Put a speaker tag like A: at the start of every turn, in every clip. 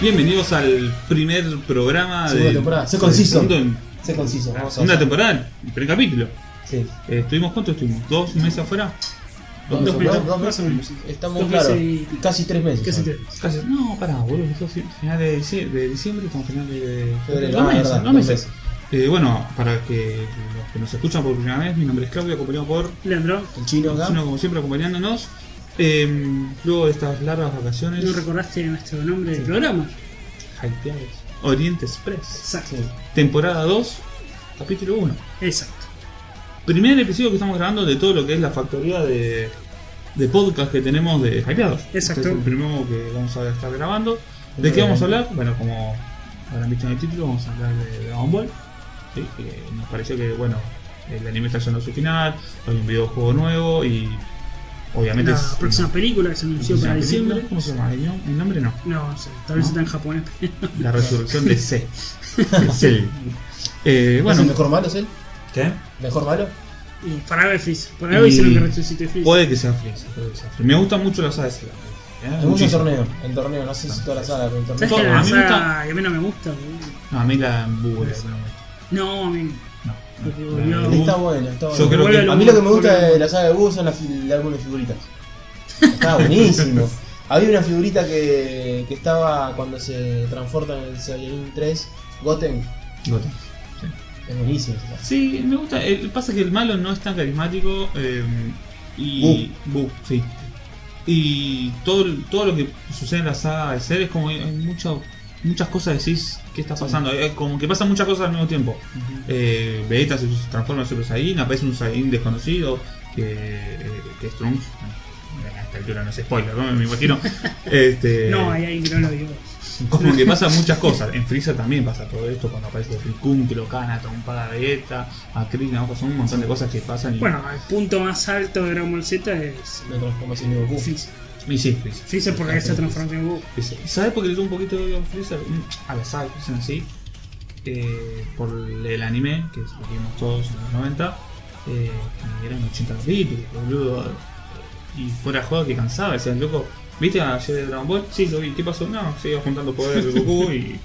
A: Bienvenidos al primer programa
B: Segunda
A: de.
B: temporada. Sé
A: de
B: conciso.
A: Ah, segundo en-
B: Sé conciso.
A: ah,
B: vamos a-
A: segunda temporada, el primer capítulo.
B: Sí.
A: Eh, ¿Estuvimos cuánto estuvimos? ¿Dos meses afuera?
B: Vamos a-
A: meses-
B: dos- dos meses, Estamos
C: Dos
B: claro,
C: meses y pico.
B: casi tres meses.
C: Casi
B: ¿no?
C: tres.
A: Casi- no, pará, boludo, eso sí, final de diciembre, de diciembre y como final de
B: Febrero,
A: Dos
B: ah,
A: meses,
B: verdad,
A: dos
B: dos
A: meses. Eh, bueno, para que los que nos escuchan por primera vez, mi nombre es Claudio, acompañado por
C: Leandro,
B: El chino acá.
A: Chino, como siempre, acompañándonos. Eh, luego de estas largas vacaciones,
C: no recordaste nuestro nombre del
B: Sí.
C: programa.
A: hypeados, Oriente Express,
C: Exacto.
B: Sí.
A: temporada 2, capítulo 1.
C: Exacto.
A: Primer episodio que estamos grabando de todo lo que es la factoría de, de podcast que tenemos de Hypeados. Este
C: Exacto.
A: es el primero que vamos a estar grabando. ¿De qué vamos a hablar? Bueno, como habrán visto en el título, vamos a hablar de Dragon Ball. ¿sí? Que nos pareció que, bueno, el anime está llegando a su final, hay un videojuego nuevo y obviamente
C: La
A: es-
C: próxima película que se
A: la
C: anunció
A: próxima
C: para
A: película.
C: diciembre.
A: ¿Cómo se llama? ¿El nom- el nombre no?
C: No, no sé, tal vez
A: ¿No?
C: está en japonés.
A: La resurrección de C. Cell. Eh,
B: ¿Es
A: bueno,
B: el mejor malo es él?
A: ¿qué?
B: ¿Mejor malo?
C: Y para algo es Freeze. Para algo hicieron que resucite Freeze.
A: Puede que sea Freeze, puede que sea Freeze. Me gusta mucho la saga de Zelda. ¿eh?
B: Hay muchos
A: Muchísimo.
B: torneos. El torneo, no sé si toda la saga, pero el
C: ¿Sabes
A: Todo,
C: que
B: torneo.
A: a
C: la
A: mí me
C: saga que a mí no me gusta? boludo?
A: No, a mí la Bugre, no me gusta.
C: No, a mí no.
A: No,
C: Porque
A: no,
C: volvió-
A: no, no.
B: Está bueno, está
A: Yo
B: bueno.
A: creo
C: Vuelve
A: que-
C: lo
B: A mí lo que me
C: mismo,
B: gusta
C: vuelve
B: de la saga de Buu son las fil- algunas figuritas. Está buenísimo. Había una figurita que, que estaba cuando se transporta en el Saiyajin 3, Goten.
A: Goten.
B: Es buenísimo. esa saga.
A: Sí, me gusta. El, pasa que el malo no es tan carismático. eh, y. Bu, sí. Y todo, todo lo que sucede en la saga de ser es como. Hay mucho- muchas cosas decís. ¿Qué está pasando? Eh, Como que pasan muchas cosas al mismo tiempo. Eh, Vegeta se transforma en Super Saiyan, aparece un Saiyan desconocido, que, eh, que es Trunks. Bueno, A esta altura no es spoiler, ¿no? Me imagino. Este,
C: No, hay alguien que no lo vio.
A: como que pasan muchas cosas. En Freezer también pasa todo esto, cuando aparece Rikun, que lo cana, trompada de ETA, a Krillin, ¿no? son un montón de cosas que pasan. Y,
C: Bueno, el punto más alto de Dragon Ball Z es
B: La transformación de Goku.
C: Freezer.
A: y sí, Freezer.
C: Freezer porque se transformó en Goku.
A: Freezer. ¿Y ¿Sabes por qué le tengo un poquito de odio a Freezer? Mm, A la saga de Freezer en sí. Eh, por el anime, que es lo que vimos todos en los 90. Eh, que eran 80 capítulos, boludo. Y fuera de joda que cansaba, decían, loco, ¿viste a Jedi de Dragon Ball? Sí, lo vi. ¿Qué pasó? No, seguía juntando poder de Goku y,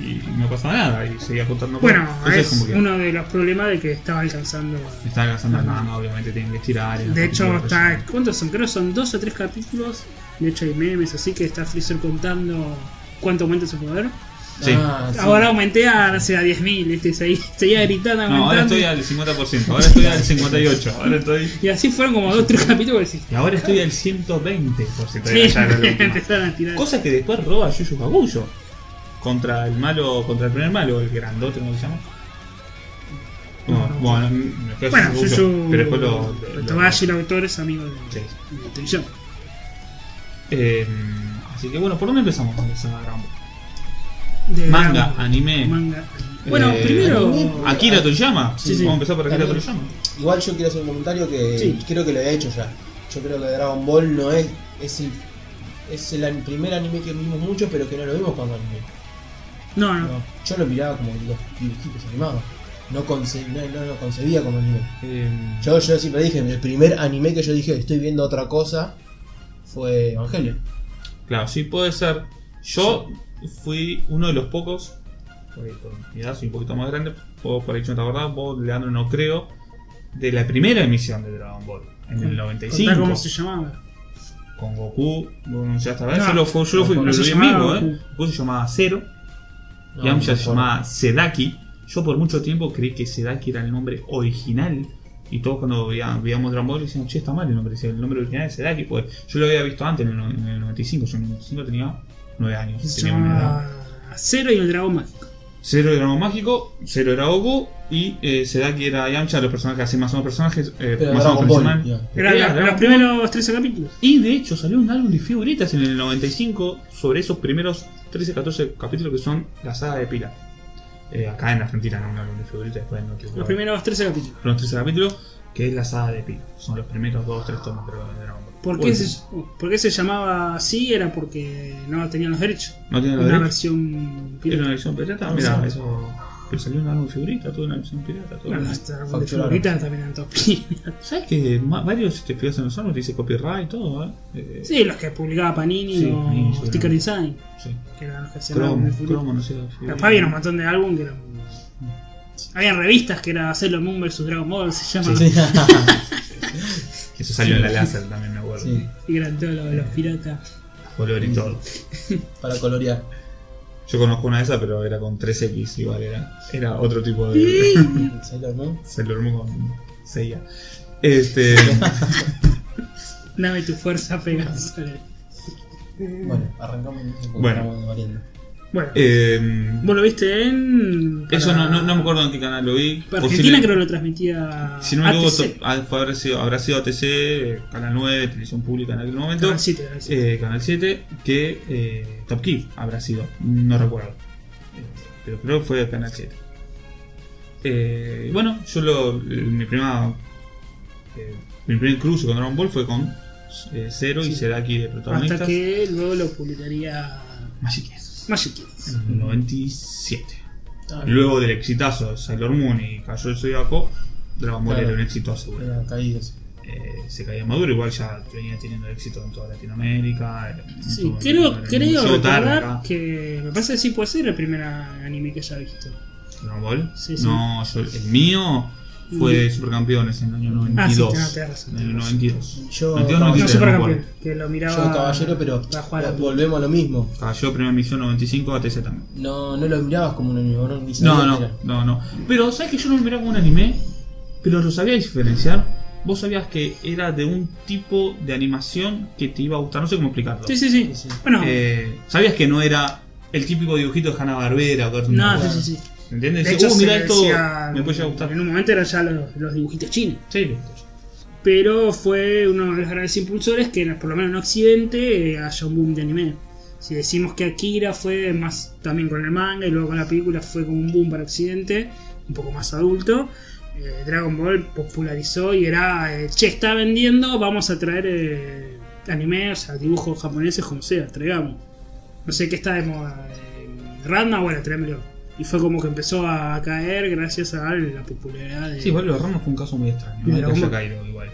A: y no pasaba nada. Y seguía juntando poder.
C: Bueno,
A: Entonces,
C: es
A: como que-
C: uno de los problemas de que estaba alcanzando.
A: Me Está alcanzando la mano, obviamente tienen que estirar.
C: De hecho, está, ¿cuántos son? Creo que son dos o tres capítulos. De hecho, hay memes así que está Freezer contando cuánto aumenta su poder.
A: Sí.
B: Ah, sí.
C: Ahora aumenté a, no sé, a 10.000, este, seguí- seguía
A: No,
C: gritando,
A: ahora
C: aumentando.
A: estoy al 50%, ahora estoy al 58%, ahora estoy.
C: Y así fueron como dos o tres capítulos que
A: Y ahora estoy al 120%.
C: sí,
A: de la llave última.
C: empezaron a tirar.
A: Cosa que después roba Yuyu Hakuyo. Contra el malo, contra el primer malo, el grandote, ¿cómo se llama? No, bueno, me fue a
C: Bueno,
A: Hakuyo,
C: Yuyu
A: Pero después lo. lo- lo-
C: Togashi, el autor, es amigo de,
A: Sí.
C: de Toriyama.
A: Eh, así que bueno, ¿por dónde empezamos con esa Dragon Ball?
C: De
A: Manga,
C: Dragon Ball.
A: anime.
C: Eh, Manga. Bueno,
A: Eh,
C: primero.
B: anime.
A: Akira Toriyama.
C: Sí, sí.
A: Vamos a empezar por Akira
B: También.
A: Toriyama.
B: Igual yo quiero hacer un comentario que
C: Sí.
B: creo que lo había hecho ya. Yo creo que Dragon Ball no es. Es el, es el an- primer anime que vimos mucho, pero que no lo vimos cuando anime.
C: No, no.
B: No, yo lo miraba como los dibujitos animados. No, conce- no, no lo concebía como anime.
A: Eh,
B: Yo, yo siempre dije, el primer anime que yo dije estoy viendo otra cosa fue Evangelion.
A: Claro, sí puede ser. Yo fui uno de los pocos, por, ahí, por mi edad soy un poquito más grande, vos por ahí yo no te acordás, vos Leandro no creo, de la primera emisión de Dragon Ball, en el
C: Contá cómo se
A: 95,
C: llamaba.
A: con Goku, vos no llegaste a ver,
C: No,
A: yo lo, fui- yo lo fui,
B: no
A: lo
C: se
A: vi en
C: llamaba
A: vivo, eh.
C: Goku.
A: Goku se llamaba Zero,
B: No,
A: Yamcha
B: no
A: se
B: me acuerdo.
A: llamaba Sedaki. Yo por mucho tiempo creí que Sedaki era el nombre original. Y todos cuando veía- veíamos Dragon Ball decían, che, está mal el nombre. decía, El nombre original es Sedaki. Pues yo lo había visto antes en el, no- en el 95. Yo en el 95 tenía 9 años.
C: Se
A: Tenía una edad.
C: llamaba Cero y el Dragón Mágico.
A: Cero era Dragon Mágico, Cero era Goku y eh, Sedaki era Yamcha, los personajes, así más o menos personajes, eh,
B: Pero
A: más o
B: Dragon
A: menos
B: Ball.
A: principal.
B: ya.
C: Eran
A: Era
C: la-
A: Dragon
C: los primeros 13 capítulos.
A: Y de hecho salió un álbum de figuritas en el 95 sobre esos primeros 13-14 capítulos que son la saga de Pila. Eh, acá en Argentina, no un álbum de figuritas, después no te
C: Los primeros 13 capítulos.
A: Los 13 capítulos, que es la saga de Pila. Son los primeros 2-3 tomos, creo, de Dragon Ball.
C: ¿Por
A: Uy,
C: qué, se, ¿Por qué se llamaba así? Era porque no tenían los derechos.
A: ¿No tiene
C: Una
A: la derecha?
C: versión
A: ¿Era
C: pirata. Ah,
A: una versión pirata?
B: No
A: Mira,
B: sé.
A: eso. Pero salió un álbum de figurita, toda una versión pirata. Todo
C: Bueno,
A: una-
C: hasta de
B: Facturaron.
C: figuritas también eran todos piratas.
A: ¿Sabes que ma- varios este, te fijas en los álbumes dice copyright y todo? eh? Eh,
C: Sí, los que publicaba Panini
A: Sí,
C: o
A: Panini, seguramente.
C: Sticker Design,
A: sí.
C: que eran los que hacían álbumes de
A: Cromo,
C: figuritas.
A: cromo, no sé. figurita.
C: Después había un montón de álbumes que eran. Había revistas que era Sailor Moon vs Dragon Ball, se llama.
B: Sí.
A: Eso salió en la láser también, me acuerdo.
B: Sí,
C: Y eran todos los, los piratas.
A: Color y todo.
B: para colorear.
A: Yo conozco una de esas, pero era con 3X igual, era, era otro tipo de.
C: Sí.
B: Sailor Moon.
A: Sailor Moon con Seiya. Este.
C: Dame tu fuerza, Pegaso.
B: Bueno, arrancamos el mismo porque
A: Bueno.
B: estamos variando.
C: Bueno,
A: em,
C: vos lo viste en.
A: eso
C: para-
A: no, no, no me acuerdo en qué canal lo vi.
C: para
A: Posible-
C: Argentina creo que lo transmitía.
A: Si no me equivoco,
C: ATC.
A: to- ah, fue- habrá sido, habrá sido ATC, eh, Canal 9, Televisión Pública en aquel momento,
C: Canal 7, Canal 7.
A: eh, Canal 7, que eh, Top Kid habrá sido, no recuerdo. Eh, Pero creo que fue Canal 7. Eh, bueno, yo lo, mi prima eh, mi primer cruce con Dragon Ball fue con eh, Zero y
C: Sí.
A: Seraki de protagonistas.
C: Hasta que luego lo publicaría
A: Magic Kids.
C: Magic Kids.
A: En el 97.
B: Ah,
A: Luego del exitazo de Sailor Moon y Cayó el Zodiaco, Dragon Ball
B: Claro.
A: era un éxito asegurado.
B: eran caídos.
A: eh, se caía maduro, igual ya venía teniendo éxito en toda Latinoamérica. en
C: Sí,
A: todo- en
C: creo,
A: el
C: creo
A: Museo
C: recordar
A: Targa.
C: que. Me parece que sí puede ser el primer anime que haya visto.
A: ¿Dragon Ball?
C: Sí, sí.
A: No, yo- el mío fue Supercampeones en el año
C: Ah, sí,
A: 92.
C: tenés
A: en
C: razón,
A: el año
C: tenés
A: 92.
B: Yo,
A: No, tío,
B: caballero,
C: No,
A: Sí,
C: Super
A: me acuerdo.
C: Campeón, que lo miraba.
B: yo caballero, pero
C: para jugar a-
B: volvemos a lo mismo.
A: Cayó primera misión 95 a TZ también.
B: No, no lo mirabas como un enemigo, no, ni sabías
A: No,
B: que
A: no,
B: era.
A: no, no. Pero, ¿sabes que yo no lo miraba como un anime? Pero lo sabía diferenciar. Vos sabías que era de un tipo de animación que te iba a gustar. No sé cómo explicarlo.
C: Sí, sí, sí.
B: Sí, sí.
C: Bueno,
A: Eh, sabías que no era el típico dibujito de Hanna Barbera o Cartoon
C: no,
A: Network.
C: sí, sí, sí.
A: ¿Entiendes?
C: De
A: Dice,
C: hecho,
A: uh, mira
C: se
A: esto,
C: decía-
A: me puede llegar a gustar.
C: En un momento eran ya los, los dibujitos chinos.
A: Sí, lo escucho.
C: Pero fue uno de los grandes impulsores que, por lo menos en Occidente, eh, haya un boom de anime. Si decimos que Akira fue más también con el manga y luego con la película fue como un boom para Occidente, un poco más adulto, eh, Dragon Ball popularizó y era, eh, che, está vendiendo, vamos a traer eh, anime, o sea, dibujos japoneses como sea, traigamos. No sé qué está de moda. eh, Ranma, bueno, tráemelo. Y fue como que empezó a caer gracias a la popularidad de...
A: Sí, igual los Ramos fue un caso muy extraño. ¿no?
C: Mira,
A: Que haya
C: como-
A: caído igual.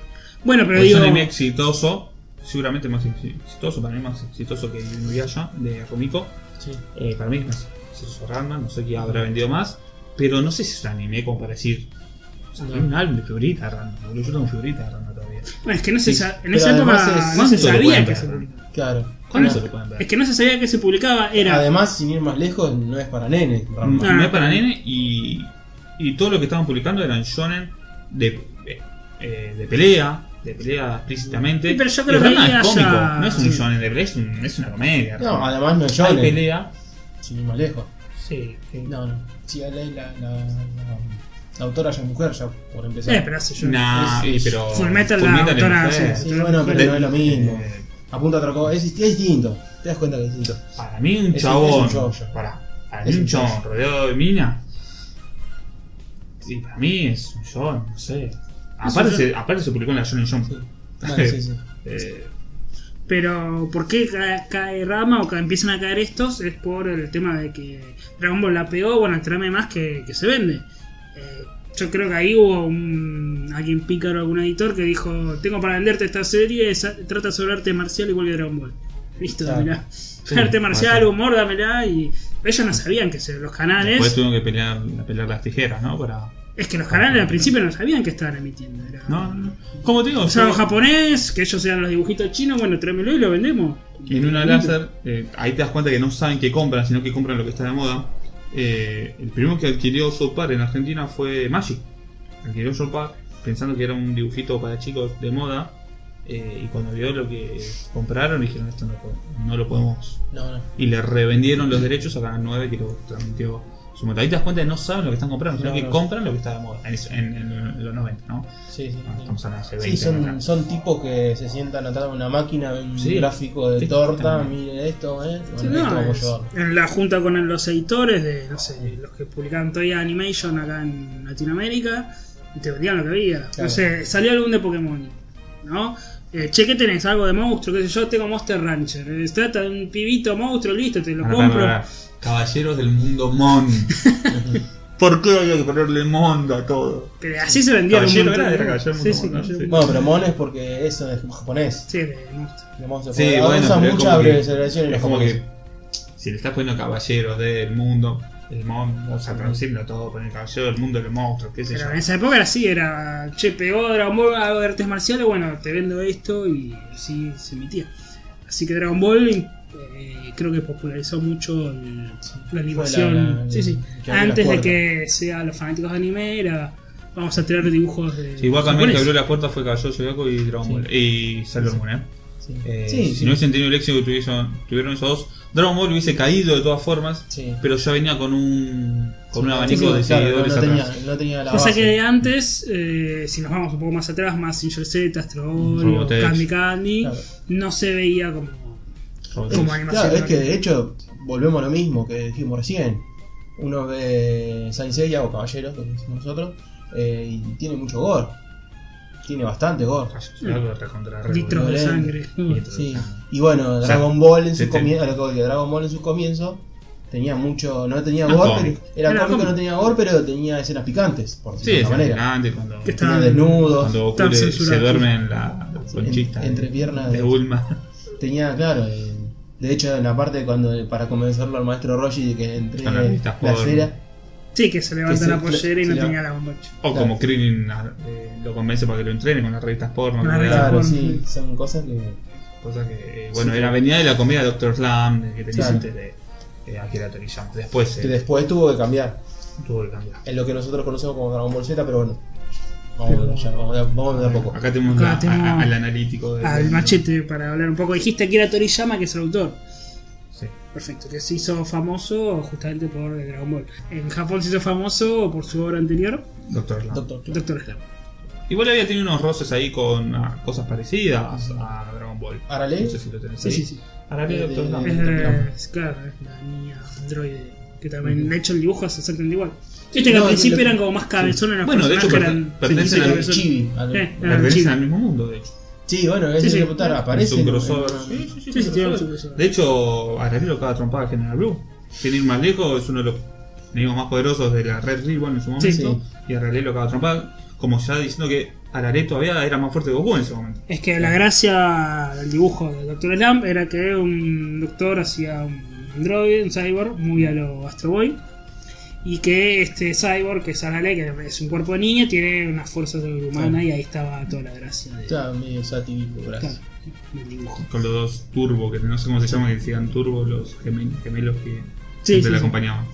C: Bueno, pero
A: Porque Es
C: digo...
A: un anime exitoso, seguramente más ex- exitoso, para mí más exitoso que Inuyasha de Rumiko.
B: Sí.
A: Eh, para mí es más exitoso Ranma, no sé qué habrá vendido más. Pero no sé si es un anime como para decir. O sea,
B: No.
A: hay un álbum de figurita de Ranma, boludo. Yo tengo figurita de Ranma todavía.
C: Bueno, es que no se
A: Sí,
C: sa- en
B: pero
C: esa época
B: además es-
C: Ah, no se
A: ¿cuánto le
C: sabía
A: pueden
C: que
A: pagar?
C: se publicaba.
B: Claro.
A: ¿Cuándo
B: No.
A: se lo pueden ver?
C: Es que no se sabía que se publicaba, era.
B: Además, sin ir más lejos, no es para nenes. Rampa.
A: No,
C: Ah.
A: es para nene y, y todo lo que estaban publicando eran shonen de, eh, de pelea, de pelea explícitamente.
C: Sí, pero yo creo
A: Y
C: que
A: Ranma
C: ahí
A: es cómico,
C: haya-
A: no es un
C: sí.
A: shonen de pelea, es, un- es una comedia.
B: No,
A: Ranma.
B: además no es
A: Hay
B: shonen,
A: pelea.
B: Sin ir más lejos.
A: Sí,
B: No, no. Sí, la, la, la, la- la autora ya es mujer, ya por empezar.
C: Eh, pero hace yo.
A: Nah,
B: Es-
A: y pero.
C: Fullmetal, la
A: Fullmetal es
C: autora,
A: mujer.
C: sí,
B: Sí, bueno, pero
A: De-
B: no es lo mismo.
A: eh,
B: Apunta otra cosa. Es, es distinto. Te das cuenta que es distinto.
A: para mí, un
B: Es un-
A: chabón.
B: es un shoujo.
A: para, para
B: Es
A: mí, un
B: un
A: chabón
B: shoujo.
A: rodeado de mina. Sí, para mí es un shonen, no sé. Aparte,
C: un
A: se, aparte se publicó en la Shonen Jump.
B: Sí. Vale, sí, sí.
A: Eh,
C: Pero ¿por qué ca- cae, Rama o ca- empiezan a caer estos? Es por el tema de que Dragon Ball la pegó, bueno, trame más que, que se vende. Eh, yo creo que ahí hubo un, alguien pícaro, algún editor que dijo, tengo para venderte esta serie, esa- trata sobre arte marcial igual que Dragon Ball. Listo,
B: Claro.
C: dámela.
A: Sí,
C: arte
A: puede
C: marcial,
A: ser.
C: humor, dámela. Y ellos no sabían que se- los canales...
A: Después tuvieron que pelear, pelear las tijeras, ¿no? Para.
C: Es que los canales al principio no sabían que estaban emitiendo. Era...
A: No, no, no. Como te digo,
C: O sea,
A: yo-
C: los japonés, que ellos sean los dibujitos chinos, bueno, tráemelo y lo vendemos.
A: en una láser, eh, ahí te das cuenta que no saben qué compran, sino que compran lo que está de moda. Eh, el primero que adquirió Sopar en Argentina fue Magic. Adquirió Sopar pensando que era un dibujito para chicos de moda. eh, y cuando vio lo que compraron, dijeron: Esto no, po- no lo podemos.
B: No, no.
A: Y le revendieron los derechos a Canal 9 que lo transmitió su Ahí te das cuenta que no saben lo que están comprando, sino
B: No,
A: que
B: no.
A: compran lo que está de moda en, en- en los 90, ¿no?
B: Sí, sí.
A: No, Estamos hablando hace 20
B: Sí,
A: años
B: son,
A: atrás.
B: son tipos que se sientan atrás de una máquina, ven un
A: Sí.
B: gráfico de
A: Sí,
B: torta,
A: también.
B: mire esto, eh. Bueno,
C: Sí,
B: esto
C: no,
B: vamos a
C: es-
B: llevarlo.
C: en la junta con los editores de, no sé, los que publicaban Toy Animation acá en Latinoamérica, y te vendían lo que había. No
B: Claro.
C: sé, salió algún de Pokémon, ¿no? Eh, che, ¿qué tenés? Algo de monstruo, qué sé yo, tengo Monster Rancher. Eh, Se trata de un pibito monstruo, listo, te lo
A: Pará, pará,
C: compro.
A: pará. Caballeros del mundo Mon. ¿Por qué había que ponerle Mondo a todo?
C: Pero así se vendía
A: Caballero
C: un montón.
A: era, era Caballero
C: sí, sí,
A: Mondo, ¿no?
C: Caballero
A: Sí.
C: Mondo.
B: Bueno, pero Mon es porque eso es japonés.
C: Sí, de monstruo.
B: De monstruo.
A: Sí,
B: Porque
A: bueno,
B: usan
A: pero es
B: muchas
A: como que-
B: abreviaciones
A: Es
B: los
A: como
B: japoneses.
A: que si le estás poniendo caballero del mundo, el mundo, o sea, traducirlo todo, poner caballero del mundo, el monstruo, qué sé yo.
C: Pero en esa época era así, era che, pegó Dragon Ball, hago de artes marciales, bueno, te vendo esto y así se emitía. Así que Dragon Ball eh, creo que popularizó mucho el- la animación.
B: la- la-
C: sí, sí.
B: que abrió
C: Antes
B: las
C: de
B: puertas.
C: que sea los fanáticos de anime, era vamos a tirar dibujos de.
A: Sí, igual también el que abrió
C: japoneses.
A: la puerta fue Caballero Zodiaco y Dragon
B: Sí.
A: Ball. Y Sailor Moon, ¿eh?
B: Sí,
A: Eh,
B: sí,
A: si
B: sí.
A: no hubiesen tenido el éxito que tuvieron, tuvieron esos dos, Dragon Ball hubiese caído de todas formas,
B: Sí.
A: pero ya venía con un, con un abanico
B: Sí,
A: de
B: claro,
A: seguidores
B: no tenía,
A: atrás.
B: no tenía la
C: O sea
B: base.
C: que de antes, eh, si nos vamos un poco más atrás, más Singer Z, Astro Boy,
A: Robotech.
C: Candy Candy,
B: Claro.
C: no se veía como,
A: Robotech.
C: como animación.
B: Claro, es que de hecho volvemos a lo mismo que dijimos recién. Uno ve Saint Seiya o Caballeros, como decimos nosotros, eh, y tiene mucho gore. Tiene bastante gore.
A: Caballero Zodiaco recontra re
C: Litros de
B: Violento.
C: sangre.
A: boludo.
B: Sí. Y bueno, Dragon Ball en
A: sí,
B: su
A: sí.
B: comienzo, lo que voy, Dragon Ball en su comienzo tenía mucho, Ah, no tenía
A: Más
B: gore,
A: cómico.
B: pero- era,
C: Era
B: cómico,
C: cómico.
B: no tenía gore, pero tenía escenas picantes, por
A: Sí,
B: decirlo
A: es
B: de alguna manera.
A: fascinante cuando,
C: Que está-
B: Escenas
C: Tan-
B: desnudos,
A: cuando Goku
C: tan
A: le- se
C: censurado.
A: duerme en la conchita
B: en- entre piernas
A: de
B: de-
A: Bulma.
B: tenía, claro, eh, de hecho en la parte cuando para convencerlo al maestro Roshi de que entre
A: Con la revista
B: la
A: Ford.
B: cera,
C: Sí, que se levanta
B: Que se-
C: la pollera y
B: se
C: no
B: leva-
C: tenía la bombacha.
A: O como Krillin eh, lo convence para que lo entrene con las revistas porno.
C: Con las
A: que le
C: revistas
A: dan.
B: Claro,
C: Por-
B: sí, son cosas que.
A: Cosa que, eh, bueno,
B: Sí.
A: era venida de la comedia de Doctor Slam, eh, que tenía
B: Claro.
A: antes de eh, Akira Toriyama. Después
B: que
A: eh,
B: después tuvo que cambiar.
A: tuvo que cambiar.
B: En lo que nosotros conocemos como Dragon Ball Z, pero bueno. Vamos,
C: Pero-
B: ya, vamos, a- vamos de a poco.
A: Acá tenemos,
C: Acá
A: la- a-
C: tenemos
A: a- al analítico. de-
C: Al
A: de-
C: machete, para hablar un poco. Dijiste que era Toriyama, que es el autor.
A: Sí.
C: Perfecto, que se hizo famoso justamente por el Dragon Ball. En Japón se hizo famoso por su obra anterior,
A: Doctor Slam.
B: Doctor Clan.
C: Doctor Slam.
A: Igual había tenido unos roces ahí con ah, cosas parecidas a Dragon Ball.
B: Arale.
A: No sé si lo tenés
C: Sí,
A: ahí.
C: sí, sí.
A: Arale,
B: Eh,
A: Doctor Slam.
B: eh,
C: Es,
A: Doctor Slam.
C: eh, es claro, es la niña androide. Que también, de hecho, el dibujo es exactamente igual. Viste que
B: No,
C: al
B: lo-
C: principio
B: lo-
C: eran como más cabezones los
A: Bueno, de hecho,
C: personajes,
A: perten- pertenecen
C: sí,
A: al
C: cabezones.
B: Chibi. al-
C: Eh. Ah,
A: Pertenecen
C: sí.
A: al mismo mundo, de hecho.
B: Sí, bueno, es
C: Sí, sí.
B: el deputar, aparece.
A: Es un
B: ¿no?
A: crossover.
B: En- en-
A: Sí, sí, sí,
C: Sí,
A: un
C: sí, tiene
A: crossover.
C: un crossover.
A: De hecho, Arale lo acaba de trompar a General Blue. Sin ir más lejos, es uno de los enemigos más poderosos de la Red Ribbon en su momento.
C: Sí,
B: sí.
A: Y Arale lo acaba de trompar, como ya diciendo que Arale todavía era más fuerte que Goku en ese momento.
C: Es que la gracia del dibujo de Doctor Slam era que un doctor hacía un androide, un cyborg, muy a lo Astro Boy. Y que este cyborg, que es Arale, que es un cuerpo de niña, tiene una fuerza sobrehumana
B: Claro.
C: y ahí estaba toda la gracia de-
B: Está medio satírico, gracias.
C: claro, del dibujo.
A: Con los dos Turbo, que no sé cómo se llaman, que decían Turbo, los gemel- gemelos que
C: Sí,
A: siempre le
C: sí, sí.
A: acompañaban.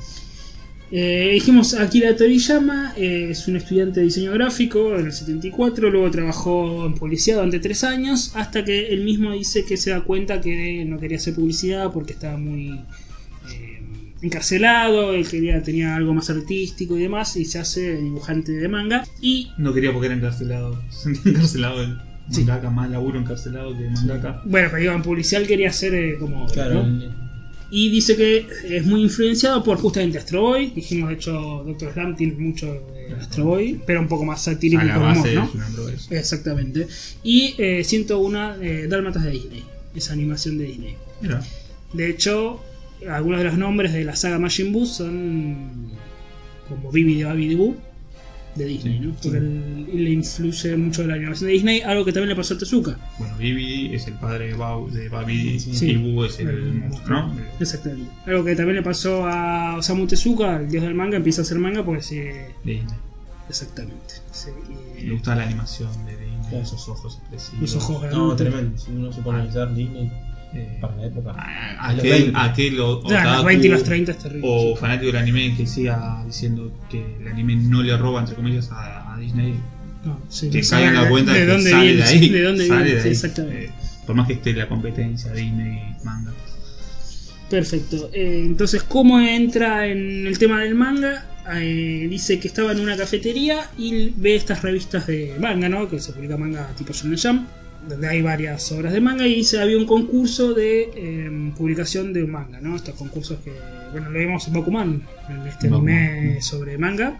C: Eh, dijimos Akira Toriyama, eh, es un estudiante de diseño gráfico en el 74, luego trabajó en publicidad durante tres años, hasta que él mismo dice que se da cuenta que no quería hacer publicidad porque estaba muy eh, encarcelado, él quería, tenía algo más artístico y demás, y se hace dibujante de manga. Y
A: No quería porque era encarcelado. Se sentía encarcelado el
C: Sí.
A: mangaka, más laburo encarcelado que mangaka.
C: bueno, pero digo, en publicidad él quería ser eh, como...
B: Claro,
C: ¿no?
B: el-
C: Y dice que es muy influenciado por justamente Astro Boy. Dijimos, de hecho, Doctor Slam tiene mucho de Astro Boy, pero un poco más satírico
A: A
C: y
A: la
C: con humor,
A: base
C: ¿no?
A: es un androide.
C: Exactamente. Y eh, 101 eh, Dálmatas de Disney. Esa animación de Disney.
A: Mira,
C: De hecho, algunos de los nombres de la saga Majin Buu son como Bibi de Babi de Boo de Disney,
A: Sí,
C: ¿no?
A: sí.
C: Porque él- le influye mucho la animación de Disney, algo que también le pasó a Tezuka.
A: bueno, Bibi es el padre de, Bau- de Babi
B: Sí.
A: y Boo es el, monstruo, ¿no?
C: Exactamente. Algo que también le pasó a Osamu Tezuka, el dios del manga, empieza a hacer manga porque se...
A: Disney.
C: Exactamente. Se- eh,
A: Me gusta la animación de Disney,
B: Claro.
A: esos ojos expresivos.
C: los ojos
B: No,
C: grandes.
B: tremendo. Si uno se pone a analizar Disney
A: Eh,
B: para la época.
A: a-
B: Los
A: aquel,
B: 20.
A: aquel o,
C: Ya, los
A: otaku
C: 20 y los 30 es terrible.
A: o fanático del anime que siga diciendo que el anime no le roba, entre comillas, a, a Disney.
C: No, Ah, sí,
A: Que
C: no
A: caigan
C: sabe
A: la cuenta
C: de,
A: que
C: dónde
A: sale
C: viene,
A: de ahí.
C: de dónde
A: sale
C: viene,
A: de
C: sí,
A: ahí.
C: exactamente.
A: Eh, por más que esté la competencia Disney y manga.
C: Perfecto. Eh, entonces, ¿cómo entra en el tema del manga? Eh, dice que estaba en una cafetería y ve estas revistas de manga, ¿no? Que se publica manga tipo Shonen Jump, donde hay varias obras de manga y dice había un concurso de eh, publicación de manga, ¿no? Estos concursos que, bueno, lo vimos en Bakuman, en este
A: Bakuman.
C: anime sobre manga.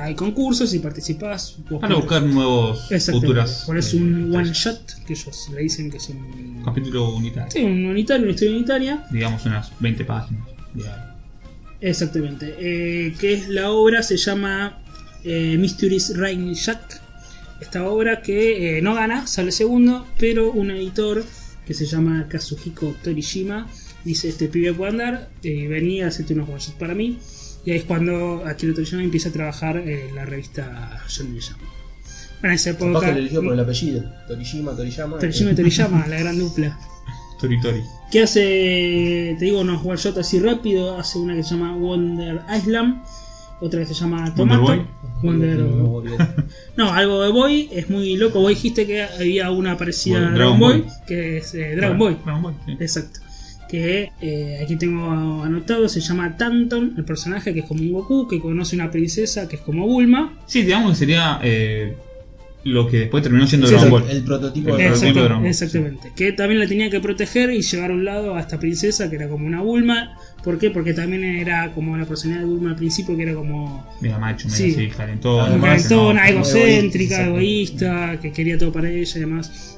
C: Hay concursos y participás. vos
A: Para buscar nuevos
C: Exactamente.
A: futuras.
C: Por eso
A: eh,
C: un one
A: historias.
C: shot, que ellos le dicen que es un.
A: Capítulo unitario.
C: Sí, un unitario, una historia unitaria.
A: Digamos unas 20 páginas. de algo.
C: Exactamente. Eh, que es la obra, se llama eh, Mysteries Rain Jack. Esta obra que eh, no gana, sale segundo, pero un editor que se llama Kazuhiko Torishima dice: Este pibe puede andar, eh, vení a hacerte unos bolsos para mí. Y ahí es cuando Akira Torishima empieza a trabajar eh, en la revista Shonen Jump. Bueno, en esa
B: Capaz
C: época.
B: que lo eligió por el apellido. Torishima, Toriyama.
C: Torishima y
B: eh,
C: Toriyama, la gran dupla.
A: Toritori.
C: que hace, te digo, unos one shot así rápido. Hace una que se llama Wonder Island, otra que se llama
A: Wonder
C: Tomato.
A: Boy.
C: Wonder-
B: no, boludo.
C: No, algo de Boy es muy loco. Vos dijiste que había una parecida
A: Bueno,
C: a Dragon,
A: Dragon
C: Boy,
A: Boy.
C: que es eh, Dragon Boy.
A: Dragon Boy, sí.
C: Exacto. Que eh, aquí tengo anotado, se llama Tanton, el personaje que es como un Goku, que conoce una princesa que es como Bulma.
A: Sí, digamos que sería eh, lo que después terminó siendo
B: Sí,
A: Dragon
B: el-
A: Ball.
B: El prototipo
A: Pero
B: de
A: Exacto.
C: Exacta-
A: tipo de drama,
C: exactamente. Que también la tenía que proteger y llevar a un lado a esta princesa que era como una Bulma. ¿Por qué? Porque también era como la personalidad de Bulma al principio, que era como
A: Mira, macho,
C: Sí. Ah,
A: medio así, calentón.
B: Además,
C: una
A: ¿no?
C: calentona,
B: como
C: egocéntrica,
B: egoísta,
C: egoísta, que quería todo para ella y demás.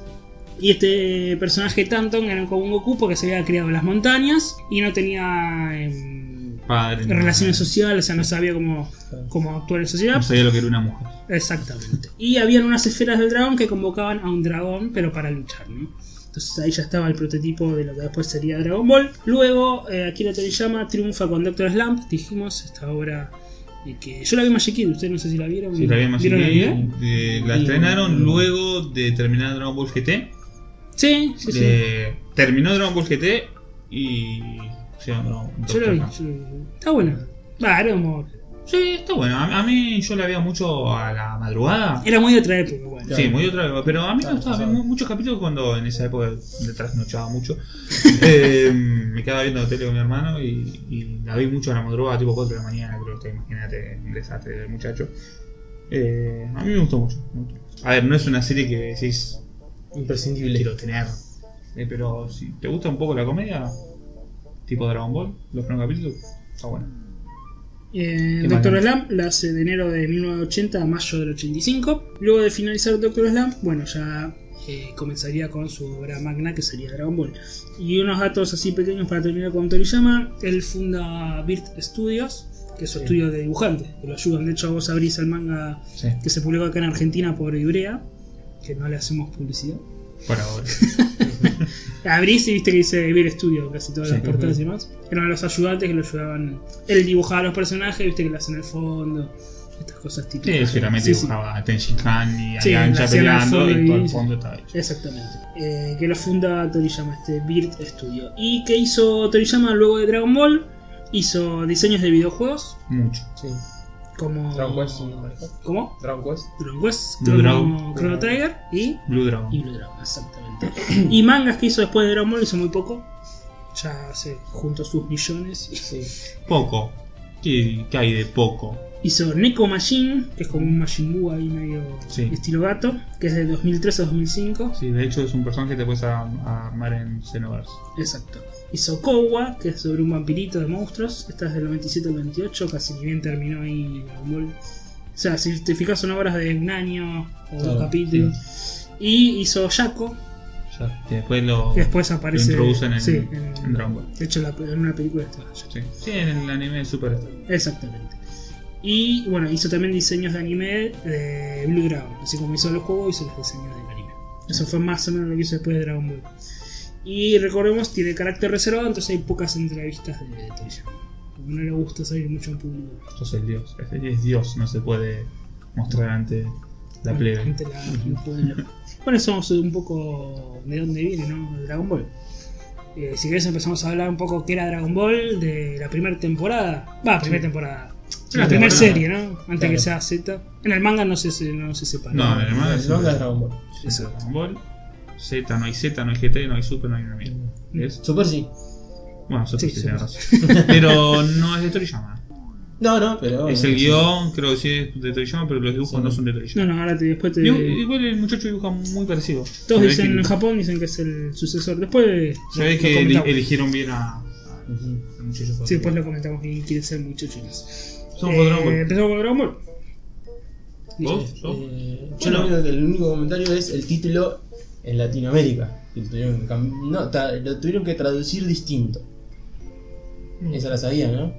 C: Y este personaje Tanton era como un Goku porque se había criado en las montañas y no tenía em,
A: Padre, no.
C: relaciones sociales, o sea, no sabía cómo, cómo actuar en sociedad.
A: No sabía lo que era una mujer.
C: Exactamente. Y habían unas esferas del dragón que convocaban a un dragón, pero para luchar, ¿no? Entonces ahí ya estaba el prototipo de lo que después sería Dragon Ball. Luego, eh, Akira Toriyama triunfa con Doctor Slump, dijimos, esta obra eh, que... Yo la vi en Magic Kid, ustedes no sé si la vieron.
A: Sí, la habíamos
C: ¿Vieron la
A: leído,
C: idea?
A: eh, la
B: Y-
A: estrenaron luego de terminar Dragon Ball GT.
C: Sí, sí, sí.
A: de- Terminó Dragon Ball GT y. se llama Dragon-
C: Yo la
A: Doctor
C: vi.
A: Manhattan.
C: yo la vi. Está buena. Bah, era, como-
A: Sí, está bueno. A, a mí yo la veía mucho a la madrugada.
C: era muy de otra época, bueno.
A: Sí, muy otra vez. Pero a mí me
B: Claro,
A: gustaba
B: ya
A: ver
B: sabes.
A: mu- muchos capítulos cuando en esa época de trasnochaba mucho. Eh, me quedaba viendo tele con mi hermano y, y la vi mucho a la madrugada, tipo 4 de la mañana, creo que imagínate un desastre del muchacho. Eh, a mí me gustó mucho. me gustó. A ver, no es una serie que decís
B: imprescindible.
A: quiero tener. Eh, pero si te gusta un poco la comedia, tipo Dragon Ball, los primeros capítulos, está bueno.
C: Eh,
A: Qué
C: Doctor
A: mal.
C: Slump la hace de enero de 1980 a mayo del 85. Luego de finalizar Doctor Slump, bueno, ya eh, comenzaría con su obra magna que sería Dragon Ball. Y unos datos así pequeños para terminar con Toriyama. Él funda Birt Studios, que es su
B: Sí.
C: estudio de dibujantes, que lo ayudan. De hecho, vos abrís el manga
A: Sí,
C: que se publicó acá en Argentina por Ibrea, que no le hacemos publicidad.
A: por ahora.
C: Abrís y viste que dice Beer Studio, casi todas
A: Sí,
C: las portadas
B: ujú.
C: y demás. Eran los ayudantes que lo ayudaban. Él dibujaba a los personajes, viste que lo hacen en el fondo. Estas cosas
A: Sí,
C: típicas.
A: seguramente
C: Sí, sí,
A: dibujaba a Tenshin Han y a
C: Sí,
A: Yancha
C: hacían el
A: peleando
C: fondo
A: y todo
C: ahí,
A: el
C: sí.
A: fondo estaba hecho.
C: Exactamente. Eh, que lo funda Toriyama, este Beard Studio. ¿Y qué hizo Toriyama luego de Dragon Ball? Hizo diseños de videojuegos.
A: Mucho.
B: Sí.
C: Como.
B: Dragon Quest, ¿no?
C: ¿Cómo?
B: Dragon Quest.
C: Dragon Quest,
A: Blue
C: Chrono,
A: Dragon.
C: Chrono Trigger y.
A: Blue Dragon.
C: Y Blue Dragon, exactamente. y mangas que hizo después de Dragon Ball hizo muy poco. Ya se juntó sus millones
B: Sí.
A: Poco. ¿Qué, qué hay de poco?
C: Hizo Neko Machine, que es como un Majin Buu ahí medio
A: Sí.
C: estilo gato, que es de 2003 a 2005.
A: Sí, de hecho es un personaje que te puedes a- a armar en Xenoverse.
C: Exacto. Hizo Kowa, que es sobre un vampirito de monstruos. Esta es del 97 al 28, casi ni bien terminó ahí Dragon Ball. O sea, si te fijas son obras de un año o dos
B: Claro,
C: capítulos. Y hizo Yako,
A: Ya, que después lo,
C: que después
A: lo
C: aparece...
A: introducen en,
C: sí,
A: en Dragon Ball.
C: De hecho, la- en una película está Yako.
A: Sí. Sí, en el anime de Super.
C: Exactamente. Y bueno, hizo también diseños de anime de Blue Dragon. Así como hizo los juegos, hizo los diseños del anime. Eso fue más o menos lo que hizo después de Dragon Ball. Y recordemos, tiene carácter reservado, entonces hay pocas entrevistas de, de Toriyama. Porque no le gusta salir mucho en público.
A: Esto es el dios. Es, es dios, no se puede mostrar ante la
C: Ante-
A: plebe.
C: ante la- el pueblo. bueno, eso es un poco de dónde viene, ¿no? Dragon Ball. Eh, si querés empezamos a hablar un poco qué era Dragon Ball de la primera temporada. Va, primera
B: Sí.
C: temporada.
A: Sí,
C: la
A: la
C: primera
A: temporada.
C: serie, ¿no? Antes
B: Claro.
C: que sea Z. En el manga no se, se- no se separa.
A: No, el manga
B: El
A: es
B: manga es Dragon Ball.
A: Super Dragon Ball. Z, no hay Z, no hay GT, no hay Super, no hay una mierda. ¿Es?
B: Super sí.
A: Bueno, Super
C: Sí,
A: sí,
C: sí.
A: tenés razón. Pero no es de Toriyama.
B: No, no, pero.
A: es el guión, creo que sí es de Toriyama, pero los dibujos
B: Sí.
A: no son de Toriyama.
C: No, no, ahora te, después te.
A: Dibu- Igual el muchacho dibuja muy parecido.
C: Este, Todos
A: Se ve
C: dicen
A: que-
C: en Japón dicen que es el sucesor. Después.
A: Se ve
C: lo
A: que eli-
C: comentamos.
A: eligieron bien a,
B: Ujú.
A: al muchacho.
C: Sí, después lo comentamos quién quiere ser muchacho más.
A: Somos por Dragon Ball.
C: Empezamos con Dragon Ball.
A: ¿Vos? ¿Sos?
B: Eh, yo lo único, el único comentario es el título en Latinoamérica. que lo tuvieron que cam- No, ta- lo tuvieron que traducir distinto. Esa la sabía, ¿no?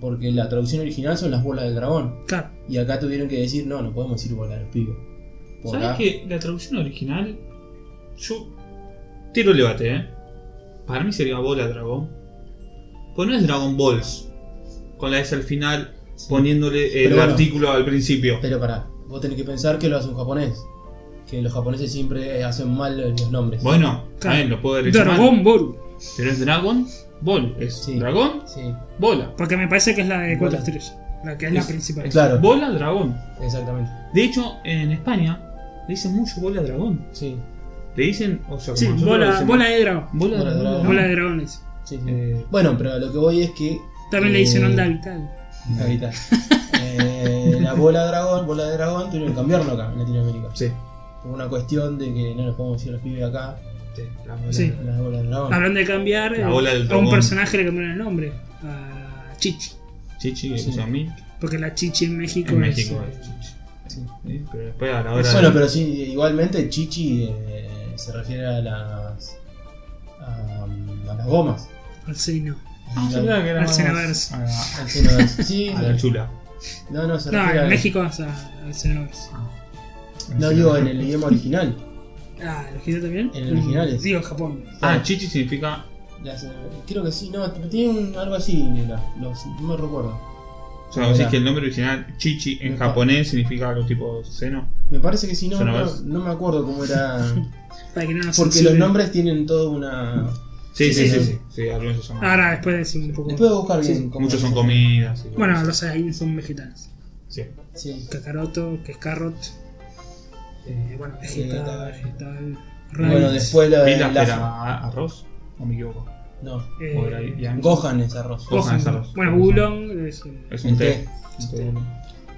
B: Porque la traducción original son las bolas del dragón.
C: Claro.
B: Y acá tuvieron que decir, no, no podemos decir bolas del pibe. Por
A: ¿Sabes
B: acá-
A: que la traducción original? Yo tiro el debate, ¿eh? Para mí sería bola dragón. Pues no es Dragon Balls. Con la S al final, poniéndole el
B: Pero bueno.
A: artículo al principio.
B: Pero pará, vos tenés que pensar que lo hace un japonés. Que los japoneses siempre hacen mal los nombres.
A: Bueno,
C: Claro.
A: también lo puedo derecho mal,
C: Dragon Ball.
A: Pero es Dragon Ball. Es
B: Sí.
A: Dragón,
B: Sí,
A: bola.
C: Porque me parece que es la de
B: Bola.
C: cuatro estrellas. La que es la
A: Es-
C: principal.
A: es
B: Claro.
A: Bola dragón.
B: exactamente.
A: De hecho, en España le dicen mucho bola dragón.
B: Sí,
A: Le dicen, o sea, como
C: Sí,
A: nosotros le
C: bola,
A: decimos,
C: bola de dragón.
A: bola
B: Bola
A: dragón.
B: dragón.
C: Bola de dragones.
B: sí, sí.
A: Eh,
B: Bueno, pero a lo que voy es que.
C: También le dicen
B: eh,
C: onda vital.
B: Ahí está. Eh, la bola dragón, bola de dragón, tuvieron que cambiarlo acá en Latinoamérica.
A: sí,
B: Por una cuestión de que no nos podemos decir a los pibes acá,
A: sí, la bola
C: Sí.
A: dragón.
B: las bolas de dragón.
C: Hablando de cambiar,
A: La
C: eh,
A: bola del
C: a un
A: dragón.
C: personaje le cambiaron el nombre. A Chichi.
A: Chichi, que
B: Sí.
A: puso a mí.
C: Porque la Chichi en México
A: En
C: es.
A: México
C: eh,
A: es Chichi.
B: Sí.
A: Sí, Pero después a la hora.
B: Bueno,
A: de-
B: pero sí, igualmente Chichi eh, se refiere a las. a, a las gomas.
C: al seno.
A: Ah, yo pensaba que era
C: Al
A: más-
C: Cineverse.
A: a la-
B: Al seno de- Sí,
A: A la chula.
B: no, no, se
C: No,
B: refiere
C: en
B: a-
C: México es a- al Xenoverse.
B: No digo en el idioma original.
C: Ah, ¿el original también? Mm,
B: En el original es-
C: Digo Japón.
A: Ah, chichi significa.
B: Las, eh, creo que sí, no, tiene un- algo así, era, los- no me recuerdo.
A: O sea, vos decís que el nombre original chichi en japonés significa algo tipo seno.
B: Me parece que sí, no,
A: Yo no
B: no,
A: ves.
B: no me acuerdo cómo era.
C: Para que no nos
B: Porque los
C: censuren.
B: nombres tienen toda una.
A: Sí,
C: Sí,
A: sí, sí.
C: sí,
A: sí,
B: sí.
A: Sí, algunos se llaman.
C: Ahora, después decimos un poco.
B: Después voy a buscar bien. cómo
A: Muchos
B: era.
A: son comidas. y
C: Bueno,
A: cosas.
C: los Saiyajin son vegetales.
A: Sí.
B: Sí.
C: Kakaroto, que es carrot. Eh, bueno, vegetal,
B: Vegetal.
C: vegetal.
B: Bueno,
C: rabbits.
B: después la,
A: Pilas
B: Eh, la-
A: que era arroz, o me equivoco.
B: No,
C: Eh,
A: O era yang.
B: Gohan es arroz.
A: Gohan. es arroz.
C: Bueno, Bulon es eh, un-
A: Es
B: El
A: un té.
B: té.
A: Un té.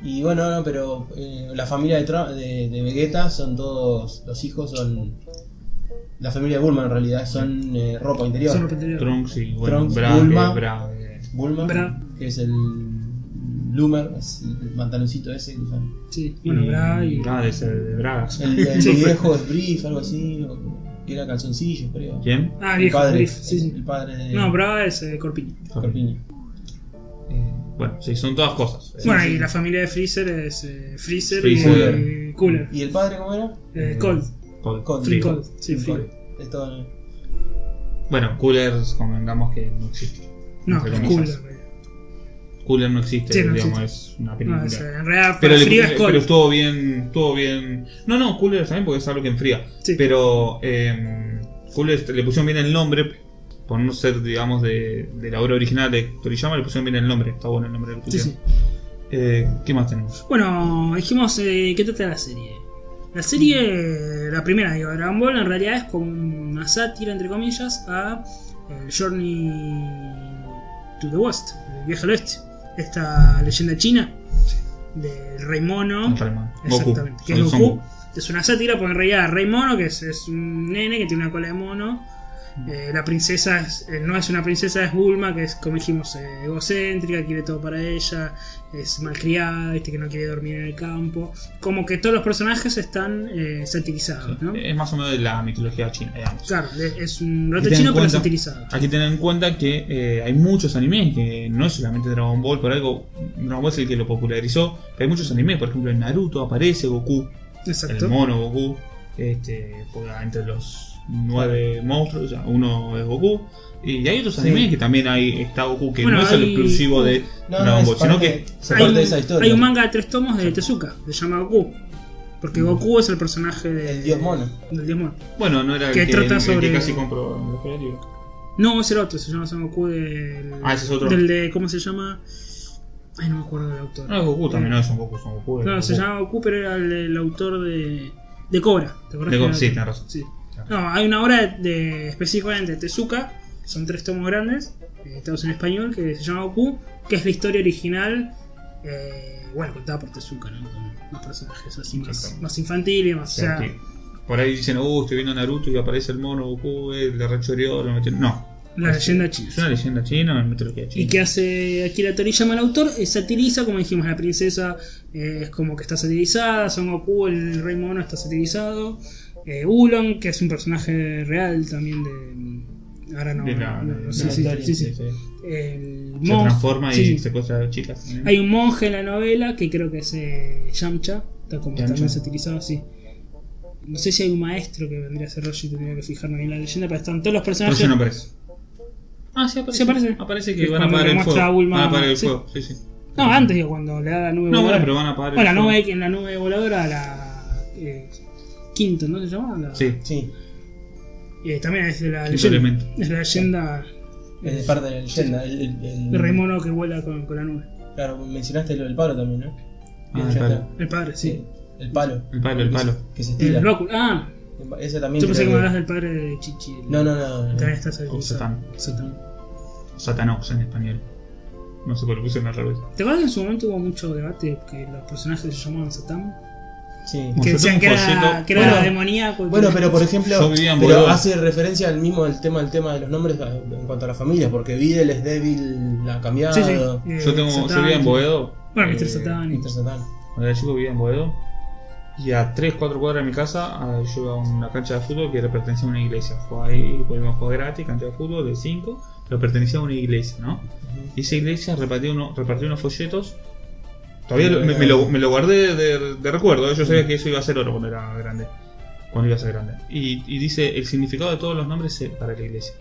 B: Y bueno, no, pero eh, la familia de, Tra- de, de Vegeta son todos. Los hijos son. La familia de Bulma en realidad son eh, ropa interior.
C: son repetidos.
A: Trunks y bueno,
B: Trunks,
A: Bra,
B: Bulma.
A: que Bra, eh,
B: Bulma,
C: Bra.
B: que es el bloomer, es el pantaloncito ese que usan.
C: Sí, bueno, Bra y.
A: Bra de Ah, ser de Bragas.
B: El, el
C: Sí.
B: viejo es Brief, algo así, o, que era calzoncillo, creo.
A: ¿Quién?
C: Ah,
B: El
C: viejo,
B: padre,
C: Griff, sí, sí.
B: el padre de
C: No, Bra es eh, Corpiño.
B: Scorpiño.
A: Eh, bueno, sí, son todas cosas. Eh,
C: Bueno, y la familia de Freezer es eh, Freezer,
A: Freezer.
C: y eh, Cooler.
B: ¿Y el padre cómo era?
C: Eh, Cold.
A: Cold.
B: Cold.
C: Free
A: Frío.
C: Cold. Sí,
B: El
C: Free.
B: padre. eh, Es todo-
A: Bueno, coolers, convengamos que no existe.
C: No,
A: Entre comillas.
C: Cooler. eh.
A: Cooler no existe,
C: Sí, no
A: digamos, es una película.
C: No, es, eh, en realidad,
A: pero, le-
C: frío es
A: pero
C: Cold.
A: estuvo bien, estuvo bien. No, no, Cooler también porque es algo que enfría.
C: Sí.
A: Pero eh, Cooler le pusieron bien el nombre, por no ser, digamos, de, de la obra original de Toriyama, le pusieron bien el nombre. Está bueno el nombre del
C: Sí, sí.
A: Eh, ¿Qué más tenemos?
C: Bueno, dijimos, eh, ¿qué trata la serie? La serie, la primera, digo, Dragon Ball, en realidad es como una sátira, entre comillas, a eh, Journey to the West, el viaje al oeste. Esta leyenda china del rey mono.
A: No, Palma. Goku.
C: Exactamente, que es
A: Son- son
C: Goku. Es una sátira, porque en realidad Rey Mono, que es, es un nene que tiene una cola de mono. Eh, la princesa es- eh, no es una princesa, es Bulma, que es, como dijimos, eh, egocéntrica, quiere todo para ella, es malcriada, viste, que no quiere dormir en el campo. Como que todos los personajes están eh, satirizados, ¿no?
A: Es más o menos de la mitología china, digamos.
C: Claro, de- es un
A: Hay
C: rato
A: que tener
C: chino,
A: en
C: pero
A: cuenta-
C: satirizado.
A: Hay que tener en cuenta que eh, hay muchos animes, que no es solamente Dragon Ball, por algo Dragon Ball es el que lo popularizó, pero hay muchos animes, por ejemplo en Naruto aparece Goku,
C: Exacto.
A: el mono Goku, este, juega entre los nueve monstruos, o sea, uno es Goku, y hay otros
B: Sí.
A: animes que también hay, está Goku, que
C: Bueno,
A: no es el
C: hay-
A: exclusivo de
B: No, no,
A: Dragon
B: es
A: Ball, sino
B: parte-
A: que...
B: es
A: se-
B: parte
C: Hay, un-
B: de esa historia.
C: hay un manga de tres tomos de Tezuka, se llama Goku. Porque Goku es el personaje de-
B: El dios mono.
C: del dios mono.
A: Bueno, no era el
C: Que
A: que,
C: trata
A: el que
C: sobre-
A: casi compró en los creativos.
C: No, es el otro, se llama Son Goku del.
A: Ah, ese es otro.
C: Del de. ¿Cómo se llama? Ay, no me acuerdo del autor.
A: No, es Goku también, no es un Goku, es un Goku. es
C: no, se
A: Goku.
C: llama Goku, pero era el, el autor de. De Cobra, ¿te acuerdas?
A: De Go- sí,
C: sí,
A: tenés razón.
C: No, hay una obra de, de- específicamente de Tezuka, son tres tomos grandes, eh, todos en español, que se llama Goku, que es la historia original. eh, bueno, contada por Tezuka, ¿no? Con más personajes así, más,
A: Exacto.
C: más infantiles, más.
A: O sea, que por ahí dicen, uh, estoy viendo Naruto y aparece el mono Goku, eh, el de rechoreó, lo metió. No,
C: la leyenda china.
A: es una leyenda china, me mitología china.
C: Y que hace Akira Toriyama el autor, eh, satiriza, como dijimos, la princesa eh, es como que está satirizada, Son Goku, el rey mono está satirizado, eh, Ulon, que es un personaje real también de, Ahora no.
A: De la-
C: no,
A: de
C: no,
A: la
C: sí, sí,
B: historia,
C: sí,
B: sí,
C: sí.
B: sí.
C: El
A: Se
C: monje-
A: transforma y
C: sí.
A: secuestra a las chicas. también.
C: Hay un monje en la novela que creo que es eh, Yamcha, está como está
A: Yamcha.
C: más satirizado así. No sé si hay un maestro que vendría a ser Roshi, tendría que fijarme bien en la leyenda, pero están todos los
A: Pero
C: personajes.
A: ya no aparece. Ah, sí aparece.
C: Sí aparece.
A: que
C: Es
A: van a
C: cuando
A: apagar
C: le
A: el
C: muestra
A: fuego.
C: a Bulma,
A: Van a apagar el
C: sí.
A: fuego, sí, sí.
C: No, antes digo, cuando le da la nube
A: No, bueno,
C: voladora.
A: pero van a apagar
C: Bueno,
A: el
C: la
A: fuego.
C: nube, en la nube voladora, la. eh, Quinto, ¿no se llama? La-
A: Sí,
B: Sí,
C: eh, también es de la
A: Quinto
C: leyenda.
A: elemento.
C: Es la leyenda eh,
B: es de parte de la leyenda. El, el, el-
C: de Rey Mono que vuela con, con la nube.
B: Claro, mencionaste lo del palo también, ¿no?
A: Ah, el
B: Ya
A: palo.
B: está.
C: El padre, sí.
B: Sí, el palo.
A: El palo, el
B: Que se-
A: palo.
B: Que se
C: El
B: estira.
C: Blocku- Ah,
B: Ese también.
C: yo pensé
B: creo
C: que me
B: que-
C: hablas del padre de Chichi. el-
B: No, no, no. no.
C: También está
A: O
C: satirizado.
A: Satán.
C: Satán.
A: Satanox en español. No sé por qué lo pusieron al revés.
C: ¿Te acuerdas que en su momento hubo mucho debate que los personajes se llamaban Satán?
B: Sí.
A: Como
C: Que
A: Satán
C: decían que era,
A: folleto.
C: que era
B: Bueno,
C: demoníaco. y
B: Bueno,
C: que-
B: pero por ejemplo,
A: Yo vivía en
B: pero
A: Bolón.
B: hace referencia al mismo el tema, el tema de los nombres a- en cuanto a las familias, porque Videl es débil, la ha cambiado.
C: Sí, sí. eh,
A: Yo tengo, yo
C: Satán,
A: vivía en Boedo. Eh,
C: Bueno, Mr. Satán. y-
B: Mr. Satan.
A: Cuando era chico vivía en Boedo. Y a 3, 4 cuadras de mi casa ah, yo iba a una cancha de fútbol que le pertenecía a una iglesia. Jugaba ahí, podíamos jugar gratis, cancha de fútbol de 5, pero pertenecía a una iglesia, ¿no? Y esa iglesia repartió, uno, repartió unos folletos. Todavía lo- me, me lo, me lo guardé de, de recuerdo. ¿eh? Yo sabía que eso iba a ser oro cuando era grande. Cuando iba a ser grande. Y, y dice el significado de todos los nombres es para la iglesia.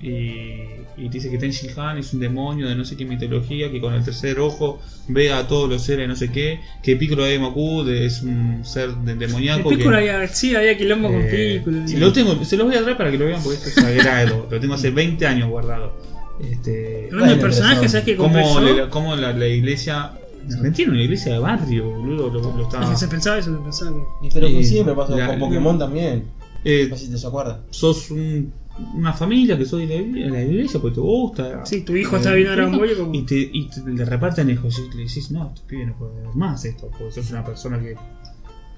A: Y, y dice que Ten Han es un demonio de no sé qué mitología, que con el tercer ojo ve a todos los seres no sé qué, que Piccolo de Maku es un ser de-
C: El
A: demoníaco. que-
C: Piccolo había, sí, había quilombo con
A: eh,
C: Piccolo.
A: y lo tengo, se los voy a traer para que lo vean porque esto es sagrado. lo tengo hace 20 años guardado. Este,
C: Hablando de
B: Bueno,
C: personajes,
B: pero
C: ¿sabes qué compré
A: ¿Cómo,
C: yo?
A: le- cómo la, la iglesia. En Argentina, una iglesia de barrio, boludo, lo, lo está.
C: Es que Se pensaba eso, se pensaba que...
B: Y pero
A: Y
B: que siempre pasó
A: la-
B: con Pokémon también.
A: Eh,
B: No sé si te se acuerda.
A: sos un- una familia que soy de la, igle- la iglesia porque te gusta.
C: Sí, tu hijo está viendo Dragon Ball y como...
A: Eh, Y te, y te- le reparten hijos y le decís, no, este pibe no puede ver más esto, porque sos una persona que.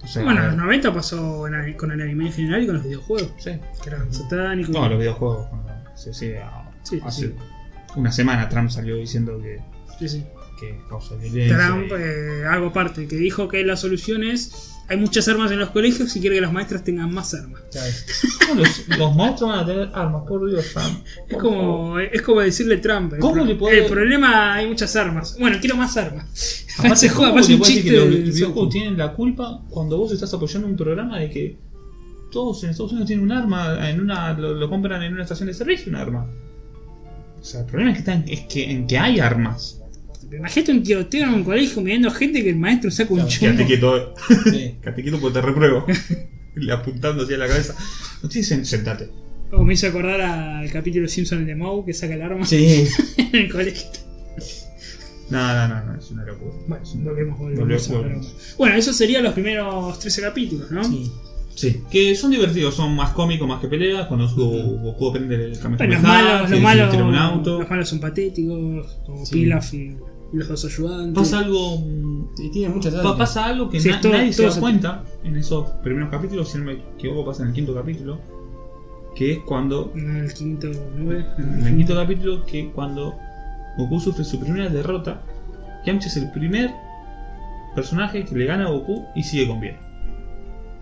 A: o sea,
C: Bueno, en los 90 pasó en el- con el anime en general y con los videojuegos.
A: sí.
C: Que eran satánicos.
A: No, los videojuegos. cuando se- se- a-
C: Sí, sí,
A: hace
C: sí.
A: una semana Trump salió diciendo que,
C: Sí, sí.
A: que causa violencia.
C: Trump,
A: y-
C: eh, algo aparte, que dijo que la solución es... Hay muchas armas en los colegios y quiere que las maestras tengan más armas.
A: ¿Cómo los, los maestros van a tener armas, por Dios, Trump.
C: Es como, es como decirle Trump. El,
A: ¿Cómo
C: pro-
A: le puede-
C: el problema hay muchas armas. Bueno, quiero más armas.
A: Aparte,
C: Se
A: ¿cómo
C: juega,
A: te
C: parece un
A: puedes decir
C: chiste.
A: que los
C: de-
A: videojuegos tienen la culpa cuando vos estás apoyando un programa de que todos en Estados Unidos tienen un arma, en una lo, lo compran en una estación de servicio un arma? O sea, el problema es que, está en, es que, en que hay armas.
C: Imagínate un tiroteo en un colegio mirando gente que el maestro saca un
B: Claro,
C: chumbo.
A: quieto,
B: Sí.
A: quédate quieto porque te repruebo. Le apuntando hacia la cabeza. No te dicen sentate.
C: O Oh, me hizo acordar al capítulo Simpson de Moe que saca el arma
B: Sí.
C: en el colegio.
A: No, no, no, no, es una locura.
C: Bueno,
A: Es una-
C: volvemos,
A: Volvemos,
C: volvemos. a hablar.
A: volvemos.
C: Bueno, esos serían los primeros 13 capítulos, ¿no?
B: Sí.
A: Sí, que son divertidos, son más cómicos más que peleas. Cuando Goku, Goku aprende el
C: Bueno,
A: Kamehameha,
C: los malos,
A: que
C: los malos,
A: tira un auto.
C: los malos son patéticos, como
B: Sí.
C: Pilaf y los dos ayudantes.
A: Pasa algo mm,
B: Y tiene muchas
A: Pa-
B: armas.
A: pasa algo que
C: Sí,
A: na-
C: es todo-
A: nadie se
C: todo
A: da
C: se-
A: cuenta en esos primeros capítulos, si no me equivoco, pasa en el quinto capítulo, que es cuando,
C: En el quinto, nube.
A: en el quinto capítulo, que cuando Goku sufre su primera derrota, Yamcha es el primer personaje que le gana a Goku y sigue con bien.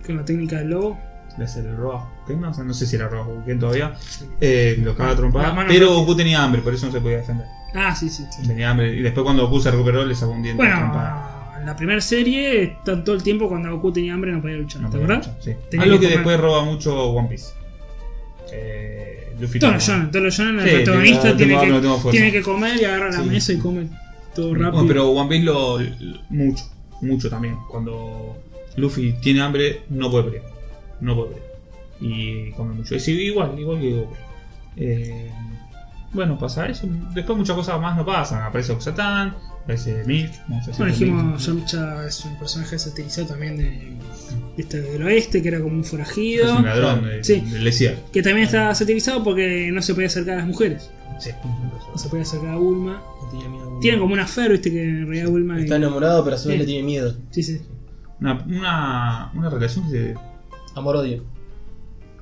C: Con la técnica del lobo.
A: Le hace el robo a Goku, no, sé- no sé si era robo a Goku todavía, eh, lo acaba de
C: La
A: trompar,
C: mano
A: pero
C: rápida.
A: Goku tenía hambre, por eso no se podía defender.
C: Ah, sí, sí.
A: Tenía hambre, y después cuando Goku se recuperó le sacó un diente de
C: Bueno,
A: trompada.
C: en la primera serie, está todo el tiempo cuando Goku tenía hambre no podía luchar,
A: No
C: ¿te
A: podía
C: acordás?
A: luchar, sí.
C: Tenía
A: Algo
C: que
A: que,
C: comer.
A: después roba mucho One Piece. Eh, Luffy
C: Todos los
A: toma-
C: shonen, todos los shonen, el
A: Sí,
C: protagonista
A: tengo-
C: tiene,
A: tengo hambre,
C: que,
A: no tengo fuerza.
C: tiene que comer y agarra la
B: Sí.
C: mesa y come todo
A: Bueno,
C: rápido.
A: pero One Piece lo, lo- mucho, mucho también. Cuando Luffy tiene hambre, no puede pelear. No puede pelear. Y come mucho. Es igual, igual que Goku. Eh, bueno, pasa eso. Después muchas cosas más no pasan. Aparece Oxatán, aparece Milk. No sé si
C: Bueno,
A: es
C: dijimos,
A: Milk.
C: Yamcha es un personaje satirizado también de, de este, del oeste, que era como un
A: Es
C: forajido.
A: un ladrón de-
C: Sí.
A: del desierto.
C: Que también está satirizado porque no se podía acercar a las mujeres.
A: Sí.
C: No se podía acercar a Bulma.
B: Le tiene miedo a Bulma.
C: Tienen como una fer, viste, que en realidad Bulma. y-
B: Está enamorado, pero a su vez
C: Sí.
B: le tiene miedo.
C: Sí, sí.
A: Una, una, una relación que se
B: Amor-odio.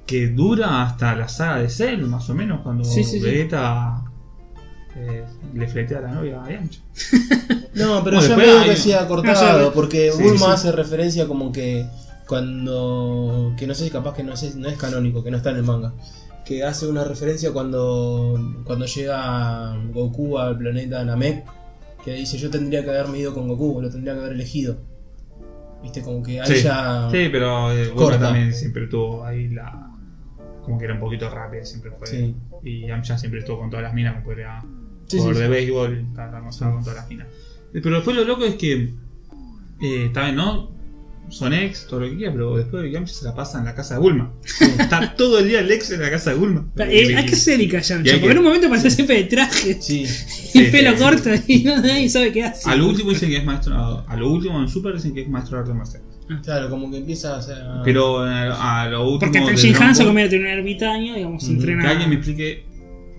A: que dura hasta la saga de Cell, más o menos, cuando
C: Sí, sí, sí.
A: Vegeta eh, le fletea a la novia a Yamcha.
B: No, pero
A: Bueno,
B: yo
A: después
B: medio
A: hay-
B: que se ha
C: No,
B: cortado,
C: ya-
B: porque
A: Sí,
B: Bulma
A: sí.
B: hace referencia como que cuando. que no sé si capaz que no, sé, no es canónico, que no está en el manga. que hace una referencia cuando, cuando llega Goku al planeta Namek, que dice yo tendría que haberme ido con Goku, lo tendría que haber elegido. Viste, como que ahí
A: Sí,
B: ya...
C: Ah.
A: sí, pero eh, Bulma
B: Corta.
A: también siempre tuvo ahí la. Como que era un poquito rápida, siempre fue.
B: Sí.
A: Y Yamcha siempre estuvo con todas las minas, me podría
B: Sí,
A: jugador
B: sí,
A: de
B: sí.
A: béisbol, está hermosa con todas las minas. Eh, Pero después lo loco es que. Eh, está bien, ¿no? Son ex, todo lo que quieras, pero después Yamcha se la pasa en la casa de Bulma. está todo el día el ex en la casa de Bulma.
C: Eh, hay que ser Ica
A: y
C: Yamcha,
A: hay que-
C: porque en un momento pasó siempre de traje
B: Sí,
A: Sí,
C: y pelo
A: sí.
C: corto y no nadie sabe qué hace.
A: A lo último dicen que es maestro. A a lo último en Super dicen que es maestro de arte marcial.
B: claro, como que empieza a hacer...
A: Pero eh, a lo último.
C: Ah. Porque hasta
A: de
C: Shin
A: Dragon
C: Han se
A: Ball-
C: comía un ermitaño, digamos,
B: Ujú.
A: Que
C: entrena.
A: alguien me explique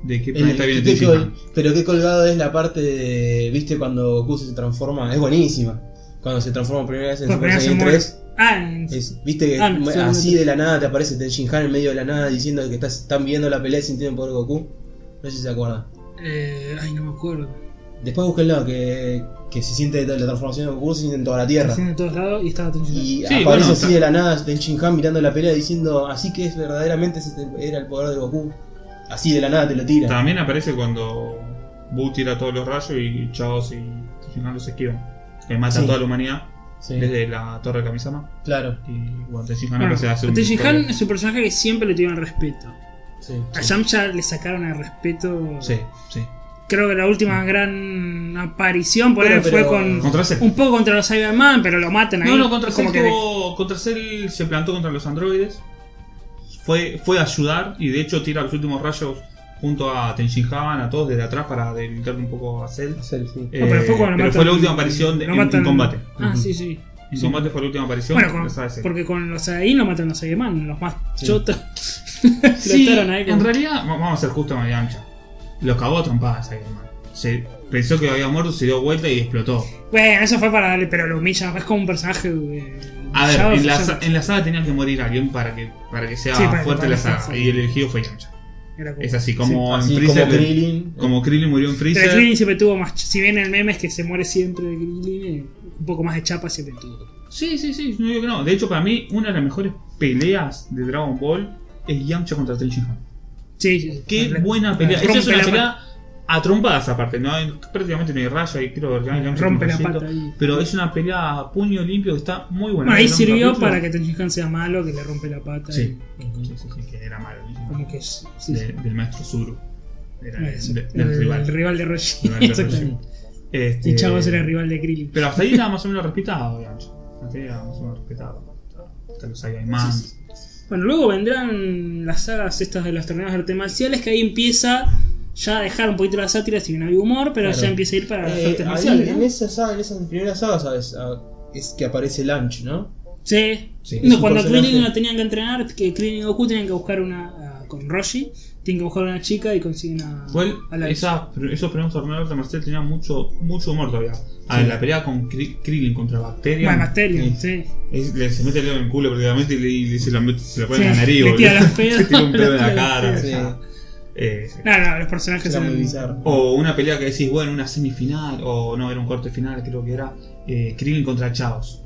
A: de qué
B: El-
A: planeta viene
B: qué
A: Tenshin
B: col-
A: Han.
B: pero qué colgado es la parte de. ¿Viste cuando Goku se transforma? Es buenísima. Cuando se transforma por primera vez en
C: Por
B: Super
C: primera vez
B: Saiyan
C: se muere.
B: 3.
C: Ah, en-
B: es- Viste que
C: Ah, no,
B: me-
C: sí,
B: así
C: no.
B: de la nada te aparece Tenshin Han en medio de la nada diciendo que estás, están viendo la pelea sin tiempo poder Goku. No sé si se acuerdan.
C: eh, ay, no me acuerdo.
B: Después búsquenlo, que, que se siente la transformación de Goku, se siente en toda la tierra.
C: Haciendo de todos lados y estaba Tenshin Han.
B: Y
A: Sí,
B: aparece
A: bueno,
B: así
A: está-
B: de la nada Tenshin Han mirando la pelea diciendo así que es verdaderamente ese era el poder de Goku. Así de la nada te lo tira.
A: También aparece cuando Buu tira todos los rayos y Chaos y Tenshin Han los esquivan. Que mata
B: Sí.
A: a toda la humanidad
B: Sí,
A: desde la torre de Kamisama.
B: claro.
A: Y bueno, Tenshin Han
C: Bueno,
A: aparece hace un.
C: Tenshin Han es un personaje que siempre le tuvieron respeto.
B: Sí,
C: A
B: sí.
C: Yamcha le sacaron el respeto.
A: Sí, Mm. sí.
C: Creo que la última gran aparición por
B: Bueno,
C: él fue
B: pero-
C: con.
A: Contra Cell.
C: Un poco contra los Cyberman, pero lo matan ahí.
A: No, no, contra Cell,
C: Como que
A: tuvo- contra Cell se plantó contra los androides. Fue, fue a ayudar y de hecho tira los últimos rayos junto a Tenshin Han, a todos desde atrás para debilitar un poco a Cell.
B: Hacer, sí.
A: Eh,
C: No, pero fue cuando lo matan-
A: la última aparición de-
C: lo
A: en, en
C: matan-
A: combate.
C: Ah,
B: Ujú.
C: sí, sí.
A: En combate fue la última aparición.
C: Bueno, con-
A: de Cell.
C: porque con los ahí lo matan los Saiyaman, los más
B: Sí.
C: chotos.
A: Sí,
C: Explotaron ahí con-
A: en realidad, va- vamos a ser justos con Yamcha. Lo cagó a trompadas ahí, hermano. Se pensó que había muerto, se dio vuelta y explotó.
C: Bueno, eso fue para darle, pero lo humillan. Es como un personaje. eh,
A: A ver,
C: humillado,
A: en la,
C: ya-
A: sa- en la saga tenía que morir alguien para que, para que sea
C: Sí, para que-
A: fuerte
C: para
A: la
C: que
A: saga.
C: sea-
A: Y el elegido fue Yamcha.
C: era como-
A: Es así, como
B: Así
A: en Freezer.
B: como Krillin.
A: como Krillin murió en
C: Pero
A: Freezer.
C: Krillin siempre tuvo más. ch- Si bien el meme es que se muere siempre de Krillin, eh, un poco más de chapa siempre tuvo.
A: Sí, sí, sí, no digo que no. De hecho, para mí, una de las mejores peleas de Dragon Ball es Yamcha contra Tenshin Han.
C: Sí, sí.
A: Qué
C: Rompe
A: buena pelea.
C: rompe
A: Esa es una
C: la
A: pelea a trompadas aparte. No hay- prácticamente no hay raya y creo que
C: pata-
A: Yamcha
C: Rompe la
A: tiene un
C: pata
A: rayito.
C: ahí.
A: Pero es una pelea a puño limpio que está muy buena.
C: Bueno, ahí
A: Era un
C: sirvió
A: capítulo-
C: para que Tenshin Han sea malo, que le rompe la pata.
A: Sí.
C: y
A: Sí, sí, sí, que era malo. ¿no?
C: como que es. sí,
A: De- Del maestro Zuru. Era
C: sí.
A: de-
C: Eso,
A: de-
C: el,
A: del rival.
C: rival de
A: Rival de
C: Roshi.
A: Roshi.
C: Exactamente.
A: Este,
C: Y Chavos era el rival de Krillin.
A: Pero hasta ahí era más o menos respetado, Yamcha. Hasta ahí era más o menos respetado. Hasta los Saiyaman.
C: Sí, Bueno, luego vendrán las sagas estas de los torneos de artes marciales, que ahí empieza ya a dejar un poquito la sátira, si bien había humor, pero
B: Claro.
C: ya empieza a ir para las
B: Eh,
C: artes
B: ahí,
C: marciales. ¿no?
B: en, esa saga, en esas primeras sagas ¿sabes? Ah, es que aparece Lunch, ¿no?
C: Sí.
A: Sí,
B: es
C: No,
B: un
C: cuando
B: personaje.
C: Krillin la tenían que entrenar, que Krillin y Goku tenían que buscar una. ah, con Roshi, tienen que buscar una chica y consiguen a.
A: Igual,
C: a la
A: esas- esos primeros torneos de arte marcial tenían mucho, mucho humor todavía. A ver, la pelea con Kri- Krillin contra Bacteria.
C: Bueno, Asterion, sí.
A: Es- le- se mete el dedo en el culo prácticamente y le, y le- se, la mete- se la pone
C: Sí,
A: en la nariz.
C: le
A: boludo.
C: tira los
A: Se tira un
C: pedos,
A: pedo en
C: le
A: la
C: tira
A: cara.
C: los
B: Sí,
A: ya. Eh, sí.
C: No, no, los personajes
B: era
C: eran.
B: muy bizarro.
A: O una pelea que decís, bueno, una semifinal, o no, era un corte final, creo que era eh, Krillin contra Chaos.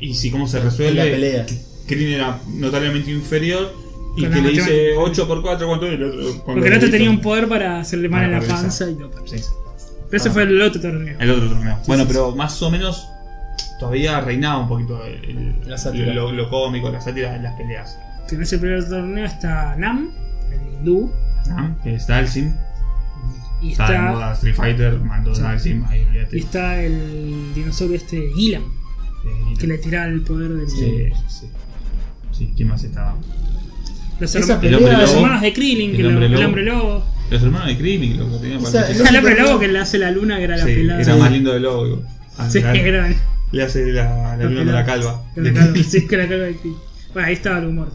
A: Y si cómo se resuelve,
B: la pelea.
A: Krillin era notablemente inferior y
C: Con
A: que
C: la
A: le dice
C: matemática.
A: 8 por 4 cuánto es? el otro. cuando
C: Porque el
A: lo
C: otro
A: hizo.
C: tenía un poder para hacerle mal
A: Para
C: en la
A: paralizar.
C: panza y lo paralizó.
A: Sí,
C: Pero ese
A: Ah.
C: fue el otro torneo.
A: el otro torneo. bueno,
B: sí,
A: pero más o menos todavía reinaba un poquito el- el-
B: La sátira.
A: Lo, lo cómico, la sátira en las peleas.
C: Que en ese primer torneo está Nam, el hindú,
A: ¿Ah? Está el Sim,
C: y
A: está, en
C: está,
A: moda Street Fighter, mandó
C: Sí.
A: al Sim, ahí olvídate.
C: y está el dinosaurio este Gilan,
A: Eh,
C: que le tiraba el poder del.
A: Sí, sí. Sí, ¿quién más estaba?
C: Los,
B: Esa
C: herma-
B: pelea-
A: El hombre
C: los
A: lobo.
C: hermanos de Krillin,
A: El
C: que lo-
A: hombre
C: el
A: lobo.
C: hombre lobo.
A: Los hermanos de Krillin, lo que tenían
B: Esa-
A: para
B: esa-
C: El hombre lobo que le hace la luna, que era la
A: Sí,
C: pelada.
A: Era más lindo del lobo. digo. Ah,
C: Sí,
A: claro.
C: era
A: Le hace la, la
C: La
A: luna con la
C: pelada.
A: calva.
C: que la cara- sí, que la cara de Krillin. Bueno, ahí estaba el humor.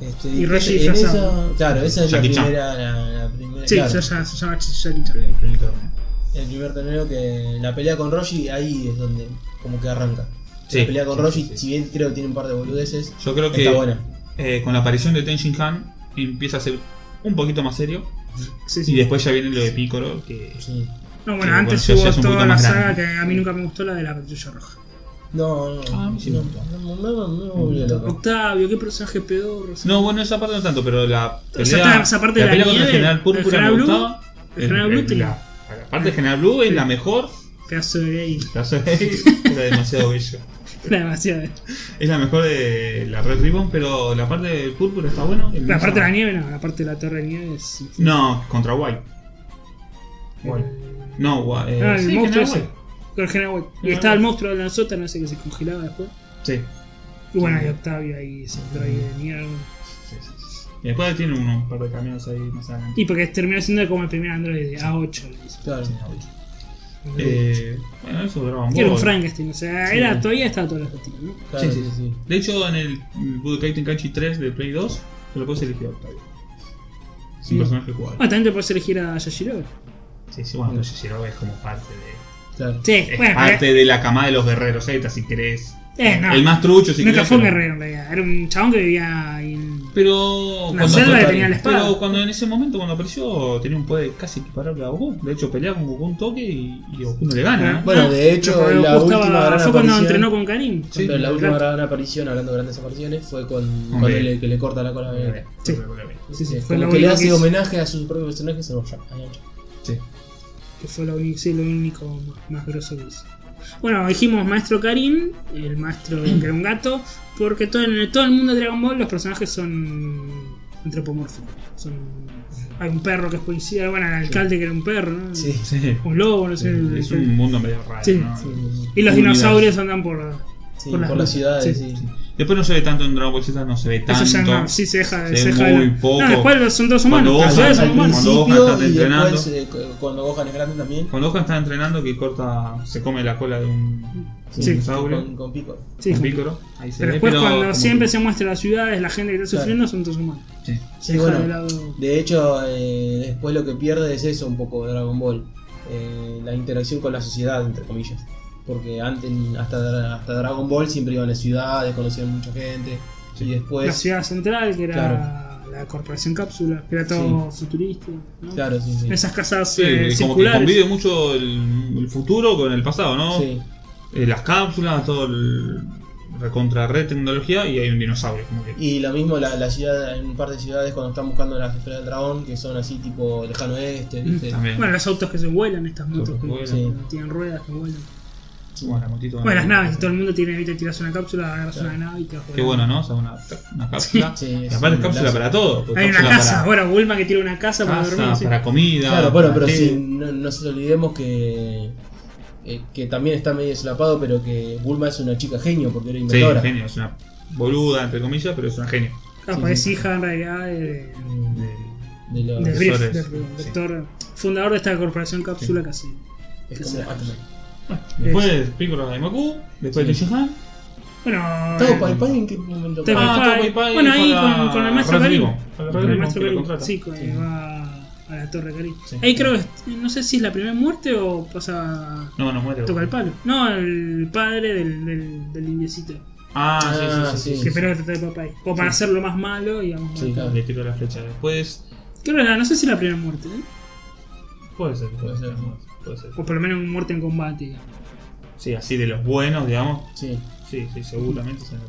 B: Este,
C: Y Roshi
B: en
C: disfrazado.
B: esa- Claro, esa es la
A: Jackie Chan.
B: primera, la, la primera
C: Sí,
B: claro,
C: ya, ya, se llama Jackie Chan.
A: El primer torneo.
B: El primer torneo que. La pelea con Roshi, ahí es donde como que arranca.
A: Sí,
B: la pelea con
A: sí,
B: Roshi,
A: sí, sí.
B: si bien creo que tiene un par de boludeces,
A: Yo creo
B: está
A: que
B: buena.
A: eh, con la aparición de Tenshin Han empieza a ser un poquito más serio.
C: Sí, sí.
A: Y después ya viene lo de Piccolo, que
B: Sí.
C: No,
A: que,
C: bueno, antes
A: bueno, ya- ya es
C: hubo
A: un
C: toda
A: poquito
C: la
A: más
C: saga
A: grande.
C: que a mí nunca me gustó, la de la patrulla roja.
B: No, no,
A: Ah, a mí sí me
B: no,
A: gustó.
B: no, no, no, no me volvió loco.
C: Octavio, qué personaje pedorro.
A: No, bueno, esa parte no tanto, pero la
C: O sea, está
A: pelea,
C: esa parte
A: la
C: de la
A: pelea contra el
C: nieve,
A: general
C: el
A: Púrpura
C: General
A: me
C: Blue,
A: gustaba.
C: el General Blue tiene-
A: la, la parte de General Blue es la mejor.
C: Pedazo de gay.
A: Caso es- era demasiado bello.
C: Era demasiado.
A: Es la mejor de la Red Ribbon, pero la parte de Púrpura está bueno.
C: La parte de la nieve, no, la parte de la torre de nieve es.
A: No, contra White.
B: Bueno,
A: No, White. eh,
C: Ah, el
A: sí,
C: monstruo
A: General
C: ese.
A: White.
C: Con el General White. Y
A: Ah.
C: estaba el monstruo de la sótano, ese que se congelaba después.
A: Sí.
C: Y bueno, hay Octavio ahí, ese droide de mierda.
A: Sí, sí, sí. Y después tiene uno, un par de cameos ahí más adelante.
C: Y porque terminó siendo como el primer androide A8. le dicen.
B: claro.
A: Eh, bueno, eso Dragon Ball.
C: Que era un Frankenstein, o sea,
A: Sí.
C: era, todavía estaba todas las cuestiones, ¿no?
B: claro,
A: sí, sí, sí. De hecho, en el Budokai Tenkaichi 3 de Play 2, te lo puedes elegir a Octavio. Es
B: Sí.
A: un personaje jugable.
C: Ah, también te puedes elegir a Yashiro.
A: Sí, sí, bueno, entonces Shiro es como parte de.
B: Claro.
C: Sí,
A: Es
C: Eh, bueno,
A: parte de la camada de los guerreros Z, si querés.
C: Eh, no.
A: El más trucho, si
C: nunca
A: querés.
C: fue un
A: pero-
C: guerrero en realidad. Era un chabón que vivía ahí en.
A: Pero.
C: Una selva que
A: fue-
C: tenía la espada.
A: Pero cuando en ese momento, cuando apareció, tenía un poder casi equiparable a Goku. De hecho, pelea con Goku un toque y, y Goku no le gana.
B: Bueno, de hecho,
C: Ah, Pero
B: en la
C: Goku estaba-
B: última gran
C: Fue cuando
B: aparición-
C: entrenó con Karim.
A: Sí,
B: Pero la
C: con
B: última
C: Black.
B: gran aparición, hablando de grandes apariciones, fue con,
A: Con
B: con
A: Bebé.
B: el el que le corta la cola a
A: eh,
B: Bebé.
C: Sí. Sí, sí, fue
B: Como
C: lo
B: que le
C: único
B: hace
C: que hizo.
B: homenaje a sus propios personajes en los Yankees.
A: Sí.
C: Que fue lo único, sí, lo único más, más grosso que hizo. Bueno, dijimos maestro Karim, el maestro que era un gato, porque todo en el- todo el mundo de Dragon Ball los personajes son antropomórficos. Son, hay un perro que es policía, bueno, el alcalde que era un perro, ¿no?
B: Sí.
A: Sí.
C: Un lobo, no sé. el-
A: Es un mundo medio raro.
C: Sí,
A: ¿no?
B: sí.
C: Y los
A: Un
C: dinosaurios andan por.
B: Sí,
C: Por
B: por,
C: las
B: las
C: luces,
B: ciudades,
C: sí.
B: sí.
A: Después no se ve tanto en Dragon Ball Z, no se ve tanto.
C: Eso ya no, sí se deja
A: se
C: se
A: ve
C: deja
A: muy
C: de lado.
A: poco.
C: No, después son todos humanos.
A: Cuando
C: los
A: vos
C: dos son
B: al
A: cuando
C: humanos.
A: Gohan
B: principio
A: está
B: y
A: entrenando.
B: después eh, cu- cuando Gohan es grande también.
A: Cuando Gohan está entrenando, que corta, se come la cola de un
C: Sí.
A: de un
B: Con,
A: dinosaurio,
B: con Pico.
C: Sí,
A: un
C: como-
A: pícoro. Ahí se
C: pero
A: ve,
C: después,
A: pero
C: cuando
A: como
C: siempre
A: que-
C: se muestra las ciudades, la gente que está
B: Claro.
C: sufriendo son todos humanos.
A: sí.
B: Sí,
C: Se deja
B: bueno.
C: de lado.
B: De hecho, eh, después lo que pierde es eso un poco de Dragon Ball. eh, la interacción con la sociedad, entre comillas. Porque antes, hasta, hasta Dragon Ball siempre iban a las ciudades, conocían mucha gente.
A: Sí.
B: Y
C: la
B: después...
C: ciudad central, que era la corporación cápsula, que era todo futurista. ¿no?
B: Claro, sí, sí.
C: Esas casas
A: Sí,
C: eh,
A: como que
C: circulares.
A: convive mucho el, el futuro con el pasado, ¿no?
B: Sí.
A: Eh, las cápsulas, todo el recontra re tecnología y hay un dinosaurio. Como que,
B: Y lo mismo la, la ciudad, en un par de ciudades cuando están buscando las esferas del dragón, que son así tipo lejano este, ¿viste?
A: Mm, también.
C: Bueno, los autos que se vuelan, estas motos
A: Autos
C: que
A: que Ah.
B: vuelan.
C: que tienen ruedas que vuelan.
A: Bueno, la motito,
C: Bueno, las naves, todo el mundo tiene, viste, tiras una cápsula, agarras
B: Claro.
C: una nave y te vas
A: Qué
C: volando.
A: bueno, ¿no? O sea, una, una cápsula.
B: Sí,
A: y
B: es
A: aparte
B: un
A: cápsula
B: lazo.
A: para todo. porque
C: Hay una
A: cápsula
C: casa,
A: para
C: bueno, Bulma que tiene una casa, para
A: casa,
C: dormir. sí.
A: para comida.
B: Claro, bueno, pero
A: para
B: sí,
A: té.
B: no, no se olvidemos que, eh, que también está medio solapado, pero que Bulma es una chica genio porque era
A: Sí,
B: inventora.
A: un genio, es una boluda, entre comillas, pero es un genio.
C: Ah,
B: Sí,
C: pues
B: sí.
C: es hija en realidad de,
B: Mm,
A: De-
B: de los-
C: de Brief,
A: profesores,
C: del- del
A: sí.
C: doctor, fundador de esta corporación cápsula casi.
B: es como Atman.
A: Después Piccolo de Maku, después
B: Sí.
A: de Shihan.
C: Bueno,
B: ¿Todo
C: eh,
B: Pai Pai en qué momento?
C: Todo
B: Ah,
C: Pai Pai. Bueno, ahí con- con el maestro Karim. con el maestro Karim, sí,
A: Sí,
C: con- va a la torre Karim.
A: Sí.
C: Ahí creo que, no sé si es la primera muerte o pasa...
A: No, no muere.
C: Toca el palo. No, el padre del, del, del indiecito.
A: Ah, sí, sí,
B: Ah,
A: sí, sí.
B: sí.
C: Que pero trata de papá. ahí. Como para hacerlo más malo, digamos.
B: Sí,
C: más-
B: claro.
A: Le tiro la flecha. Después.
C: Creo que era- no sé si es la primera muerte, ¿eh?
A: Puede ser, puede
B: Puede
A: ser.
B: ser.
A: Puede ser.
C: O por lo menos una muerte en combate, digamos.
A: Sí, así de los buenos, digamos.
B: Sí,
A: Sí, sí, seguramente. se- no.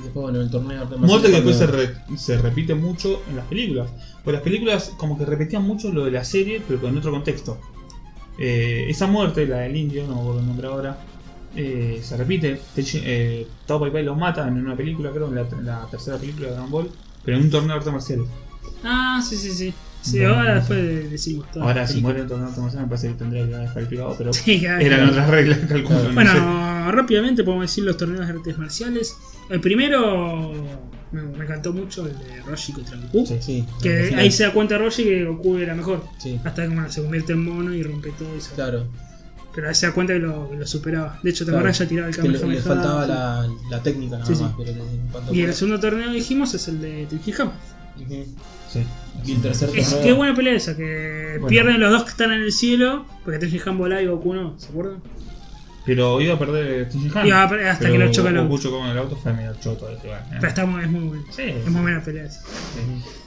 B: después bueno, el torneo de
A: Muerte que después se,
B: cuando-
A: re- se repite mucho en las películas. Pues las películas como que repetían mucho lo de la serie, pero con otro contexto. Eh, esa muerte, la del indio, no me acuerdo el nombre ahora, eh, se repite. Techi- Eh, Tao Pai Pai los mata en una película, creo, en la, en la tercera película de Dragon Ball, pero en un torneo de artes marciales.
C: Ah, sí, sí, sí. Sí,
A: Bueno,
C: ahora
A: no
C: después de- decimos todo.
A: ahora, si muere en un torneo de artes marciales, me parece que tendría que haber explicado, pero
C: Sí, ya-
A: eran otras reglas, calculo. no
C: Bueno,
A: sé.
C: rápidamente podemos decir los torneos de artes marciales. El primero me, me encantó mucho el de Roshi contra Goku.
A: Sí.
B: Sí,
C: Que
B: sí,
C: ahí se da cuenta Roshi que Goku era mejor.
B: Sí,
C: Hasta que bueno, se convierte en mono y rompe todo. Y se-
B: claro.
C: Pero ahí se da cuenta que lo, que lo superaba. De hecho, te
B: Claro.
C: acordás ya tiraba el
B: Que le,
C: Kamehameha.
B: le faltaba la, la técnica nada
C: Sí, sí.
B: más. Pero en cuanto
C: Y el
B: fue-
C: segundo torneo dijimos es el de Tenjihama.
B: Ujú.
A: Sí.
B: Y el tercer
C: Es,
B: torneo.
C: qué buena pelea esa, que
A: Bueno.
C: pierden los dos que están en el cielo, porque Tenjihama volaba y Goku no, ¿se acuerdan?
A: Pero iba a perder
B: Ah.
A: Tenshinhan.
C: Iba a perder hasta que lo choca el
A: el
C: auto.
A: auto. con el auto fue medio choto. de jugar, ¿eh?
C: Pero está muy, es muy buena.
A: Sí.
C: Es muy buena pelea esa.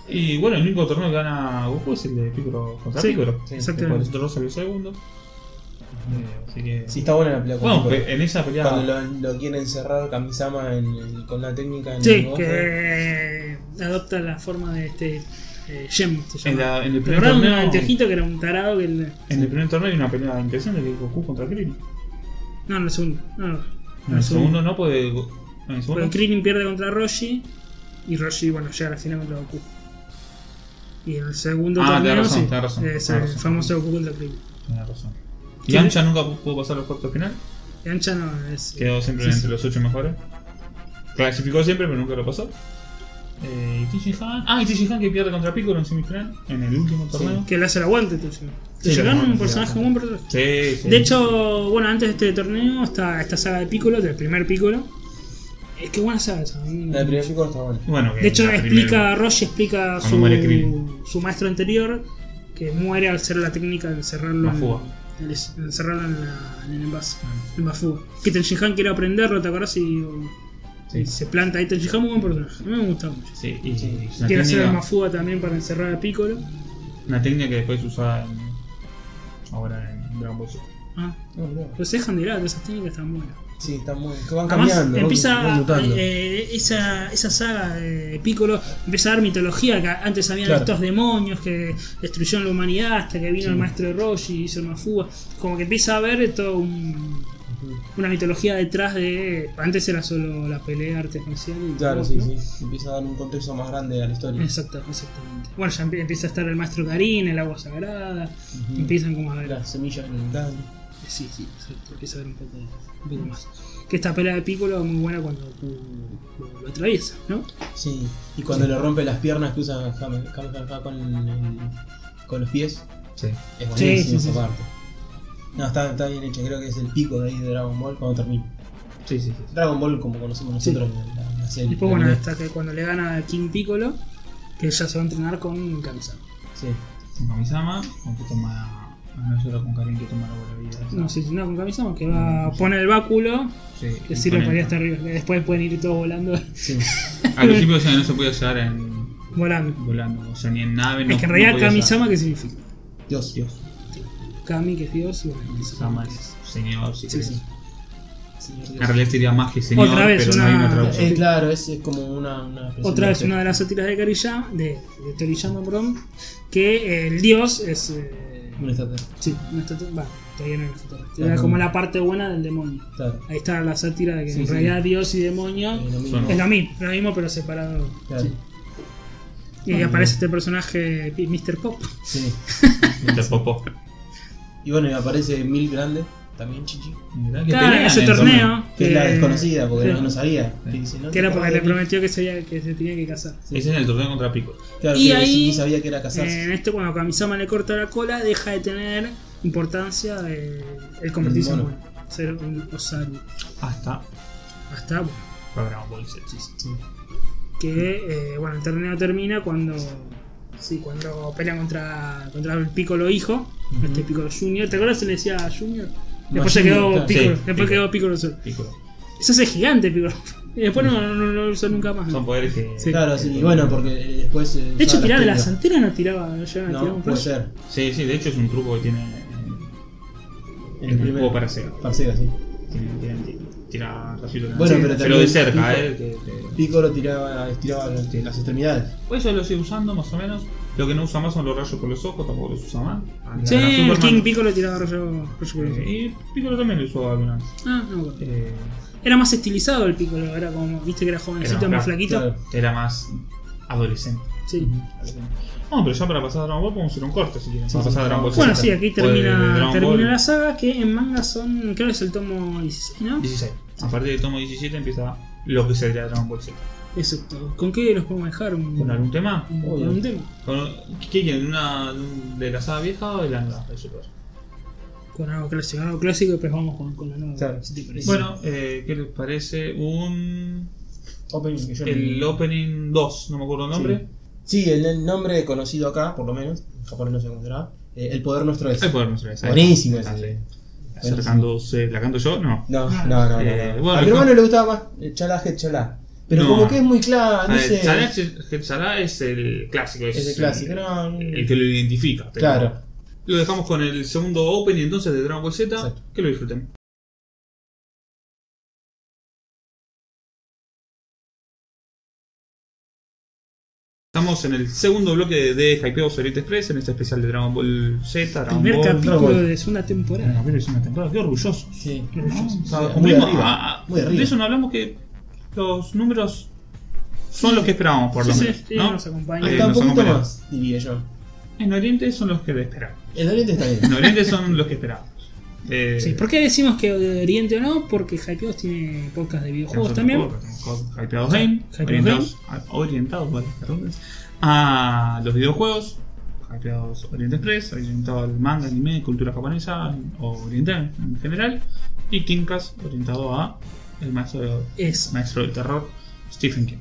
A: Y bueno, el único torneo que gana Goku es el de Piccolo contra
C: Sí, Mm.
A: Piccolo.
C: exactamente.
A: Después el otro salió segundo. Eh, así que.
B: Sí, está buena la pelea. con
A: Bueno,
B: Piccolo.
A: pe- en esa pelea.
B: Cuando lo, lo quieren cerrar Kamisama en el- con la técnica en el
C: Sí,
B: negocio.
C: que adopta la forma de este eh, Gem, se llama.
A: En, la- en el
C: ¿Te
A: primer
C: acordás de un
A: torneo.
C: anteojito que era un tarado que el-
A: En el primer torneo hay una pelea interesante que es Goku contra Krillin.
C: No, en el segundo. No, no.
A: En el segundo no, porque. En el segundo.
C: Porque Krillin pierde contra Roshi y Roshi, bueno, llega a la final contra Goku. Y en el segundo
A: Ah, tenés
C: torneo
A: razón,
C: sí,
A: tenés razón,
C: es
A: tenés
C: el
A: razón.
C: famoso Goku contra Krillin.
A: Tenés razón. Y
C: Sí.
A: Ancha nunca pudo pasar los cuartos de final.
C: Y Ancha no es. eh,
A: Quedó siempre
C: sí,
A: entre
C: sí.
A: los ocho mejores. Clasificó siempre, pero nunca lo pasó. Eh, y Tiji Han. Ah, y Tiji Han que pierde contra Piccolo en semifinal. En el último torneo.
C: Que le hace el aguante, entonces.
A: Sí,
C: Llegaron
A: el aguante,
C: un personaje
A: sí.
C: muy importante.
A: Sí, sí.
C: De hecho, bueno, antes de este torneo está esta saga de Piccolo, del primer Piccolo. Es que buena saga esa. a
B: La
C: mí me-
B: del primer Piccolo está buena.
A: Bueno, que
C: De hecho,
A: Eh, la
C: explica,
A: primera-
C: Roshi explica
A: Cuando muere
C: su,
A: Krillin.
C: su maestro anterior que muere al hacer la técnica de encerrarlo,
A: La fuga.
C: En, en- encerrarlo en, la- en el envase,
A: Ah,
C: en la fuga. Que Tenshinhan quiere aprenderlo, ¿te acordás? Y, y
A: Sí,
C: se planta ahí. Tenshinhan muy buen personaje, a mí me gusta mucho.
A: sí. Y
B: Sí.
A: es una
C: quiere hacer el
A: técnica,
C: Mafuga también para encerrar a Piccolo.
A: una técnica que después usaba en, ahora en Dragon Ball Super.
C: Ah,
B: No, no.
C: los dejan de lado, esas técnicas están buenas.
B: Sí, está muy. Que van
C: Además,
B: cambiando. van- van
C: empieza
B: mutando.
C: eh, esa, esa saga de Piccolo, empieza a dar mitología, que antes habían
B: Claro.
C: estos demonios que destruyeron la humanidad hasta que vino
B: Sí.
C: el maestro de Roshi y hizo una fuga. Como que empieza a haber toda un-
B: Ujú.
C: una mitología detrás de... Antes era solo la pelea, arte marcial y
B: Claro,
C: todo,
B: sí,
C: ¿no?
B: sí. Empieza a dar un contexto más grande a la historia.
C: Exacto, exactamente. Bueno, ya empie- empieza a estar el maestro Karin, el agua sagrada,
B: Ujú.
C: empiezan como a ver...
B: Las semillas en el tanque.
C: Sí, sí, exacto. Empieza a ver un poco, un poco más. Que esta pelea de Piccolo es muy buena cuando uh, lo, lo atraviesa, ¿no?
B: Sí. Y cuando le rompe las piernas que usa Kame- Kamehameha con, el- con los pies.
A: Sí.
B: Es
C: Sí,
B: buenísimo
C: sí, sí,
B: esa
C: sí.
B: parte. No, está, está bien hecho. Creo que es el pico de ahí de Dragon Ball cuando termina.
A: Sí, sí, sí.
B: Dragon Ball como conocemos
C: Sí.
B: nosotros la, la serie.
C: Y después,
B: la
C: bueno,
B: anime.
C: hasta que cuando le gana a King Piccolo, que ya se va a entrenar con Kamisama.
B: Sí.
A: Con Kamisama, con que toma. No es con Karin que toma la bola de vida.
C: No, si no con Kamisama, que va a poner el báculo,
A: Sí,
C: que
A: y
C: sirve
A: con
C: para ir
A: él.
C: hasta arriba. que Después pueden ir todos volando.
B: Sí.
A: Al principio o sea, no se podía llegar en
C: volando.
A: volando, o sea, ni en nave. no,
C: es que en realidad
A: no podía
C: Kamisama, ¿qué significa?
B: Dios.
A: llegar. Dios,
C: Kami, que es Dios, y bueno,
A: Kamisama
C: Kamisama, que
A: es
C: es-
A: señor, si
C: Sí,
A: querés.
C: sí.
B: Señor
A: En
B: Dios.
A: realidad sería más que señor,
C: Otra vez,
A: pero no
C: una-
A: hay una
B: Eh,
A: traducción.
B: claro, es, es como una. una expresión
C: Otra
B: de
C: vez
B: fe.
C: una de las sátiras de Kariyama, de, de Toriyama, perdón, que el Dios es. eh,
B: Un extraterrestre.
C: sí, un extraterrestre. Va, todavía no era un extraterrestre.
B: Ajá.
C: Era como la parte buena del demonio.
B: Claro.
C: Ahí está la sátira de que
B: Sí,
C: en
B: sí.
C: realidad Dios y demonio
B: Eh, lo mismo.
A: Son-
C: Es lo mismo, lo mismo pero separado.
B: Claro.
C: Sí. Y ahí aparece
B: eh.
C: este personaje, P- Mr. Pop.
B: Sí.
A: Te popó.
B: Y bueno, y aparece Mil Grande, también Chichi.
A: Mirá que
C: Claro,
A: pelean
C: en ese
A: el
C: torneo.
B: Que es la
C: eh,
B: desconocida, porque
C: sí.
B: no, no sabía.
A: Sí.
B: Que dice, no
C: Que
B: te
C: era porque le
B: acuerdas de mí.
C: prometió que, sabía que se tenía que casar.
B: Sí.
A: Ese es el torneo contra Pico.
B: Claro,
C: Y
B: que
C: ahí-
B: sí, sabía que era
C: Eh,
B: casarse.
C: en esto, cuando Kamisama le corta la cola, deja de tener importancia eh, el convertirse en
B: El
C: mono. Ser un Osaru.
A: Hasta
C: Hasta bueno,
A: para Dragon Ball Z. Sí, sí.
B: Sí.
C: que, eh, bueno, el torneo termina cuando. Sí, cuando pelean contra, contra el Piccolo hijo,
B: Ujú.
C: este Piccolo Junior. ¿Te acuerdas se le decía Junior?
B: No,
C: Después ya
B: Junior,
C: quedó
B: claro.
C: Piccolo,
A: Sí,
C: después
A: Piccolo.
C: quedó Piccolo solo.
A: Piccolo.
C: Se hace gigante, Piccolo. Y después no, no, no lo usó nunca más.
A: Son poderes que.
C: Sí.
B: Claro, sí, y bueno, porque eh, después.
C: De hecho, tiraba de la santera no tiraba. No, llegaba a tirar
B: No,
C: un
B: puede
C: flash.
B: ser.
A: Sí, sí, de hecho es un truco que tiene. en- En el
B: primer-
A: juego para Sega.
B: Para Sega, sí.
A: Tiene- tiene- Tira rayitos de
B: Bueno,
A: láser.
B: pero
A: de
B: también
A: cerca,
B: Pico-
A: eh. que- que-
B: Piccolo tiraba, estiraba las, este, las extremidades.
A: Pues eso lo sigue usando más o menos. Lo que no usa más son los rayos por los ojos, tampoco los usa más.
C: Sí,
A: Era
C: el
A: Superman.
C: King Piccolo tiraba rollo, rollo por el
A: Eh, Y Piccolo también lo usó alguna vez.
C: Ah, no, me acuerdo.
A: Eh,
C: Era más estilizado el Piccolo, era como, viste que era jovencito,
A: Era más
C: más flaquito.
B: Claro.
A: era más adolescente.
C: Sí.
A: No, pero ya para pasar a Dragon Ball podemos hacer un corte si quieren.
B: Sí,
A: para
B: sí.
A: pasar a Dragon Ball
C: Bueno,
A: Z.
C: sí, aquí
A: O de- de
C: termina,
A: Dragon
C: termina
A: Ball
C: la saga, que en manga son, creo que es el tomo 16, ¿no?
A: 16. A partir del tomo 17 empieza lo que sería Dragon Ball Z.
C: Exacto. ¿Con qué los podemos dejar? Un,
A: ¿Con algún tema?
C: un-
B: Obvio.
C: con un tema.
A: ¿Con- ¿Qué quieren? ¿Una de la saga vieja o de la nueva? de Super?
C: Con algo clásico, algo clásico y después vamos con, con la nueva.
B: Claro.
C: si te parece.
A: Bueno, eh, ¿qué les parece? Un.
B: Opening que yo
A: El
B: no-
A: Opening 2, no me acuerdo el nombre.
B: Sí, el, el nombre conocido acá, por lo menos. En japonés no se conocerá. eh, el poder nuestro es.
A: El poder nuestro es.
B: Buenísimo
A: Ah,
B: ese.
A: sí. Acercándose. ¿La canto yo? No.
B: No, no, no. no,
A: Eh,
B: no.
A: bueno,
B: a mi
A: no.
B: hermano le gustaba más eh, Chalá que Chalá. Pero
A: No.
B: como que es muy claro, no
A: Ah,
B: sé.
A: el Chalá es el- el Chalá es el clásico.
B: Es el clásico, no, no.
A: el que lo identifica. pero-
B: Claro.
A: Lo dejamos con el segundo open y entonces de Dragon Ball Z.
B: Exacto.
A: Que lo disfruten. Estamos en el segundo bloque de Hypeo Oriente Express, en este especial de Dragon Ball Z, Dragon
C: Primer
A: Ball.
C: capítulo
B: Ball.
C: de segunda temporada.
A: Bueno, pero es una temporada, qué orgulloso.
B: Sí.
A: Qué orgulloso. O sea,
B: muy
A: cumplimos-
B: arriba,
A: ah, ah,
B: muy arriba.
A: De eso no hablamos que los números son los que esperábamos, por lo
C: Sí, sí,
A: menos.
C: sí,
A: ¿no?
C: nos acompaña.
A: Eh,
B: Está un
A: nos
B: poquito
A: acompaña.
B: más, diría yo.
A: En Oriente son los que esperábamos.
B: El Oriente está bien.
A: En Oriente son los que esperábamos. Eh,
C: Sí, ¿Por qué decimos que de Oriente o no? Porque Hypeos tiene podcast de videojuegos
A: tenemos
C: también.
A: otro juego, tenemos Hypeados Game,
C: Hypeados
A: orientados, a- orientados, ah, vale, perdón, a los videojuegos, Hypeados Oriente Express, orientado al manga, anime, cultura japonesa o oriental en general, y Kinkas, orientado a el maestro,
C: Eso.
A: maestro del terror, Stephen King.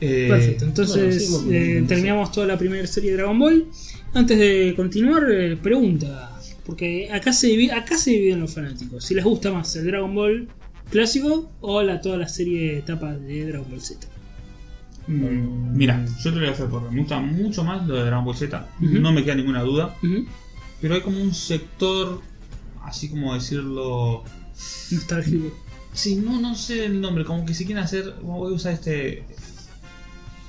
A: Eh,
C: Perfecto,
B: bueno,
C: entonces
B: sí, vamos,
C: eh,
B: vamos,
C: terminamos toda la primera serie de Dragon Ball. Antes de continuar, eh, pregunta. Porque acá se, divi- acá se dividen los fanáticos. Si les gusta más el Dragon Ball clásico o la, toda la serie de etapas de Dragon Ball Z.
A: mm, Mira, yo te lo voy a hacer por me gusta mucho más lo de Dragon Ball Z,
C: Ujú.
A: no me queda ninguna duda,
C: Ujú.
A: pero hay como un sector, así como decirlo,
C: Nostálgico.
A: Sí, no, no sé el nombre, como que si quieren hacer. Voy a usar este.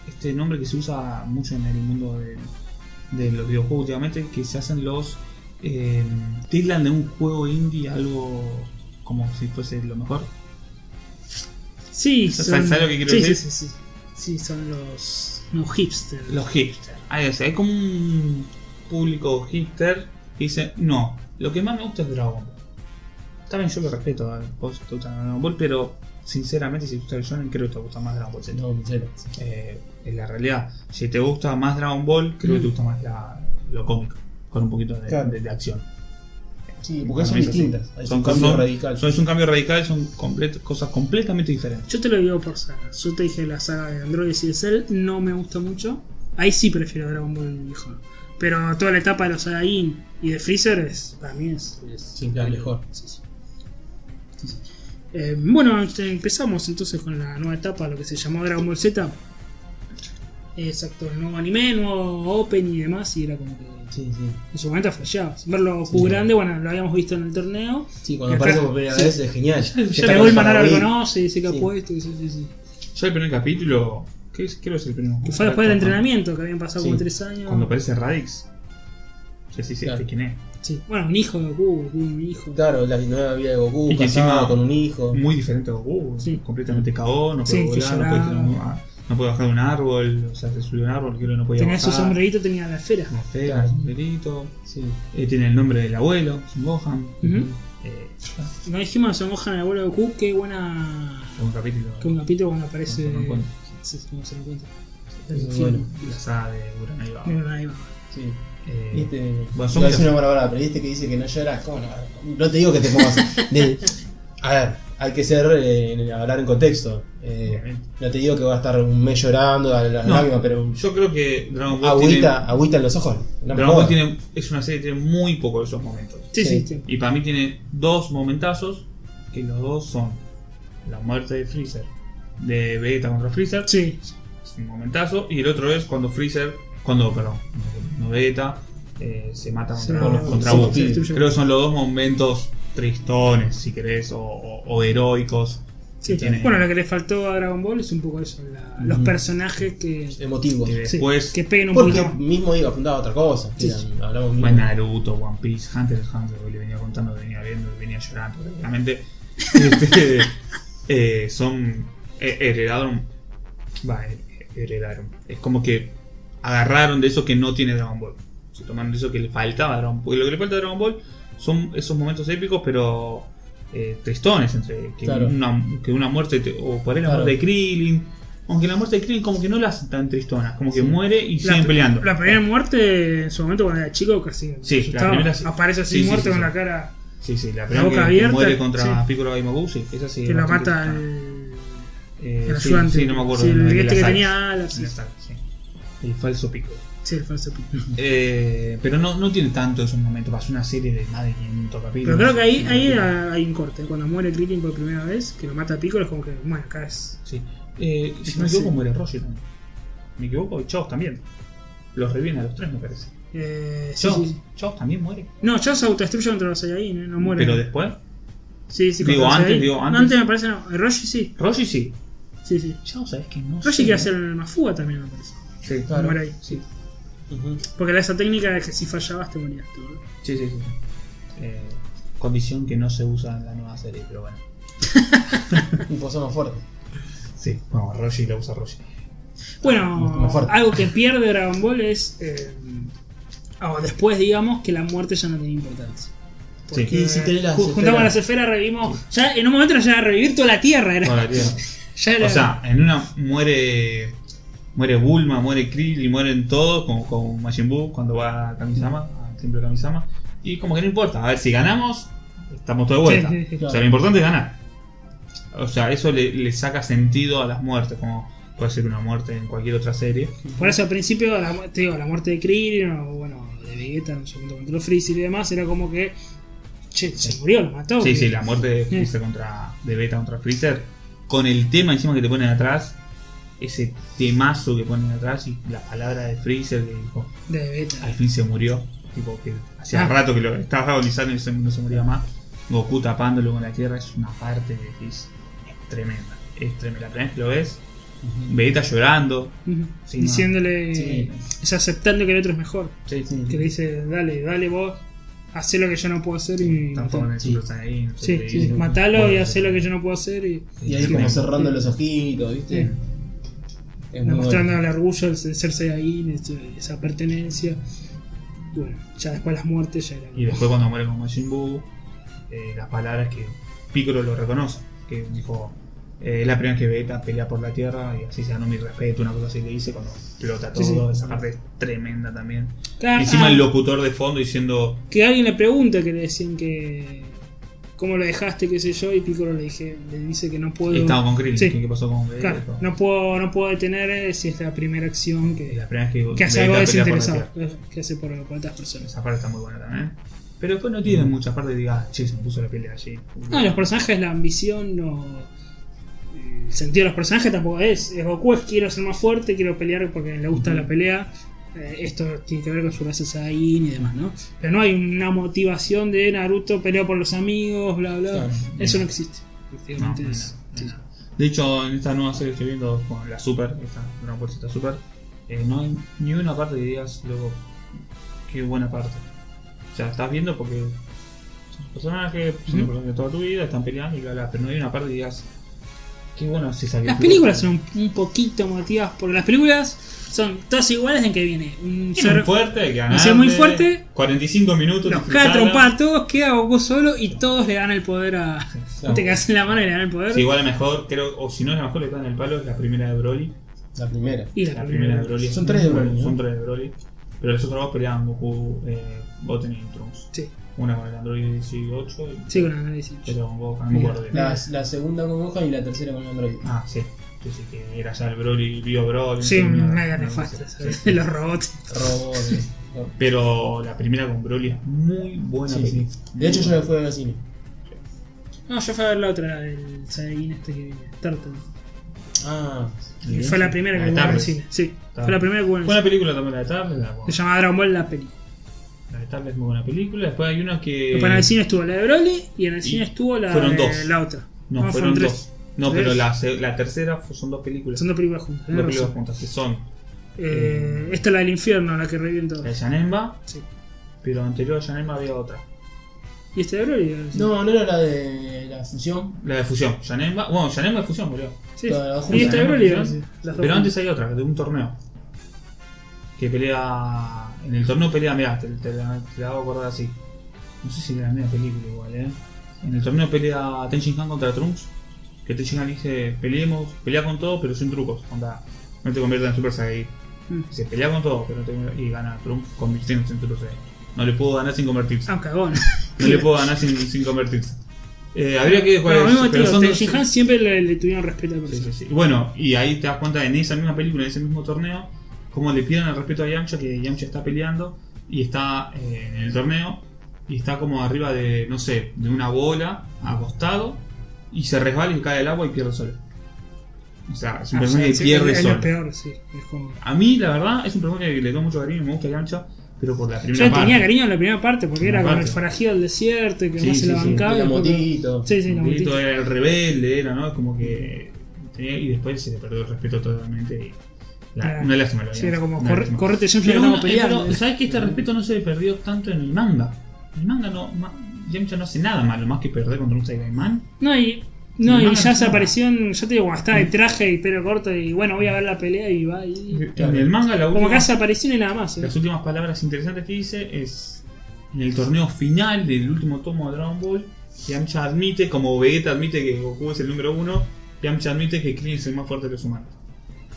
A: Este nombre que se usa mucho en el mundo de, de los videojuegos últimamente, que se hacen los. Eh, tildan de un juego indie algo como si fuese lo mejor.
C: Sí,
A: ¿Sabes- sabes lo que quiero
C: sí,
A: decir?
C: Sí, sí, sí. Sí, son los, los hipsters.
A: Los hipsters. Ahí, o sea, hay como un público hipster que dice: No, lo que más me gusta es Dragon Ball. Está bien, yo lo respeto a vos te gusta Dragon Ball, pero sinceramente, si te gusta el shonen, creo que te gusta más Dragon Ball Z.
B: No, en serio.
A: eh, es la realidad. Si te gusta más Dragon Ball, creo que te gusta más la, lo cómico, con un poquito de,
B: Mm. Claro.
A: de- de acción.
B: Sí,
A: Para
B: porque son
A: mí es así.
B: distintas. Es
A: Son
B: un cambio
A: son-
B: radical.
A: son- es un cambio radical, son complet- cosas completamente diferentes.
C: Yo te lo digo por saga. Yo te dije la saga de Android y de Cell no me gusta mucho. Ahí sí prefiero Dragon Ball viejo. Pero toda la etapa de los Saiyan y de Freezer es, para mí es, es
B: Sí, claro, mejor.
C: Sí, sí. Sí, sí. Eh, bueno, este, empezamos entonces con la nueva etapa, lo que se llamó Dragon Ball Z. Exacto, el nuevo anime, nuevo Open y demás. Y era como que
B: Sí, sí.
C: en su momento flasheaba. Sin verlo Goku grande, bueno, lo habíamos visto en el torneo.
B: Sí, cuando
C: Y acá-
B: aparece por primera
C: sí.
B: vez es genial.
A: Ya
C: Pegó el
B: para
C: manar, lo
B: morir.
C: conoce, dice que ha
B: Sí.
C: puesto. Sí, sí, sí.
A: Ya el primer capítulo, ¿qué es, creo que es el primer
C: Que fue después del
A: Cuando-
C: entrenamiento, que habían pasado
B: Sí,
C: como tres años.
A: Cuando aparece Radix. Ya sí, sí,
B: Claro.
A: este quién es.
C: Sí. Bueno, un hijo de Goku, Goku, un hijo.
B: Claro, la nueva vida de Goku,
A: Y que
B: casado,
A: encima- Mm.
B: con un hijo.
A: Muy diferente a Goku,
C: Sí.
A: completamente cagón, no puede
C: Sí, que
A: volar, no puede,
C: lloraba.
A: tirar un- ah, no puede bajar de un árbol, o sea, se subió a un árbol, creo que no podía
C: Tenía su
A: bajar.
C: sombrerito, tenía la esfera.
A: Una esfera,
B: Claro.
A: un sombrerito.
B: Sí.
A: Eh, tiene el nombre del abuelo, Gohan.
C: Ujú.
A: Eh,
C: Nos dijimos en Son Gohan, el abuelo de Goku, qué buena.
A: fue un capítulo.
C: Que un capítulo cuando aparece.
A: Cuando se lo encuentra.
C: Sí, sí, cuando se lo encuentra.
B: Eso es
C: Sí.
B: bueno.
A: La saga de Urano y Baba.
C: Bueno, ahí va.
B: Sí.
A: Eh,
B: Este,
A: Bueno, son
B: iba a decir
A: muchas-
B: una palabra, pero este que dice que no llora, ¿cómo no? No te digo que te pongas. de- a ver, hay que ser eh, en- hablar en contexto. Eh,
A: obviamente.
B: no te digo que va a estar un mes llorando a las
A: No.
B: lágrimas, pero
A: Yo creo que Dragon Ball,
B: agüita,
A: tiene,
B: agüita en los ojos. No me
A: Dragon Ball
B: jodas.
A: tiene- es una serie que tiene muy poco de esos momentos.
C: Sí, sí,
B: Sí.
C: sí.
A: Y para mí tiene dos momentazos que los dos son la muerte de Freezer, de Vegeta contra Freezer,
C: Sí.
A: es un momentazo, y el otro es cuando Freezer, cuando, perdón, no Vegeta eh, se mata
C: Sí,
A: contra,
C: no,
A: contra
B: sí,
A: Goku.
B: sí,
C: estoy yo.
A: creo que son los dos momentos tristones, si querés, o, o- o heroicos.
C: Sí,
A: que tiene-
C: Bueno, lo que le faltó a Dragon Ball es un poco eso, la- los
B: Ujú.
C: personajes que,
B: emotivo.
A: que
C: sí,
A: después
C: que peguen un
B: Porque
C: poquito más.
B: mismo iba apuntado a otra cosa.
C: Sí,
B: Mira,
C: sí.
B: Hablamos mismo.
A: Fue Naruto, One Piece, Hunter x Hunter, que le venía contando, venía viendo, venía llorando, realmente este, eh, son eh, heredaron, va, eh, heredaron, es como que agarraron de eso que no tiene Dragon Ball, se tomaron de eso que le faltaba a Dragon Ball, porque lo que le falta a Dragon Ball son esos momentos épicos, pero eh, tristones, entre que,
B: Claro.
A: una, que una muerte, te- o por ahí la
B: Claro.
A: muerte de Krillin, aunque la muerte de Krillin como que no la hacen tan tristonas, como que
B: Sí.
A: muere y
C: La-
A: siguen peleando.
C: La primera muerte en su momento cuando era chico casi me
A: Sí, la
C: asustaba.
A: primera sí.
C: aparece así
A: Sí, sí,
C: muerto
A: sí,
C: con
A: sí.
C: la cara
A: Sí, sí, la primera
C: boca
A: que
C: abierta,
A: muere contra
C: sí.
A: Piccolo y Mogu, sí, esa sí.
C: que lo
A: bastante
C: mata
A: cercana.
C: el,
A: Eh,
C: el
A: sí,
C: ayudante.
A: Sí, no me acuerdo.
C: Sí,
A: del
C: el
A: nombre, de
C: este que
A: las
C: tenía alas.
A: Sí,
C: Sí,
A: las alas, sí. El falso Piccolo.
C: el falso pico.
A: Eh, pero no, no tiene tanto esos momentos, para hacer una serie de más de 500
C: Pero
A: capítulos.
C: creo que ahí,
A: Sí,
C: ahí
A: sí.
C: hay un corte. Cuando muere Krillin por primera vez, que lo mata a Piccolo, es como que, bueno, acá es.
A: Sí. Eh, si
C: Sí,
A: no me equivoco,
C: sí.
A: muere Roger también. Me equivoco, y Chaos también. Los reviven a los tres, me parece.
C: Eh, sí,
A: Chao
C: sí.
A: también muere.
C: No, Joss se autodestruye contra los Saiyajin, eh, no muere.
A: Pero después,
C: sí, sí,
A: digo,
C: contra los
A: antes,
C: Saiyajin.
A: digo,
C: No,
A: antes.
C: me parece no. Eh, Roshi sí.
A: Roshi sí.
C: Sí, sí.
A: Chao, sabes que no.
C: Roshi
A: sé,
C: quiere
A: ¿no?
C: hacer una fuga también, me parece.
A: Sí,
B: Claro.
C: Muere ahí.
A: sí.
B: Ujú.
C: Porque esa técnica de que si fallabas te morías tú. ¿no?
A: Sí, sí, sí. Eh, condición que no se usa en la nueva serie, pero bueno.
B: Un pozo más fuerte.
A: Sí, bueno, Roshi la usa Roshi.
C: Bueno,
B: Como fuerte.
C: algo que pierde Dragon Ball es. eh,
B: Ah,
C: o después, digamos, que la muerte ya no tiene importancia.
A: Sí.
B: Y si tenés las
C: ju-
B: esferas.
C: juntamos las esferas, revivimos. Ya en un momento ya revivir toda la tierra. Era,
A: Ahora, tío.
C: ya era-
A: O sea, en una muere. Muere Bulma, muere Krill y mueren todos con, con Majin Buu cuando va a Kamisama, al templo de Kamisama. Y como que no importa, a ver si ganamos, estamos todos de vuelta.
C: Sí, sí, sí,
A: O sea, lo importante es ganar. O sea, eso le, le saca sentido a las muertes, como puede ser una muerte en cualquier otra serie.
C: Por eso al principio, la, mu- te digo, la muerte de Krillin o bueno, de Vegeta en su momento contra los Freezer y demás, era como que. Che, se murió, lo mató.
A: Sí,
C: que-
A: sí, la muerte de Freezer contra. de Beta contra Freezer. Con el tema encima que te ponen atrás. Ese temazo que ponen atrás y la palabra de Freezer que dijo.
C: De Vegeta.
A: al fin se murió. Tipo que hacía
C: Ah.
A: rato que lo estaba agonizando y se- no se moría más. Goku tapándolo con la tierra es una parte que decís, es tremenda. Es tremenda. La primera vez que lo ves,
B: Ujú.
A: Vegeta llorando.
C: Ujú.
A: Sí,
C: Diciéndole.
B: Sí.
C: Es aceptando que el otro es mejor.
A: Sí, sí.
C: Que le dice, dale, dale vos, hacé lo que yo no puedo hacer y.
A: Transforma en el
B: Sí.
A: Super Saiyajin. no sé
C: Sí,
A: qué
C: sí,
A: dice.
C: matalo y
A: Bueno,
C: hacé lo que yo no puedo hacer y
B: Y ahí
A: Sí,
B: como
A: sí.
B: cerrando los este, ojitos, ¿viste?
C: Sí.
B: Es muy
C: mostrando
B: bueno.
C: el orgullo de ser Saiyajin, ese- esa pertenencia. Y Bueno, ya después las muertes ya
A: Y
C: eran.
A: después cuando muere con Majin Buu, eh, las palabras que Piccolo lo reconoce, que dijo, eh, es la primera vez que Vegeta pelea por la Tierra y así se ganó mi respeto, una cosa así le dice cuando explota todo,
C: Sí, sí.
A: esa parte es tremenda también.
C: Claro,
A: Encima
C: ah,
A: el locutor de fondo diciendo,
C: Que alguien le pregunta que le decían que. ¿Cómo lo dejaste? ¿Qué sé yo? Y Piccolo le, dije, le dice que no puedo.
A: estaba con Krillin,
C: Sí.
A: ¿qué, qué pasó con Vegeta?
C: Claro,
A: Dijo,
C: no puedo, no puedo detener eh, si es la primera acción
A: "Es
C: que,
A: la primera vez que,
C: que hace
A: Vegeta
C: algo
A: pelea por la
C: desinteresado.
A: Tierra".
C: eh, Que hace por, por otras personas.
A: Esa parte está muy buena también. Pero después no tiene muchas partes que digas, che, se me puso la piel de allí.
C: Mm. No, los personajes, la ambición no. El sentido de los personajes tampoco es. Es Goku es quiero ser más fuerte, quiero pelear porque le gusta
A: Ujú.
C: la pelea. Eh, esto tiene que ver con su raza Saiyan y demás, ¿no? Pero no hay una motivación de Naruto pelea por los amigos, bla, bla.
B: Claro.
C: Eso no existe.
A: No,
C: Prácticamente
A: no,
C: es-
A: no,
C: sí.
A: no. De hecho, en esta nueva serie que estoy viendo con la Super, esta gran bolsita Super, eh, no hay ni una parte que digas, luego, qué buena parte. O sea, estás viendo porque son personajes, son
C: Ujú.
A: personajes de toda tu vida, están peleando y bla, bla, pero no hay una parte que digas, qué bueno se salió.
C: Las películas son un, un poquito motivadas porque las películas son todas iguales en que viene un
A: Tiene
C: ser
A: un fuerte, que
C: no sea muy fuerte,
A: 45 minutos.
C: los caga
A: disfrutarla.
C: a trompar a todos, queda Goku solo y todos le dan el poder a.
B: Claro,
C: Te quedas en la mano y le dan el poder.
A: Sí, igual la mejor, creo, o si no es la mejor, le dan el palo, es la primera de Broly.
B: La primera.
C: y
A: La primera de Broly. es
B: Son
A: muy
B: tres de
A: buena,
B: Broly, ¿no?
A: Son tres de Broly. Pero los otros dos peleaban Goku, eh, Goten y Trunks.
C: Sí,
A: Una con el Android 18 y
C: sí, con análisis.
A: otra con Gohan, no me acuerdo bien.
B: La, la segunda con Gohan y la tercera con Android.
A: Ah, sí. Sí, sí, que era ya el Broly, Bio Broly.
C: Sí,
A: no sé, una-
C: mega
A: una-
C: nefasta.
A: sí,
C: ¿sabes?
A: sí.
C: Los robots.
B: Robot. no.
A: Pero la primera con Broly es muy buena
B: Sí, sí.
A: película.
B: De hecho, yo la fui a ver al cine.
C: No, yo fui a ver la otra, la del Saiyajin este que viene, Turtle.
B: Ah,
A: Muy bien.
C: Fue la primera que
A: de
C: hubo en el
A: Tarles.
C: cine. Sí,
A: Tarles.
C: fue la primera que hubo en el
A: Buena
C: cine.
A: película también la Eh, de Tarles. La,
C: Se llamaba Dragon Ball la película.
A: la de Tarles es muy buena película. Después hay una que.
C: Pero en el cine estuvo la de Broly y en el cine estuvo la,
A: fueron
C: de-
A: dos.
C: la otra.
A: No, fueron
C: tres.
A: dos. No,
C: Tres.
A: pero la, se- la tercera fue- son dos películas.
C: Son dos películas
A: dos
C: juntas. tenés
A: películas
C: razón.
A: juntas Eh. que son
C: Eh, esta es la del infierno, la que reviven
A: la de
C: todos.
A: Yanemba,
C: Sí.
A: pero anterior a Yanemba había otra.
C: ¿Y esta de Broly?
B: no, no era la de la fusión.
A: La de fusión. Yanemba. Bueno, Yanemba de fusión murió.
C: Sí.
B: Todas las
C: Y esta de Broly.
A: juntas,
C: sí,
A: ¿no?
C: las dos
A: Pero antes
C: juntas.
A: hay otra, de un torneo. Que pelea. En el torneo pelea, mirá, te, te la, te la hago acordar así. No sé si era la misma película igual, eh. En el torneo pelea Tenshin Han contra Trunks. Que Tenshin Han dice, peleemos, pelea con todo, pero sin trucos. Onda, no te conviertas en Super Saiyan.
C: Mm.
A: Dice, pelea con todo, pero no te- y gana Trunks convirtiéndose en Super Saiyan. No le puedo ganar sin convertirse.
C: Ah, un cagón.
A: No le puedo ganar sin, sin convertirse. Eh, habría que
C: Bueno, mismo te
A: pero
C: digo,
A: son dos-
C: Tenshinhan siempre le, le tuvieron respeto al
A: Sí,
C: personaje.
A: sí, sí. Bueno, y ahí te das cuenta en esa misma película, en ese mismo torneo, cómo le pierden el respeto a Yamcha, que Yamcha está peleando y está eh, en el torneo y está como arriba de, no sé, de una bola, acostado, y se resbala y cae al agua y pierde el sol. O sea, es un
C: Ah,
A: personaje
C: sí,
A: que pierde
C: es, es
A: solo.
C: lo peor, sí. Es como...
A: A mí, la verdad, es un personaje que le tengo mucho cariño, me gusta Yamcha, pero por la
C: Yo
A: primera
C: le
A: parte.
C: tenía cariño en la primera parte porque
A: Primera
C: era con el
A: parte.
C: forajido del desierto y que
A: Sí,
C: no
A: sí,
C: se la
A: sí,
C: bancaba. y
B: la
C: después-
B: motito.
C: Sí, sí, la
A: Miguelito
C: motito.
A: era el rebelde, era, ¿no? Como que. tenía- y después se le perdió el respeto totalmente. Y la-
C: Era-
A: una lástima lo
C: Sí, era como,
A: una
C: corre-
A: lástima.
C: correte, yo
A: Pero,
C: no vamos a
A: bueno, eh,
C: pelear.
A: pero, ¿sabes que este respeto no se le perdió tanto en el manga? En el manga no. ma- Yamcha no hace nada malo, más que perder contra un Saiyaman.
C: No, y, no,
A: Sin
C: y
A: manga, sin
C: ya se
A: nada.
C: apareció en. Yo te digo, cuando estaba de traje y pelo corto y bueno, voy a ver la pelea y va y.
A: En el manga, la
C: Como
A: última-
C: acá se apareció y nada más. ¿eh?
A: las últimas palabras interesantes que dice es. En el torneo final del último tomo de Dragon Ball, Yamcha admite, como Vegeta admite que Goku es el número uno, Yamcha admite que Krillin es el más fuerte de los humanos.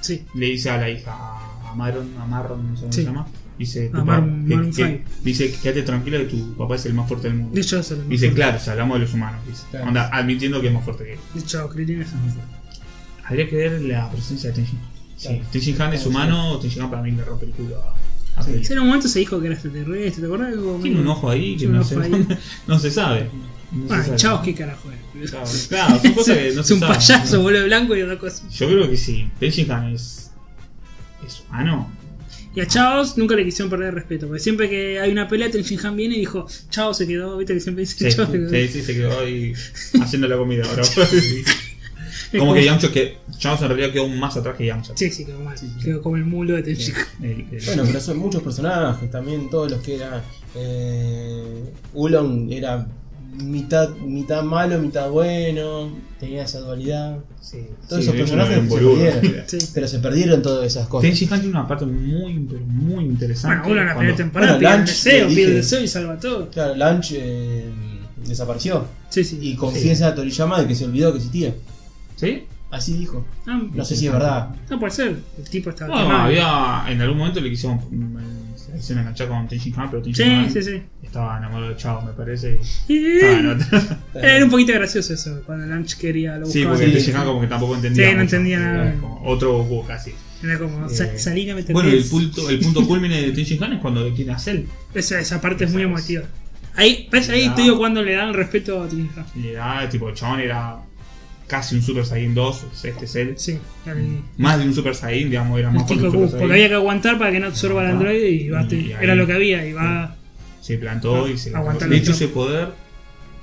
C: Sí.
A: le dice a la hija, a Maron, a Marron, no sé cómo
C: Sí.
A: se llama, dice, tu
C: A
A: pa-
C: Maron-
A: que-
C: Maroon
A: que-
C: five.
A: dice, quédate tranquila que tu papá es el más fuerte del mundo.
C: De hecho, eso es lo más
A: dice,
C: fuerte.
A: claro, o sea, hablamos de los humanos, dice.
B: Claro.
A: Onda, admitiendo que es más fuerte que él.
C: De hecho, Krillin es el mejor.
A: Habría que ver la presencia de Tenjin.
B: Claro.
A: Sí. Tenjin Han es
B: Claro,
A: humano, Tenjin Han para mí le rompe el culo a, a
B: Sí.
A: Krillin.
C: Sí, En un momento se dijo que era extraterrestre, ¿te acordás? Como-
A: Tiene un ojo ahí que
C: Tiene un
A: no
C: ojo
A: se,
C: ahí.
A: no se sabe. No se
C: Bueno,
A: sabe.
C: chavos, Ah, qué carajo es.
A: Claro, claro, son cosas Ah, que no
C: es
A: se
C: un
A: saben.
C: payaso, vuelo blanco y otra cosa.
A: Yo creo que sí. Tenjin Han es. es humano.
C: Y a Chaos nunca le quisieron perder el respeto, porque siempre que hay una pelea, Tenshinhan viene y dijo, Chao se quedó, viste que siempre dicen
A: Sí,
C: Chao se quedó.
A: sí, sí, se quedó ahí haciendo la comida ahora. Sí. Como que Yamcha que Chaos en realidad quedó más atrás que Yamcha.
C: Sí, sí, quedó mal. Quedó como el mulo de Tenshinhan.
A: El- el-
B: Bueno, pero son muchos personajes, también todos los que eran. Eh, Ulon era mitad, mitad malo, mitad bueno, tenía esa dualidad.
A: sí,
B: todos
A: sí,
B: esos
A: de hecho,
B: personajes
A: eran
B: se
A: boludos.
B: perdieron.
C: Sí.
B: Pero se perdieron todas esas cosas.
A: Tenchi Han tiene una parte muy, pero muy interesante.
C: Bueno, uno en la
A: cuando-
C: primera temporada
B: Bueno,
C: pide el
B: Lunch,
C: deseo,
B: le
C: pide el
B: dije-
C: deseo y salva todo.
B: Claro, Lunch eh, desapareció
C: Sí, sí.
B: y confiesa a Toriyama de que se olvidó que existía.
A: ¿Sí?
B: Así dijo.
C: Ah,
B: No sé si es verdad.
C: no puede ser, el tipo estaba
A: Bueno,
C: quemado.
A: Oh, había. Ah, En algún momento le quisieron. mm, Se quisieron enganchar con Tenchi Han, pero Tenchi
C: Sí,
A: Han Ah,
C: sí, sí.
A: estaba enamorado de Chaos, me parece. y Estaba Eh, en
C: Era
A: otra.
C: un poquito gracioso eso, cuando Lunch quería lo
A: Sí,
C: buscaba.
A: porque
B: Sí.
A: Tenchi Han como que tampoco entendía.
C: Sí, no
A: mucho.
C: entendía nada.
A: Era como Otro Goku casi.
C: Era como,
A: Eh,
C: "Sa- salí, no me
A: Bueno, el
C: entendés".
A: punto, el punto culmine de Tenshin Han es cuando tiene a Cell.
C: Esa, esa parte es
A: Esa
C: muy
A: es.
C: emotiva. Ahí, ¿ves? ahí
A: Ya.
C: te digo cuando le dan el respeto a Tenshinhan.
A: Y era, tipo, el chabón era casi un Super Saiyan 2, este Cell.
C: Sí, el,
A: Más de un Super Saiyan, digamos, era
C: el
A: más
C: chico
A: fuerte que un
C: Goku,
A: Super
C: porque
A: Saiyan.
C: había que aguantar para que no absorba el
A: Ah,
C: androide y va,
A: y
C: te-
A: ahí-
C: era lo que había y va
A: Se
C: Ah,
A: plantó y se la
C: Aguantar
A: De
C: el
A: hecho,
C: choque.
A: ese poder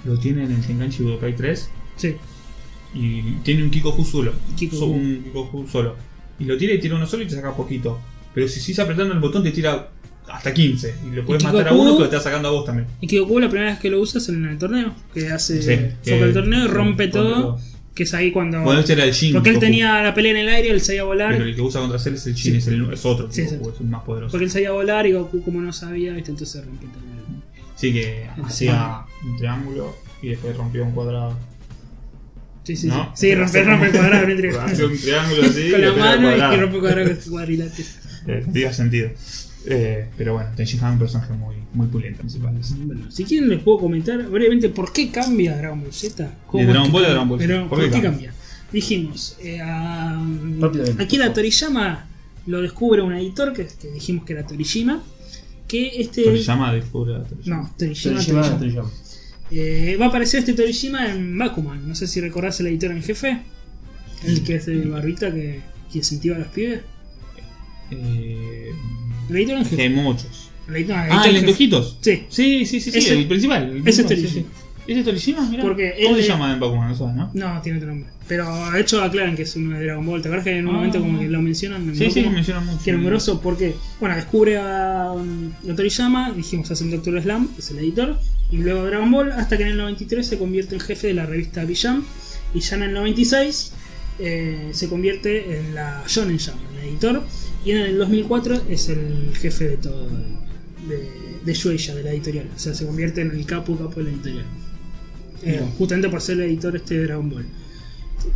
A: lo tiene en el Tenganchi Budokai 3
C: sí,
A: y tiene un Kikoju solo.
C: Kikoku.
A: So- un Kikoju solo. Y lo tira y tira uno solo y te saca poquito. Pero si sigues apretando el botón, te tira hasta 15. Y lo puedes matar a
C: Kikoku-
A: uno, pero te está sacando a vos también.
C: y que Goku la primera vez que lo usas en el torneo, que hace
A: Sí,
C: foca
A: que-
C: el torneo y rompe
A: rompe
C: todo,
A: todo.
C: que es ahí cuando
A: Bueno, este era el Shin.
C: porque él
A: Goku.
C: tenía la pelea en el aire, él sabía volar,
A: Pero el que usa contra Cell es el Shin,
C: Sí.
A: es, el, es otro
C: Sí,
A: Goku,
C: exacto.
A: es el más poderoso.
C: porque él sabía volar y Goku como no sabía, ¿viste? entonces rompe todo. el-
A: Sí, que
C: Ah.
A: hacía un triángulo y después rompió un cuadrado.
C: Sí, sí,
A: No.
C: sí, sí rompe, rompe el cuadrado, no tiene-
A: Hacía un triángulo así.
C: con
A: y
C: la
A: después era
C: mano y
A: cuadrado.
C: que rompe el cuadrado con su cuadrilátero.
A: Eh, Tiene sentido. Eh, pero bueno, Tenshinhan es un personaje muy, muy pulento, principal.
C: Bueno, si quieren les puedo comentar brevemente por qué cambia Dragon Ball Z. ¿Cómo
A: De Dragon
C: es que
A: Ball a
C: cambia?
A: Dragon Ball Z.
C: Pero, ¿Por,
A: ¿Por qué
C: qué
A: cambia?
C: cambia? Dijimos, eh, a,
B: Rápidamente,
C: aquí
B: por
C: la
B: favor.
C: Toriyama lo descubre un editor que, que dijimos que era Torishima. Que este.
A: Toriyama descubre a Toriyama.
C: No, Torishima.
B: Toriyama,
C: Toriyama.
B: Toriyama.
C: Eh, va a aparecer este Torishima en Bakuman. No sé si recordás el editor en jefe. El que es de barbita que, que incentiva a los pibes.
A: Eh,
C: El editor en
A: que hay
C: jefe.
A: muchos.
C: El editor, el
A: Ah, el
C: editor en
A: de
C: jefe.
A: anteojitos.
C: Sí.
A: Sí, sí, sí, sí,
C: Ese-
A: el principal. el
C: ese es
A: principal, sí,
C: Toriyama.
A: sí. ¿Ese es Toriyama? Mirá.
C: Porque
A: ¿Cómo
C: él-
A: se llama en Pokémon? No sabes, ¿no?
C: No, tiene otro nombre. Pero de hecho aclaran que es uno de Dragon Ball. ¿Te acuerdas que en un
A: Ah.
C: momento como que lo mencionan? en
A: Sí, sí,
C: Bakuman?
A: lo mencionan mucho.
C: Que era un grosso porque, bueno, descubre a, um, a Toriyama, dijimos hace un Doctor Slam, que es el editor, y luego a Dragon Ball, hasta que en el 93 se convierte en jefe de la revista Villam, y ya en el 96 eh, se convierte en la Shonen Jump, el editor, y en el 2004 es el jefe de todo, el- de, de Shueisha, de la editorial, o sea, se convierte en el capo capo de la editorial. Eh,
B: Bien.
C: justamente por ser el editor este de Dragon Ball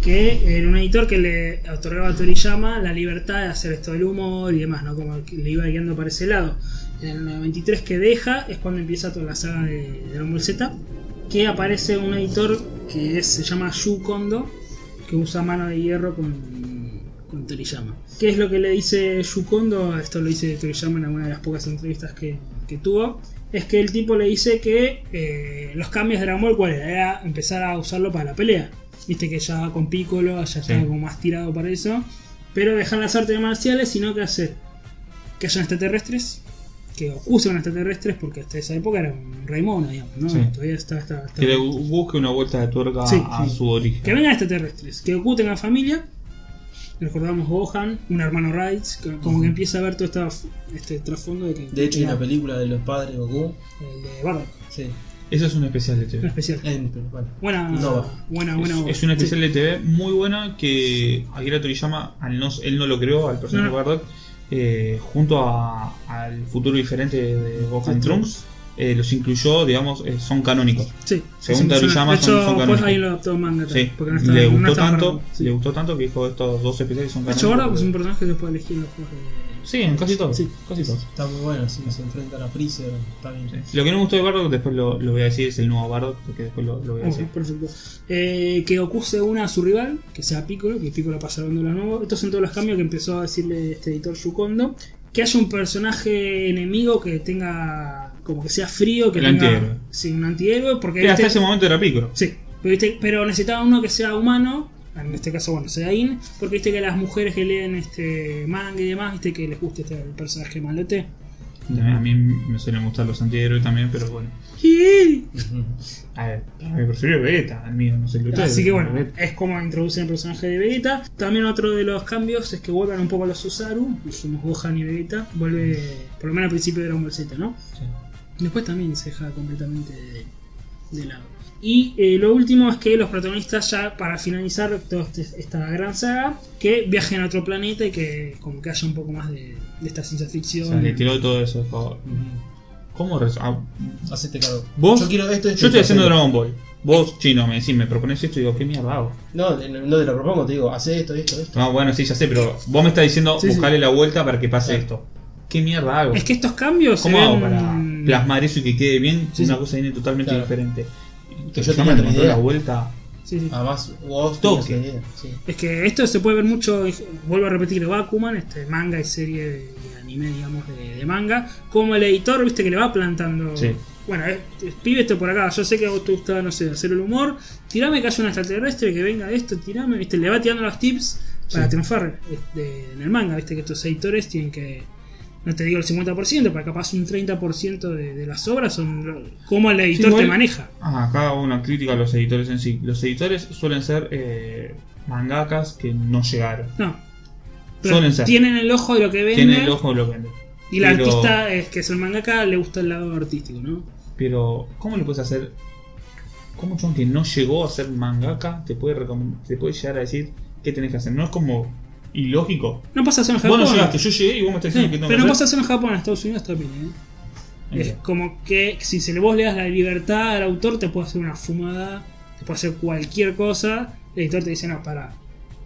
C: que era un editor que le otorgaba a Toriyama la libertad de hacer esto del humor y demás, ¿no? Como que le iba guiando para ese lado. En el 93 que deja es cuando empieza toda la saga de Dragon Ball Z, que aparece un editor que es- se llama Yu Kondo, que usa mano de hierro con, con Toriyama. ¿Qué es lo que le dice Yu Kondo? Esto lo dice Toriyama en alguna de las pocas entrevistas que, que tuvo. Es que el tipo le dice que eh, los cambios de Dragon Ball, ¿cuál era? Era empezar a usarlo para la pelea. Viste que ya con Piccolo ya estaba como más tirado para eso. Pero dejar las artes marciales, sino que hacer que hayan extraterrestres, que Goku sea un extraterrestre, porque hasta esa época era un rey mono, digamos, ¿no?
A: Sí.
C: Todavía está, está, está-
A: Que le bu- busque una vuelta de tuerca
C: Sí,
A: a
C: sí.
A: su origen.
C: Que vengan extraterrestres, que Goku tenga familia. Recordamos Gohan, un hermano Raids, que como que empieza a ver todo esta, este trasfondo de que.
B: De hecho, hay
C: el
B: una película de los padres Goku.
C: de Bardock,
B: Sí.
A: Eso es un especial de
C: una
A: TV.
C: especial.
B: En, pero bueno.
C: Buena,
B: Nova.
C: buena,
A: Es,
C: buena. obra.
A: es un especial
C: Ah, Sí.
A: de TV muy buena que Akira Toriyama, al no, él no lo creó, al personaje
C: No.
A: de Bardock, eh, junto a- al futuro diferente de Gohan
C: Sí,
A: Trunks, eh, los incluyó, digamos, eh, son canónicos.
C: Sí,
A: Según
C: es una-
A: Toriyama,
C: De
A: son- son
C: hecho, después
A: canónicos.
C: ahí lo adoptó manga. también,
A: Sí,
C: no estaba-
A: le
C: no
A: gustó
C: estaba
A: tanto,
C: programado. Sí.
A: le gustó tanto que dijo estos dos especiales son
C: De hecho, Bardock
A: canónicos.
C: es un personaje que después elegí en los juegos. de-
A: Sí, en casi todos,
C: Sí.
A: casi todos.
B: Está muy bueno, sí, se enfrentan a Freezer, está bien.
A: Sí. Lo que no me gustó de Bardock, después lo, lo voy a decir, es el nuevo Bardock, porque después lo, lo voy a
C: Ok,
A: decir.
C: perfecto. Eh, que Goku se una a su rival, que sea Piccolo, que Piccolo pasa de la nuevo. Estos son todos los cambios que empezó a decirle este editor Yukondo. Que haya un personaje enemigo que tenga. como que sea frío, que
A: El
C: tenga.
A: antihéroe.
C: Sí, un antihéroe, porque.
A: Que hasta
C: viste-
A: ese momento era Piccolo.
C: Sí, pero, viste- pero necesitaba uno que sea humano. En este caso, bueno, sea In, porque viste que las mujeres que leen este manga y demás, viste que les gusta este personaje malote.
A: También a mí me suelen gustar los antihéroes también, pero bueno. A ver, mi preferido es Vegeta, el mío, no sé qué ustedes.
C: Así que bueno,
A: Vegeta.
C: es como introducen el personaje de Vegeta. También otro de los cambios es que vuelvan un poco los Susaru. Somos Gohan y Vegeta. Vuelve, por lo menos al principio de Dragon Ball Z, ¿no? Después también se deja completamente de, de lado. Y eh, lo último es que los protagonistas ya para finalizar toda este- esta gran saga, que viajen a otro planeta y que como que haya un poco más de, de esta ciencia
A: O
C: ficción.
A: sea, le tiró todo eso. co- ¿Cómo res- ah,
B: Hacete cargo.
A: ¿Vos?
B: Yo quiero esto, esto
A: Yo
B: y
A: estoy haciendo
B: esto.
A: Dragon Ball. Vos, chino, me decís, me propones esto y digo, ¿qué mierda hago?
B: No, de- no te lo propongo, te digo, hace esto, esto, esto.
A: No, bueno, sí, ya sé, pero vos me estás diciendo,
C: Sí, sí.
A: buscarle la vuelta para que pase
B: Claro.
A: esto. ¿Qué mierda hago?
C: Es que estos cambios... se
A: ¿Cómo hago
C: ven-
A: para plasmar eso y que quede bien?
C: Sí,
A: una
C: sí.
A: cosa viene totalmente
B: Claro.
A: diferente.
B: Que yo
A: Ya
B: tenía
A: me
B: otra
A: encontré
B: idea.
A: la vuelta.
C: Sí, sí.
B: Además, vos
A: Toque.
B: tenías la idea, sí.
C: Es que esto se puede ver mucho, eh, vuelvo a repetir, Bakuman, este manga y serie de, de anime, digamos, de, de manga, como el editor, viste, que le va plantando.
A: Sí.
C: Bueno, eh, eh, pibe esto por acá, yo sé que a vos te gusta, no sé, hacer el humor, tirame que haya un extraterrestre que venga de esto, tirame, viste, le va tirando los tips para
A: Sí.
C: triunfar este, en el manga, viste, que estos editores tienen que, no te digo el 50%, para capaz un 30% de, de las obras son como el editor
A: igual-
C: te maneja.
A: Ah, acá hago una crítica a los editores en sí. Los editores suelen ser eh, mangakas que no llegaron.
C: No.
A: Suelen ser.
C: tienen el ojo de lo que venden.
A: Tienen el ojo de lo que vende.
C: Y la
A: Pero-
C: artista, es que es el mangaka, le gusta el lado artístico, ¿no?
A: Pero, ¿cómo le puedes hacer? ¿Cómo un chabón que no llegó a ser mangaka te puede, recom- te puede llegar a decir qué tenés que hacer? ¿No es como ilógico?
C: No pasa eso en Japón.
A: Vos no llegaste, yo llegué y vos me estás
C: Sí,
A: diciendo que tengo
C: pero no
A: que
C: pasa
A: hacer.
C: eso en Japón, en Estados Unidos también, ¿eh? Es
A: Ok.
C: como que si se le vos le das la libertad al autor, te puede hacer una fumada, te puede hacer cualquier cosa. El editor te dice, no, pará.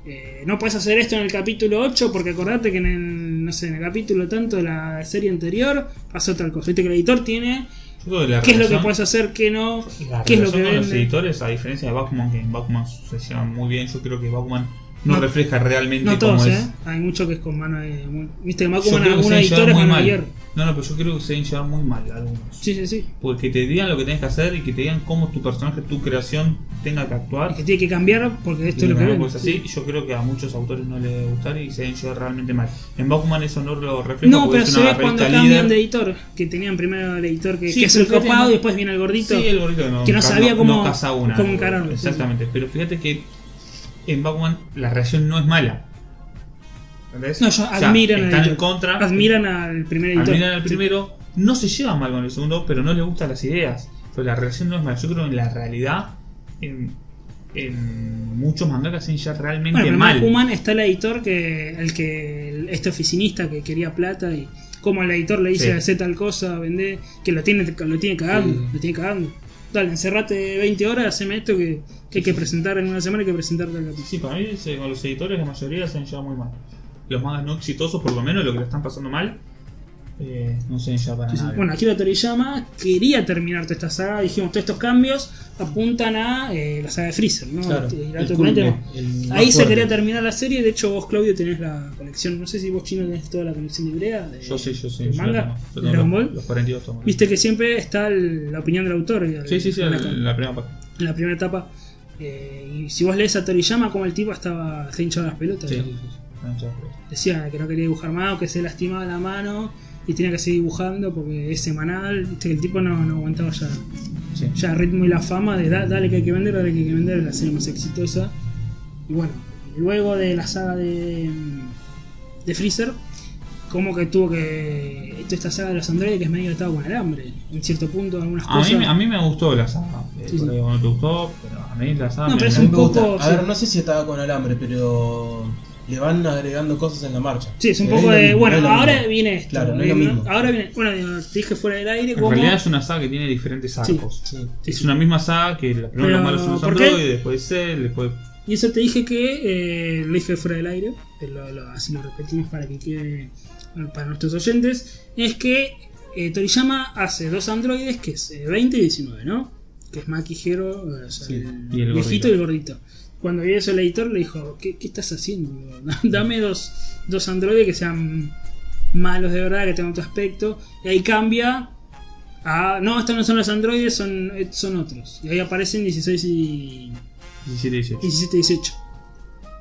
C: eh, no puedes hacer esto en el capítulo 8 porque acordate que en el, no sé, en el capítulo tanto de la serie anterior pasó tal cosa. Viste que el editor tiene
A: Yo creo la
C: qué es lo que
A: relación-
C: puedes hacer, qué no,
A: la
C: qué es lo
A: relación
C: que
A: con los
C: vende.
A: editores, a diferencia de Bakuman, que en Bakuman se llevan muy bien, yo creo que Bakuman no,
C: No-
A: refleja realmente
C: No
A: cómo
C: todos,
A: es.
C: ¿eh? Hay mucho que es con mano de. Viste,
A: Yo creo
C: Bakuman,
A: que se
C: algunos
A: deben llevar
C: editores
A: muy
C: van a
A: mal.
C: ayer.
A: No, no, pero yo creo que se deben llevar muy mal algunos.
C: Sí, sí, sí.
A: Porque te digan lo que tenés que hacer y que te digan cómo tu personaje, tu creación tenga que actuar.
C: Es que tiene que cambiar porque esto
A: Y
C: es lo que
A: bueno,
C: ven.
A: pues así, yo creo que a muchos autores no les debe gustar y se deben llevar realmente mal. En Bachman eso no lo refleja
C: No,
A: porque
C: pero
A: es
C: se
A: una
C: ve cuando
A: revista
C: cambian
A: líder.
C: de editor. Que tenían primero el editor que,
A: Sí,
C: que es el
A: pero fíjate,
C: copado
A: no-
C: y después viene el gordito.
A: Sí, el gordito no,
C: que no
A: ca-
C: sabía cómo-
A: caza una.
C: cómo encararlo,
A: Exactamente. Pero fíjate que en Bachman la reacción no es mala. ¿Entendés?
C: No, ellos
A: O sea,
C: admiran al
A: Están en
C: editor.
A: contra.
C: Admiran al primer editor.
A: Admiran al
C: Sí.
A: primero, no se llevan mal con el segundo, pero no les gustan las ideas. Pero la relación no es mala. Yo creo que en la realidad, en, en muchos mangakas se ya realmente
C: Bueno, pero en
A: mal.
C: Bakuman está el editor que. el que. el- este oficinista que quería plata y. Como el editor le dice
A: Sí.
C: hacer tal cosa, vende. Que lo tiene, lo tiene cagando,
B: Sí.
C: lo tiene cagando. Dale, encerrate 20 horas, haceme esto que, que hay que presentar en una semana hay que presentar tal capítulo.
A: Sí, para mí se- con los editores la mayoría se han llevado muy mal. Los mangas no exitosos, por lo menos, lo que le están pasando mal, eh, no se han llevado para
C: Sí, sí.
A: nada.
C: Bueno, Akira Toriyama quería terminar toda esta saga. Dijimos, todos estos cambios apuntan a eh, la saga de Freezer, ¿no?
B: Claro,
C: Y el
B: el
C: alto
B: culmen,
C: componente,
B: el
C: no.
B: más
C: Ahí se
B: fuerte.
C: quería terminar la serie. De hecho, vos, Claudio, tenés la colección. No sé si vos, Chino, tenés toda la colección librea. De,
A: yo sí, yo sí.
C: del
A: yo
C: manga,
A: lo tengo. Yo
C: de
A: tengo los-
C: Dragon Ball.
A: Los 42 tomos.
C: Viste que siempre está el- la opinión del autor. y el-
A: Sí, sí, sí,
C: en
A: la,
C: la,
A: la primera parte.
C: en la primera etapa. Eh, y si vos lees a Toriyama, como el tipo estaba está hinchado las pelotas.
A: Sí, sí,
C: digamos.
A: sí. No, ya, pero-
C: Decía que no quería dibujar más o que se lastimaba la mano y tenía que seguir dibujando porque es semanal. Viste que el tipo no, no aguantaba ya,
A: sí.
C: ya el ritmo y la fama de "Da- dale que hay que vender, dale que hay que vender, la serie más exitosa. Y bueno, luego de la saga de, mm, de Freezer, como que tuvo que. toda Esta saga de los androides que es medio atado con alambre. En cierto punto, algunas
A: A
C: cosas.
A: mí, a mí me gustó la saga. Eh,
C: Sí, sí.
A: por ahí no te gustó, pero a mí la saga
C: No,
A: me,
C: pero es
A: me-
B: A mí
C: un
B: me
C: poco,
B: gusta. A
C: sí.
B: ver, no sé si estaba con alambre, pero le van agregando cosas en la marcha.
C: Sí, es un
B: Pero
C: poco
B: no
C: de.
B: lo mismo,
C: Bueno,
B: no es lo
C: ahora
B: mismo.
C: viene esto.
B: Claro, no es lo
C: viene-
B: mismo.
C: Ahora viene. Bueno, te dije fuera del aire
A: En
C: como.
A: realidad es una saga que tiene diferentes arcos.
B: Sí.
C: Sí,
A: Es
C: sí.
A: una misma saga que la primero
C: Pero,
A: los malos son los
C: ¿por qué?
A: androides, después Cell, después.
C: Y eso te dije que eh, lo dije fuera del aire, pero lo- lo- así lo repetimos para que quede bueno, para nuestros oyentes. Es que eh, Toriyama hace dos androides, que es eh, 20 y 19, ¿no? Que es Maki Hero, eh, o sea,
B: Sí,
C: el,
A: y el
C: viejito
A: gordito.
C: y el gordito. Cuando vio eso el editor le dijo, ¿qué, qué estás haciendo? Dame dos, dos androides que sean malos de verdad, que tengan otro aspecto. Y ahí cambia a... No, estos no son los androides, son, son otros. Y ahí aparecen 16 y...
A: 17 y 18.
C: 17 y 18.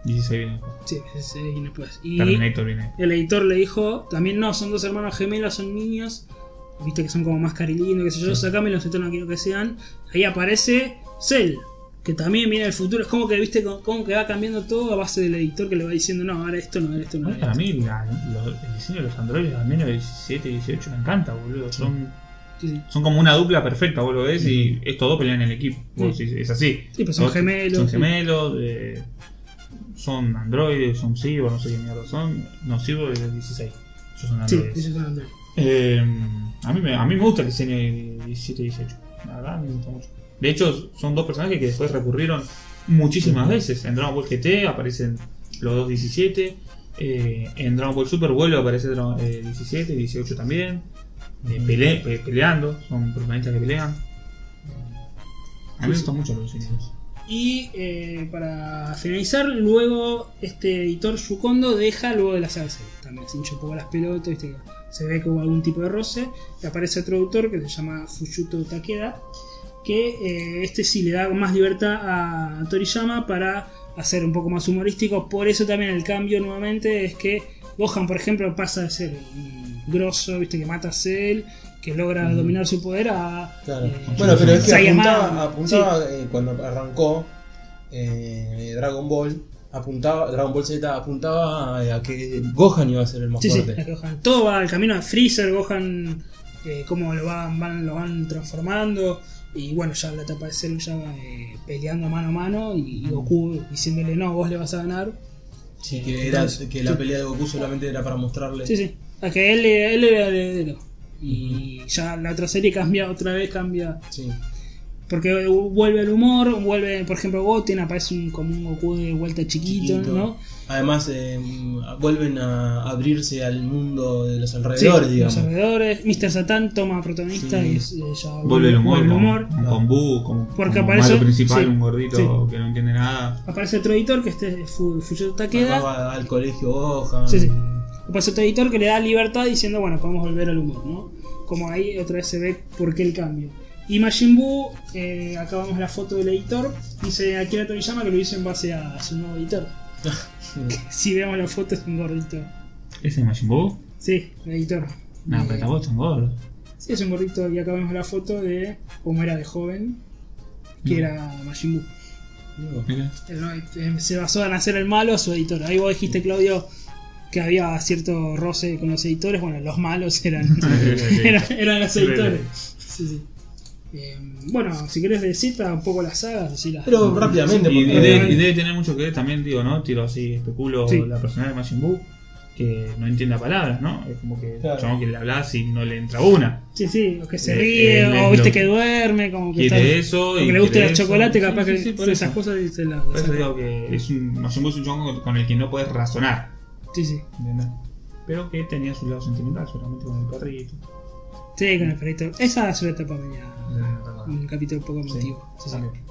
A: 16 viene después.
C: Sí, ese viene después. Y
A: Terminator viene después.
C: el editor le dijo, también no, son dos hermanos gemelos, son niños, viste que son como más carilinos, qué sé yo,
A: Sí.
C: sacámelos, esto no quiero que sean. Ahí aparece Cell, que también viene del futuro, es como que, viste, como, como que va cambiando todo a base del editor que le va diciendo, no, ahora esto, no, ahora esto, no.
A: Igual
C: ahora
A: Para
C: esto.
A: mí, la- lo- el diseño de los androides, al menos 17 y 18, me encanta, boludo. Son,
C: Sí, sí.
A: son como una dupla perfecta, vos lo ves, y estos dos pelean en el equipo. Vos
C: Sí.
A: decís, es así.
C: Sí, pues son
A: Vos-
C: gemelos.
A: Son
C: sí.
A: gemelos, eh, son androides, son cyborg, no sé qué mierda son. No, cyborg es el 16. Esos son
C: Sí,
A: androides.
C: ellos son androides.
A: Eh, a, mí me, a mí me gusta el diseño de 17 y 18. La verdad, me gusta mucho. De hecho, son dos personajes que después recurrieron muchísimas veces. En Dragon Ball GT aparecen los dos 17. eh, en Dragon Ball Super Vuelo aparece Dra- eh, 17 y 18 también. eh, pele- pe- peleando, son protagonistas que pelean. A mí me gustan mucho los diseños.
C: Y eh, para finalizar, luego este editor Yukondo deja luego de la salsa. También se hincha un poco las pelotas, ¿viste? que se ve como algún tipo de roce. Y aparece otro autor que se llama Fuyuto Takeda, que eh, este sí le da más libertad a Toriyama para hacer un poco más humorístico. Por eso también el cambio nuevamente es que Gohan, por ejemplo, pasa de ser un grosso, ¿viste? que mata a Cell, que logra
B: Ujú.
C: dominar su poder a...
B: Claro.
C: eh,
B: bueno, pero es que
C: Saiyaman.
B: apuntaba,
C: Sí.
B: apuntaba, eh, cuando arrancó eh, Dragon Ball, apuntaba, Dragon Ball Z apuntaba eh, a que Gohan iba a ser el más
C: Sí, sí,
B: fuerte.
C: la que Gohan. Todo va al camino de Freezer, Gohan, eh, cómo lo van, van- lo van transformando. Y bueno, ya la etapa de Cell ya eh, peleando mano a mano y, y Goku diciéndole no, vos le vas a ganar.
B: Sí, que, era, que la pelea de Goku solamente era para mostrarle.
C: Sí, sí. A que él, él era el heredero. Y ya la otra serie cambia, otra vez cambia.
B: Sí.
C: Porque vuelve el humor, vuelve, por ejemplo, Goten, aparece un, como un Goku de vuelta chiquito,
B: Chiquito.
C: ¿no?
B: Además, eh, vuelven a abrirse al mundo de los alrededores,
C: Sí,
B: digamos.
C: Los alrededores. Mr. Satan toma protagonista
B: Sí.
C: y es, eh, ya
A: Vuelve el humor,
C: vuelve el
A: con-
C: humor.
A: con, con Buu, con,
C: Porque
A: con un
C: aparece-
A: malo principal,
C: sí,
A: un gordito
C: sí.
A: que no entiende nada.
C: Aparece otro editor que este es Fu- Fujito
B: Además,
C: Takeda.
B: va al colegio Gohan.
C: Sí, sí. Aparece otro editor que le da libertad diciendo, bueno, podemos volver al humor, ¿no? Como ahí otra vez se ve por qué el cambio. Y Majin Buu, eh, acá vamos la foto del editor, dice Akira Toriyama que lo hizo en base a su nuevo editor. Si vemos la foto es un gordito.
A: ¿Ese es Majin Buu?
C: Sí, el editor.
A: Nah,
C: Eh,
A: pero tampoco es tan gordo.
C: sí, es un gordito y acá vemos la foto de cómo era de joven, que
A: Mm.
C: era Majin Buu.
B: Digo,
A: Mirá.
C: El no- eh, se basó en hacer el malo a su editor. Ahí vos dijiste, Claudio, que había cierto roce con los editores. Bueno, los malos eran, eran, eran los editores. Sí, sí. Eh, bueno, si querés decir ta, un poco las sagas, así las-
B: Pero rápidamente,
A: Y, y
B: porque-
A: debe, y debe tener mucho que ver también, digo, ¿no? Tiro así, especulo
C: Sí.
A: la personalidad de Majin Buu, que no entiende palabras, ¿no? Es como que
B: Claro.
A: el chabón que le hablas y no le entra una.
C: Sí, sí, o que se
A: Eh,
C: ríe,
A: él es
C: o viste
A: lo-
C: que duerme, como que,
A: Quiere eso
C: o
A: y.
C: que le guste
A: quiere
C: el
A: eso.
C: chocolate,
A: Sí,
C: capaz
A: sí,
C: que
A: sí, por
C: esas
A: eso.
C: cosas y se las.
A: Por eso
C: saca.
A: digo que es un, Majin Buu es un chabón con el que no puedes razonar,
C: Sí, sí.
A: ¿entendés? Pero que tenía su lado sentimental, solamente con el perrito.
C: Sí, con el perrito. Esa es una etapa mañana.
A: No,
C: Un capítulo poco
A: Sí,
C: emotivo. Sí, sí.
A: también.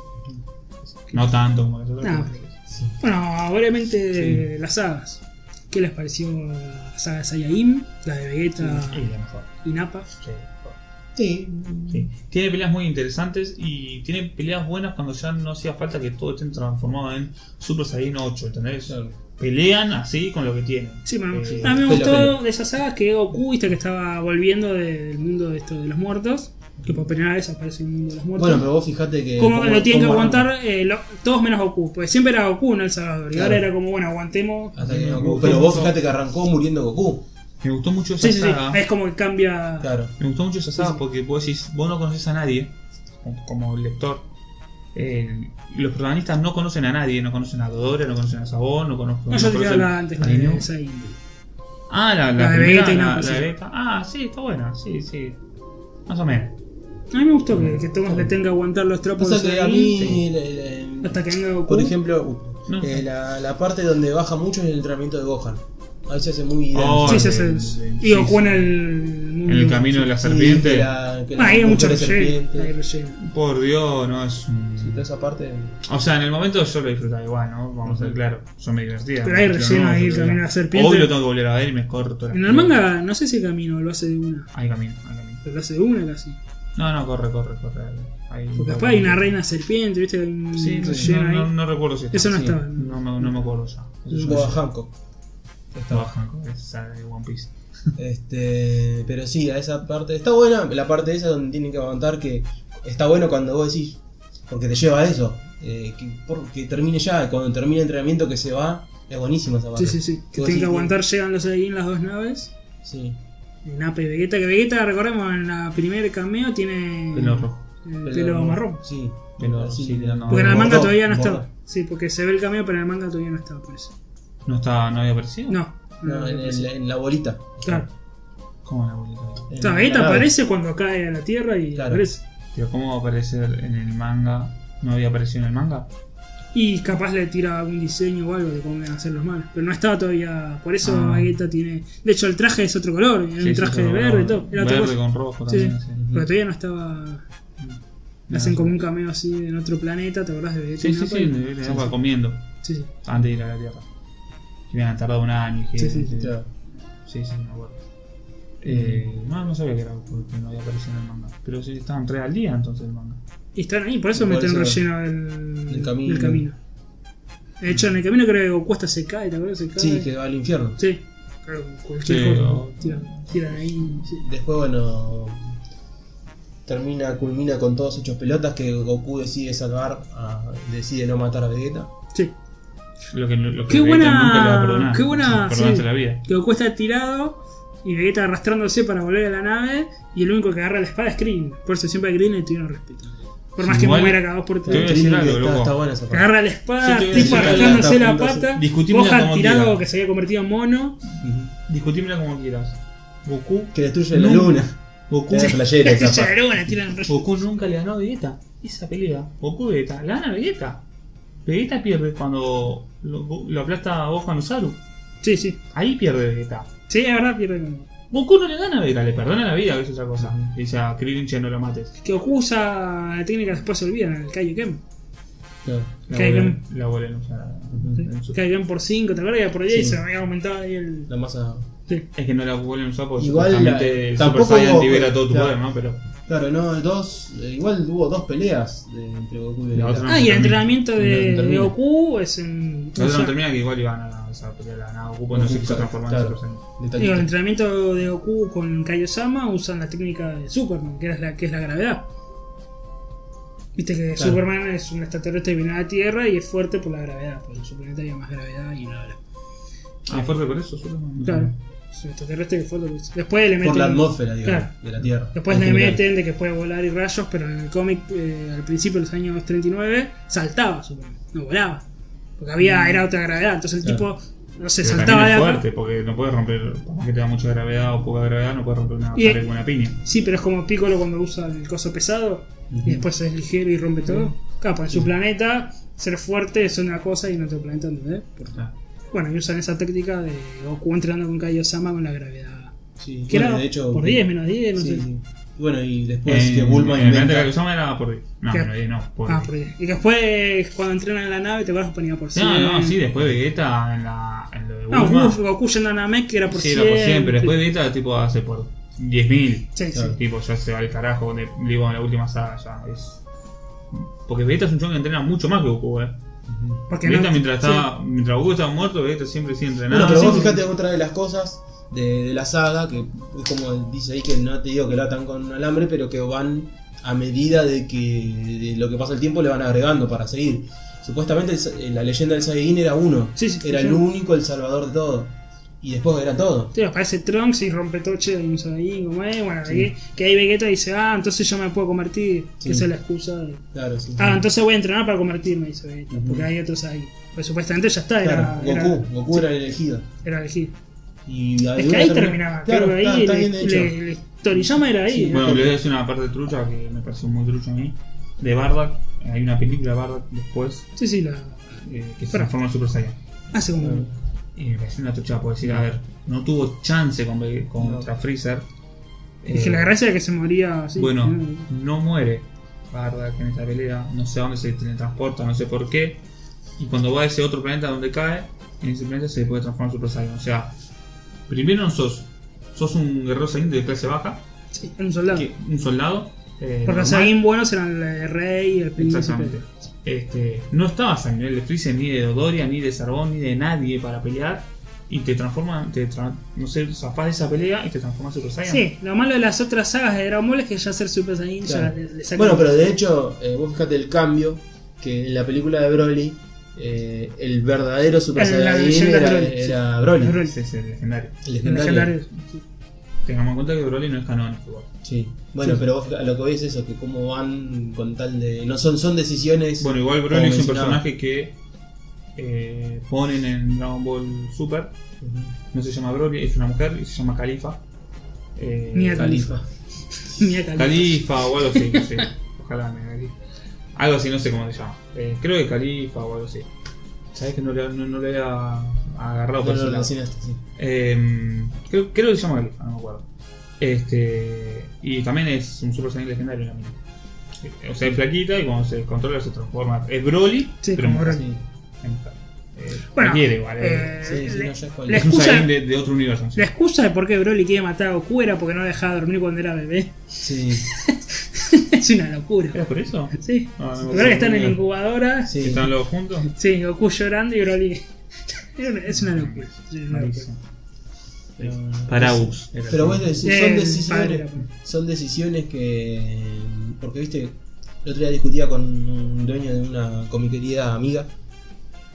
A: No tanto como las
C: No.
A: otras. pero-
B: sí.
C: Bueno, brevemente las sagas. ¿Qué les pareció la saga de Saiyajin, la de Vegeta
A: Y la mejor.
C: y Nappa?
A: Sí, mejor.
B: Sí.
A: Sí. Tiene peleas muy interesantes y tiene peleas buenas cuando ya no hacía falta que todo esté transformado en Super Saiyan 8, ¿entendés?
B: Claro.
A: Pelean así con lo que tienen.
C: Sí, bueno,
A: Eh,
C: a mí me
B: pelo,
C: gustó
B: pelo.
C: de esa saga que Goku, viste que estaba volviendo de- del mundo de, esto, de los muertos, que por primera vez aparece en el mundo de los muertos.
B: Bueno, pero vos fijate que.
C: como lo tienen que
B: cómo
C: aguantar eh, lo- todos menos Goku, porque siempre era Goku no el Salvador, y
B: Claro. Ah,
C: ahora era como, bueno, aguantemos.
B: Hasta que
A: Me
B: Goku-
A: gustó
B: Pero vos
A: mucho.
B: fijate que arrancó muriendo Goku.
A: Me gustó mucho esa
C: Sí, sí, sí,
A: saga.
C: es como que cambia...
B: Claro.
A: Me gustó mucho esa saga
C: Sí, sí.
A: porque vos decís, vos no conoces a nadie como- como lector. Eh, los protagonistas no conocen a nadie, no conocen a Dodora, no conocen a Sabón, no conocen
C: No, yo te quiero
A: conocen
C: hablar antes,
A: a
C: la de
A: Inu.
C: esa y-
A: Ah, la, la,
C: La de
A: primera,
C: Vegeta y
A: la-
C: Knuckles,
A: la de
C: sí.
A: Vegeta. Ah, sí, está buena, sí, sí. Más o menos.
C: A mí me gustó que, que Thomas le tenga que aguantar los trapos
B: Mm, Pasa que a
C: ahí,
B: mí.
C: sí,
B: el- el- el-
C: hasta que venga Goku.
B: Por ejemplo, uh,
A: No.
B: eh, la, la parte donde baja mucho es el entrenamiento de Gohan. Ahí se hace muy denso.
A: Oh,
C: sí, sí,
A: el-
C: sí.
A: el-
C: Y Goku
A: sí,
C: en
A: sí.
C: el...
A: En el camino de la
B: Sí,
A: serpiente.
B: que la- que
C: Bueno, ahí hay
B: las
C: mucho
B: mujeres
C: relleno,
B: serpientes.
C: hay relleno.
A: Por Dios, no es un-
B: Sí, toda esa parte.
A: O sea, en el momento yo lo disfrutaba igual, ¿no? Vamos a ser claros, yo me divertía.
C: Pero hay
A: no,
C: relleno
A: no,
C: ahí,
A: yo
C: el camino
A: era-
C: a la serpiente.
A: Hoy lo tengo que volver a ver y me corto. la-
C: En el manga, no sé si camino, lo hace de una.
A: Hay camino, hay camino.
C: Pero lo hace de una casi.
A: No, no, corre, corre, corre. Hay
C: Porque después hay una reina serpiente, viste, hay un
A: Sí, sí,
C: relleno
A: no,
C: ahí.
A: no, no recuerdo si está.
C: Eso no
B: sí.
C: estaba.
A: No, me- no me acuerdo ya. Eso yo
B: Boa
A: sé.
B: Hancock.
A: Está bajando, esa de One Piece.
B: Este, pero sí, a esa parte está buena, la parte esa donde tienen que aguantar que está bueno cuando vos decís, porque te lleva a eso, eh, que, por- que termine ya, cuando termine el entrenamiento que se va, es buenísima esa parte.
C: Sí, sí, sí. Que
B: Vos
C: tienen que
B: decís,
C: aguantar, llegan los ahí en las dos naves.
B: Sí,
C: En Napa y Vegeta, que Vegeta, recordemos, en la primer cameo tiene
A: Pelo rojo.
C: el pelo marrón.
B: Sí,
A: Pelo- sí, no, no.
C: Porque en el manga
B: Ah, bordó,
C: todavía no
B: bordó.
C: estaba. Sí, porque se ve el cameo, pero en el manga todavía no estaba por eso.
A: ¿No, está, ¿No había aparecido?
C: No.
B: No, en, el- en la bolita.
C: Claro.
A: ¿Cómo la bolita?
B: en
C: Claro,
B: la
C: Vegeta
B: nave.
C: aparece cuando cae a la tierra y
B: Claro.
C: aparece.
A: Pero ¿cómo va a aparecer en el manga? ¿No había aparecido en el manga?
C: Y capaz le tira algún diseño o algo de cómo iban a hacer los malos. Pero no estaba todavía. Por eso
A: Ah.
C: Vegeta tiene. De hecho, el traje es otro color. Era
A: Sí,
C: un
A: sí,
C: traje
A: pero-
C: verde y todo. Era otra
A: Verde
C: cosa.
A: con rojo
C: Sí,
A: también. sí.
C: Pero todavía no estaba.
A: No,
C: hacen
A: sí.
C: como un cameo así en otro planeta. ¿Te acordás de Vegeta?
A: Sí,
C: y
A: sí,
C: Nappa?
A: sí, me
B: Sí, sí.
A: comiendo
C: Sí, sí.
A: antes de ir a la Tierra. Que me han tardado un año. y que-
C: Sí, sí,
B: Claro.
A: Sí, sí, me acuerdo. Eh, no, no sabía que era porque no había aparecido en el manga. Pero sí, estaban tres al día entonces el manga.
C: Y están ahí, por eso
B: Por
C: meten
B: eso-
C: relleno el,
B: el camino.
C: del camino. De hecho, en el camino creo que Goku hasta se cae, ¿te acuerdas? Se cae.
B: Sí, que va al infierno.
C: Sí. Claro, cualquier
A: Sí,
C: cosa.
A: o-
C: Tiran, tiran ahí. sí.
B: Después, bueno, termina, culmina con todos hechos pelotas que Goku decide salvar, a- decide no matar a Vegeta.
C: sí.
A: Lo que, lo que
C: Qué
A: Vegeta
C: buena-
A: nunca le va a perdonar.
C: qué buena-
A: Sí, perdonarse
C: sí.
A: la vida.
C: que Goku está tirado y Vegeta arrastrándose para volver a la nave y el único que agarra la espada es Krillin. Por eso siempre a Krillin le tuvieron respeto. Por más que
A: Igual,
C: muera cada dos por
A: Te voy a
C: tres.
A: decir
B: Increíble,
A: algo,
B: está,
A: loco.
B: está buena esa
C: Que
B: parte.
C: agarra la espada,
A: Yo te voy a
C: tipo
A: decir algo,
C: arrastrándose
B: está
C: la
B: junto,
C: pata,
A: sí. Discutímela
C: Gohan
A: como
C: tirado
A: quiera.
C: que se había convertido en mono.
B: Ujú.
A: Discutímela como quieras. Goku,
B: Que destruye la
A: No.
B: luna.
A: Goku,
B: Es playera esa
C: Ya,
B: parte.
C: pero bueno, Este tiran re-
A: Goku nunca le ganó a Vegeta. Esa pelea. Goku Vegeta. Gana Vegeta. Vegeta pierde cuando lo, lo aplasta a Gohan Usaru.
C: Sí, sí.
A: Ahí pierde Vegeta.
C: Sí, es verdad, pierde con-
A: Goku no le gana a Vegeta, le perdona la vida, que es otra cosa. Dice a Krillin che, no lo mates.
C: Que Goku usa la técnica que después se olvida en el Kaioken.
B: Claro.
A: La
C: Krillin.
A: vuelven, la vuelven a usar.
B: Ujú.
A: en su-
C: Kaioken por 5, ¿te acuerdas? Por 10
B: Sí.
C: se me había aumentado ahí el.
B: La masa.
C: Sí.
A: Es que no la vuelven a usar porque
B: Igual la-
A: supuestamente el Super
B: tampoco
A: Saiyan
B: Goku,
A: libera todo tu
B: claro.
A: poder, ¿no? Pero
B: Claro, no, dos. eh, igual hubo dos peleas de- entre Goku y Vegeta.
A: otra no.
C: Ah, y el entrenamiento
B: No,
C: de,
B: no termina.
C: de Goku es en.
A: no
C: o sea,
A: no termina que igual iban a esa pelea, la ganaba Goku cuando
B: Goku,
A: se quiso
B: claro,
A: transformar en
B: claro.
A: Super Saiyan.
C: Digo, el
B: Detallito.
C: entrenamiento de Goku con Kaiosama usan la técnica de Superman, que es la, que es la gravedad. Viste que
B: Claro.
C: Superman es un extraterrestre que viene a la Tierra y es fuerte por la gravedad, porque en su planeta había más gravedad y bla bla.
A: Ah, fuerte por eso, solo no-
C: Claro, es un extraterrestre que es fuerte por eso. Después le meten.
B: Por la atmósfera, digo,
C: Claro.
B: de la Tierra.
C: Después
B: En
C: le
B: general.
C: meten de que puede volar y rayos, pero en el cómic eh, al principio de los años 39 saltaba Superman, no volaba. Porque había, era otra gravedad, entonces el
B: Mm. Claro.
C: tipo, no sé,
A: Pero
C: saltaba
A: también
C: de
A: es
C: acá.
A: fuerte, porque no puedes romper, por más que tenga mucha gravedad o poca gravedad, no puedes romper una
C: Y-
A: pared con una piña.
C: Sí, pero es como Piccolo cuando usa el coso pesado
B: Ujú.
C: y después es ligero y rompe todo. Claro, pues en su planeta ser fuerte es una cosa y en otro planeta no, ¿eh? Bueno, y usan esa técnica de Goku entrenando con Kaiosama con la gravedad.
B: Sí,
C: Que
B: bueno,
C: era
B: de hecho.
C: por 10, menos 10, no
B: sí,
C: sé.
B: sí. Bueno, y después
A: En-
B: que Bulma
A: en el planeta
B: inventa.
A: que usamos era por 10. No,
C: ¿Qué?
A: pero 10 no, por
C: Ah,
A: 10.
C: por 10. Y después cuando entrenan en la nave te vas a poner por 100.
A: No, no, sí, después Vegeta en, la, en lo de
C: No,
A: Bulma.
C: Goku, Goku yendo a Namek que era por
A: sí,
C: 100.
A: era por siempre. Después Vegeta tipo hace por 10.000.
C: Sí,
B: Claro.
C: sí.
A: Tipo, ya se va al carajo. De, digo, en la última saga ya es. Porque Vegeta es un chon que entrena mucho más que Goku, eh.
C: Porque
A: Vegeta
C: no-
A: mientras,
C: sí.
A: estaba, mientras Goku estaba muerto, Vegeta siempre sigue
B: Bueno,
A: entrenando.
B: pero
C: sí,
B: vos
C: sí.
B: fijate otra de las cosas de, de la saga, que es como dice ahí que no te digo que lo atan con un alambre, pero que van a medida de que de lo que pasa el tiempo le van agregando para seguir. Supuestamente el sa- eh, la leyenda del Saiyajin era uno,
C: Sí, sí,
B: era
C: sí.
B: el único, el salvador de todo. Y después era todo.
C: Sí, aparece Este Trunks y rompe toche de un Saiyajin, como es, bueno,
B: Sí.
C: que, que ahí Vegeta dice, ah, entonces yo me puedo convertir,
B: Sí.
C: que esa es la excusa de...
B: Claro, sí.
C: Ah, entonces voy a entrenar para convertirme, dice Vegeta,
B: Ujú.
C: porque hay otros ahí. Pues supuestamente ya está,
B: Claro,
C: era, era,
B: Goku, Goku
C: sí,
B: era el elegido.
C: era elegido.
B: Y
C: Es que ahí terminaba,
B: Claro,
C: creo que
B: está,
C: ahí
B: está
C: le-
B: bien hecho.
C: le- le- Toriyama era ahí.
B: Sí,
C: ¿no?
A: Bueno, le voy a decir una parte trucha que me pareció muy trucha a mí. De Bardock. Hay una película de Bardock después
C: Sí, sí, la...
A: eh, que se
C: Pero-
A: transforma en Super Saiyan.
C: Hace como...
B: Claro.
A: Y me pareció una trucha por decir, a ver, no tuvo chance con, Ve- contra Freezer.
C: Es que
A: Eh,
C: la gracia era que se moría así.
A: Bueno,
C: ¿no?
A: no muere Bardak en esta pelea, no sé a dónde se teletransporta, no sé por qué. Y cuando va a ese otro planeta donde cae, en ese planeta se puede transformar en Super Saiyan. O sea, primero no sos, sos un guerrero Saiyan de clase baja,
C: Sí, era un soldado.
A: que- un soldado. eh,
C: Porque
A: normal.
C: los Saiyajin buenos eran el rey y el príncipe.
A: Exactamente. Este, no estabas a nivel de Freezer, ni de Dodoria, ni de Sarbón, ni de nadie para pelear. Y te transforman, te tra- no sé, zafás de esa pelea y te transformas en Super Saiyan.
C: Sí, lo malo de las otras sagas de Dragon Ball es que ya ser Super Saiyan
B: Claro.
C: ya le, le saca-
B: Bueno, pero de hecho, eh, vos fijate el cambio que en la película de Broly, eh, el verdadero Super
C: En la
B: Saiyajin
C: leyenda de
B: era,
C: Broly,
B: era Broly.
C: Broly.
A: Ese es el legendario.
B: el
C: en
B: legendario.
C: legendario.
A: Tengamos en cuenta que Broly no es canónico. igual.
B: Sí. Bueno,
C: Sí.
B: pero vos, a lo que ves es eso, que cómo van con tal de. No son, son decisiones.
A: Bueno, igual
B: como
A: Broly es un
B: mencionaba.
A: personaje que eh, ponen en Dragon Ball Super. No se llama Broly, es una mujer y se llama Califa. Eh,
C: Mía Califa.
B: Califa.
C: Mía Califa.
A: Califa o algo así, no sé. Ojalá me haga así. Algo así, no sé cómo se llama. Eh, creo que Califa o algo así. Sabes que no le, no, no le había agarrado por
B: No lo
A: ese lado.
B: relacionaste, sí.
A: Eh, creo, creo que se llama Califa, no me acuerdo. Este, y también es un Super Saiyan legendario la mina. O sea, es flaquita y cuando se descontrola se transforma. Es Broly,
C: Sí,
A: pero
C: como
A: en-
C: Broly.
B: Sí,
A: en mujer. Eh,
C: Bueno,
A: quiere igual. eh.
C: eh,
B: sí, sí,
C: le-
B: no, ya es cual.
C: la
A: es un
C: excusa-
A: Saiyan de, de otro universo. en sí.
C: La excusa de por qué Broly quiere matar a Goku era porque no lo dejaba dormir cuando era bebé.
B: Sí,
C: es una locura.
A: ¿Era por eso?
C: Sí.
A: Ah, no me
C: Broly está en la
A: acuerdo.
C: incubadora. Sí.
B: sí.
A: ¿Están los dos juntos?
C: Goku llorando y Broly. Era una- es una locura.
A: Ah,
C: es una locura.
B: Pero-
A: Paragus.
B: Pero bueno, es-
C: Eh,
B: son
C: el
B: decisiones,
C: padre era-
B: son decisiones que. Porque viste, el otro día discutía con un dueño de una comiquería amiga,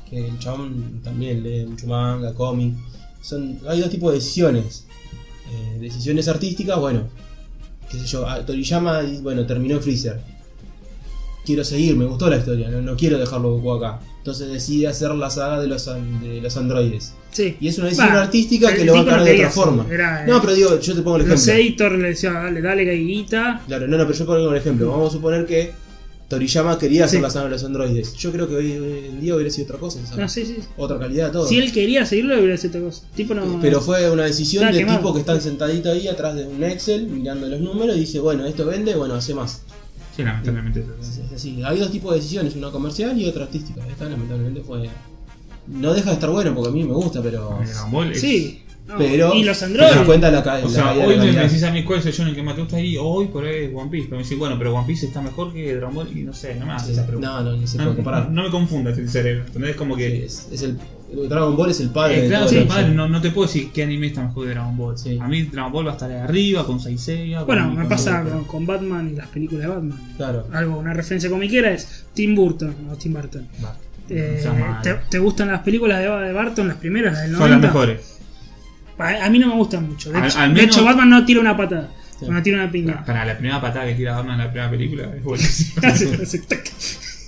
B: que el chabón también lee mucho manga, cómic. Son, hay dos tipos de decisiones. Eh, decisiones artísticas, bueno, qué sé yo, a- Toriyama, y, bueno, terminó Freezer. Quiero seguir, me gustó la historia, no, no quiero dejarlo Goku acá. Entonces decide hacer la saga de los, an- de los androides.
C: Sí.
B: Y es una decisión
C: Bah,
B: artística
C: el
B: que lo va a
C: tipo no
B: cargar de
C: quería
B: otra forma.
C: hacer, era, eh,
B: no, pero digo, yo te pongo el
C: Los
B: ejemplo.
C: editors le decían, dale, dale, gaiguita.
B: Claro, no, no, pero yo pongo el ejemplo. Vamos a suponer que Toriyama quería hacer
C: Sí.
B: la saga de los androides. Yo creo que hoy, hoy en día hubiera sido otra cosa. esa
C: No,
B: saga.
C: sí, sí.
B: Otra calidad, todo.
C: Si él quería seguirlo, le hubiera hecho otra cosa. Tipo, no.
B: Pero fue una decisión
C: Está
B: de
C: quemado.
B: tipo que están sentaditos ahí atrás de un Excel mirando los números y dice, bueno, esto vende, bueno, hace más.
A: Sí, lamentablemente. eso
B: Es
A: sí.
B: es así. Hay dos tipos de decisiones, una comercial y otra artística. Esta lamentablemente fue... No deja de estar bueno porque a mí me gusta, pero...
A: Dragon Ball es-
C: Sí. No,
B: Pero...
C: Y los
B: te das
C: androides.
B: cuenta la, ca-
A: O
B: la
A: sea,
B: caída de
A: hoy
B: la
A: me
B: calidad.
A: decís a mí cuál es el shonen que más te gusta y hoy por ahí es One Piece. Pero me decís, bueno, pero One Piece está mejor que Dragon Ball y no sé, no me haces esa pregunta.
B: No, no, no se
A: ah, No,
B: puede comparar.
A: no me confundas el cerebro, ¿entendés? Como que.
B: Es, es el, Dragon Ball es el padre
A: Eh,
B: de
A: claro,
B: todo
A: sí,
B: lo que-
A: padre, no, no te puedo decir qué anime está mejor que Dragon Ball.
B: Sí.
A: A mí Dragon Ball va a estar ahí arriba, con Saiseiya.
C: Bueno,
A: con-
C: me
A: con-
C: pasa con, con Batman y las películas de Batman.
B: Claro.
C: Algo, una referencia comiquera es Tim Burton, no Tim Burton.
A: Va,
C: Eh,
A: no seas malo.
C: ¿te, te gustan las películas de, de Burton, las primeras, las del 90?
A: Son las mejores.
C: A, a mí no me gustan mucho. De,
A: Al-
C: hecho,
A: al
C: de
A: menos-
C: hecho, Batman no tira una patada,
B: Sí.
C: no tira una piña.
A: Para la primera patada que tira Batman en la primera película es buenísima.
C: Hace- hace tac.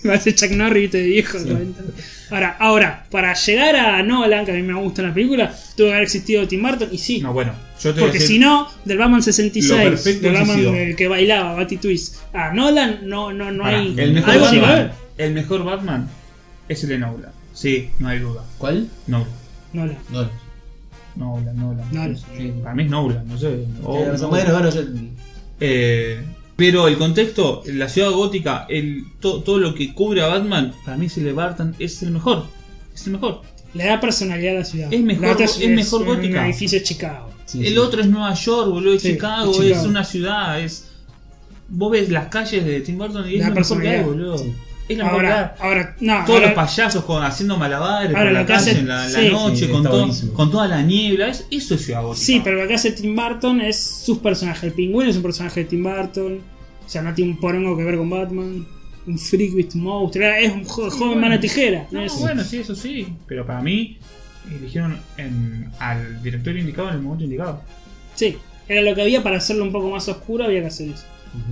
C: Me hace Chuck Norris, viste, de viejo.
B: Sí.
C: con la ventana. Ahora, ahora, para llegar a Nolan, que a mí me gusta la película, tuvo que haber existido Tim Burton y sí.
A: No, bueno, yo te voy a
C: Porque
A: decir.
C: si no, del Batman
A: Lo
C: 66,
A: perfecto
C: del Batman
A: hubiese sido.
C: el que bailaba, Batty Twist, a Nolan no, no, no
A: Pará,
C: hay
A: el, mejor
C: algo similar.
A: Batman, el mejor Batman es el de Nolan. Sí, no hay duda.
B: ¿Cuál?
A: Nolan.
C: Nolan.
B: No.
A: Nolan, Nolan.
C: Nolan.
A: Sí, para mí es Nolan, no sé. o
B: Tenés razón.
A: Nolan.
B: bueno, bueno, yo.
A: Eh, pero el contexto, la ciudad gótica, el, to- todo lo que cubre a Batman, para mí es el de Barton es el mejor. Es el mejor.
C: Le da personalidad a la ciudad.
A: Es mejor-
C: La otra
A: es mejor
C: un
A: gótica.
C: edificio de Chicago.
B: Sí,
A: el
B: sí.
A: otro es Nueva York, boludo, es
C: Sí,
A: Chicago,
C: es
A: es
C: Chicago.
A: una ciudad, es. Vos ves las calles de Tim Burton y es
C: La
A: la mejor que hay,
C: personalidad.
A: boludo.
B: Sí.
A: Es la mejor que hay.
C: Ahora, ahora, no,
A: Todos
C: ahora-
A: los payasos con, haciendo malabares
C: Ahora,
A: por la
C: lo que hace-
A: calle en la, en la
C: sí.
A: noche,
B: Sí,
A: con,
B: está
A: todo-
B: buenísimo.
A: con toda la niebla. es- eso es ciudad gótica.
C: Sí, pero lo que hace Tim Burton es sus personajes. El pingüino es un personaje de Tim Burton. O sea, no tiene un porongo que ver con Batman. Un freak with monster. Es un jo-
A: Sí,
C: joven
A: bueno.
C: mano tijera.
A: No,
C: es-
A: bueno, sí, eso sí. Pero para mí, eligieron en- al director indicado en el momento indicado.
C: Sí, era lo que había para hacerlo un poco más oscuro. Había que hacer eso.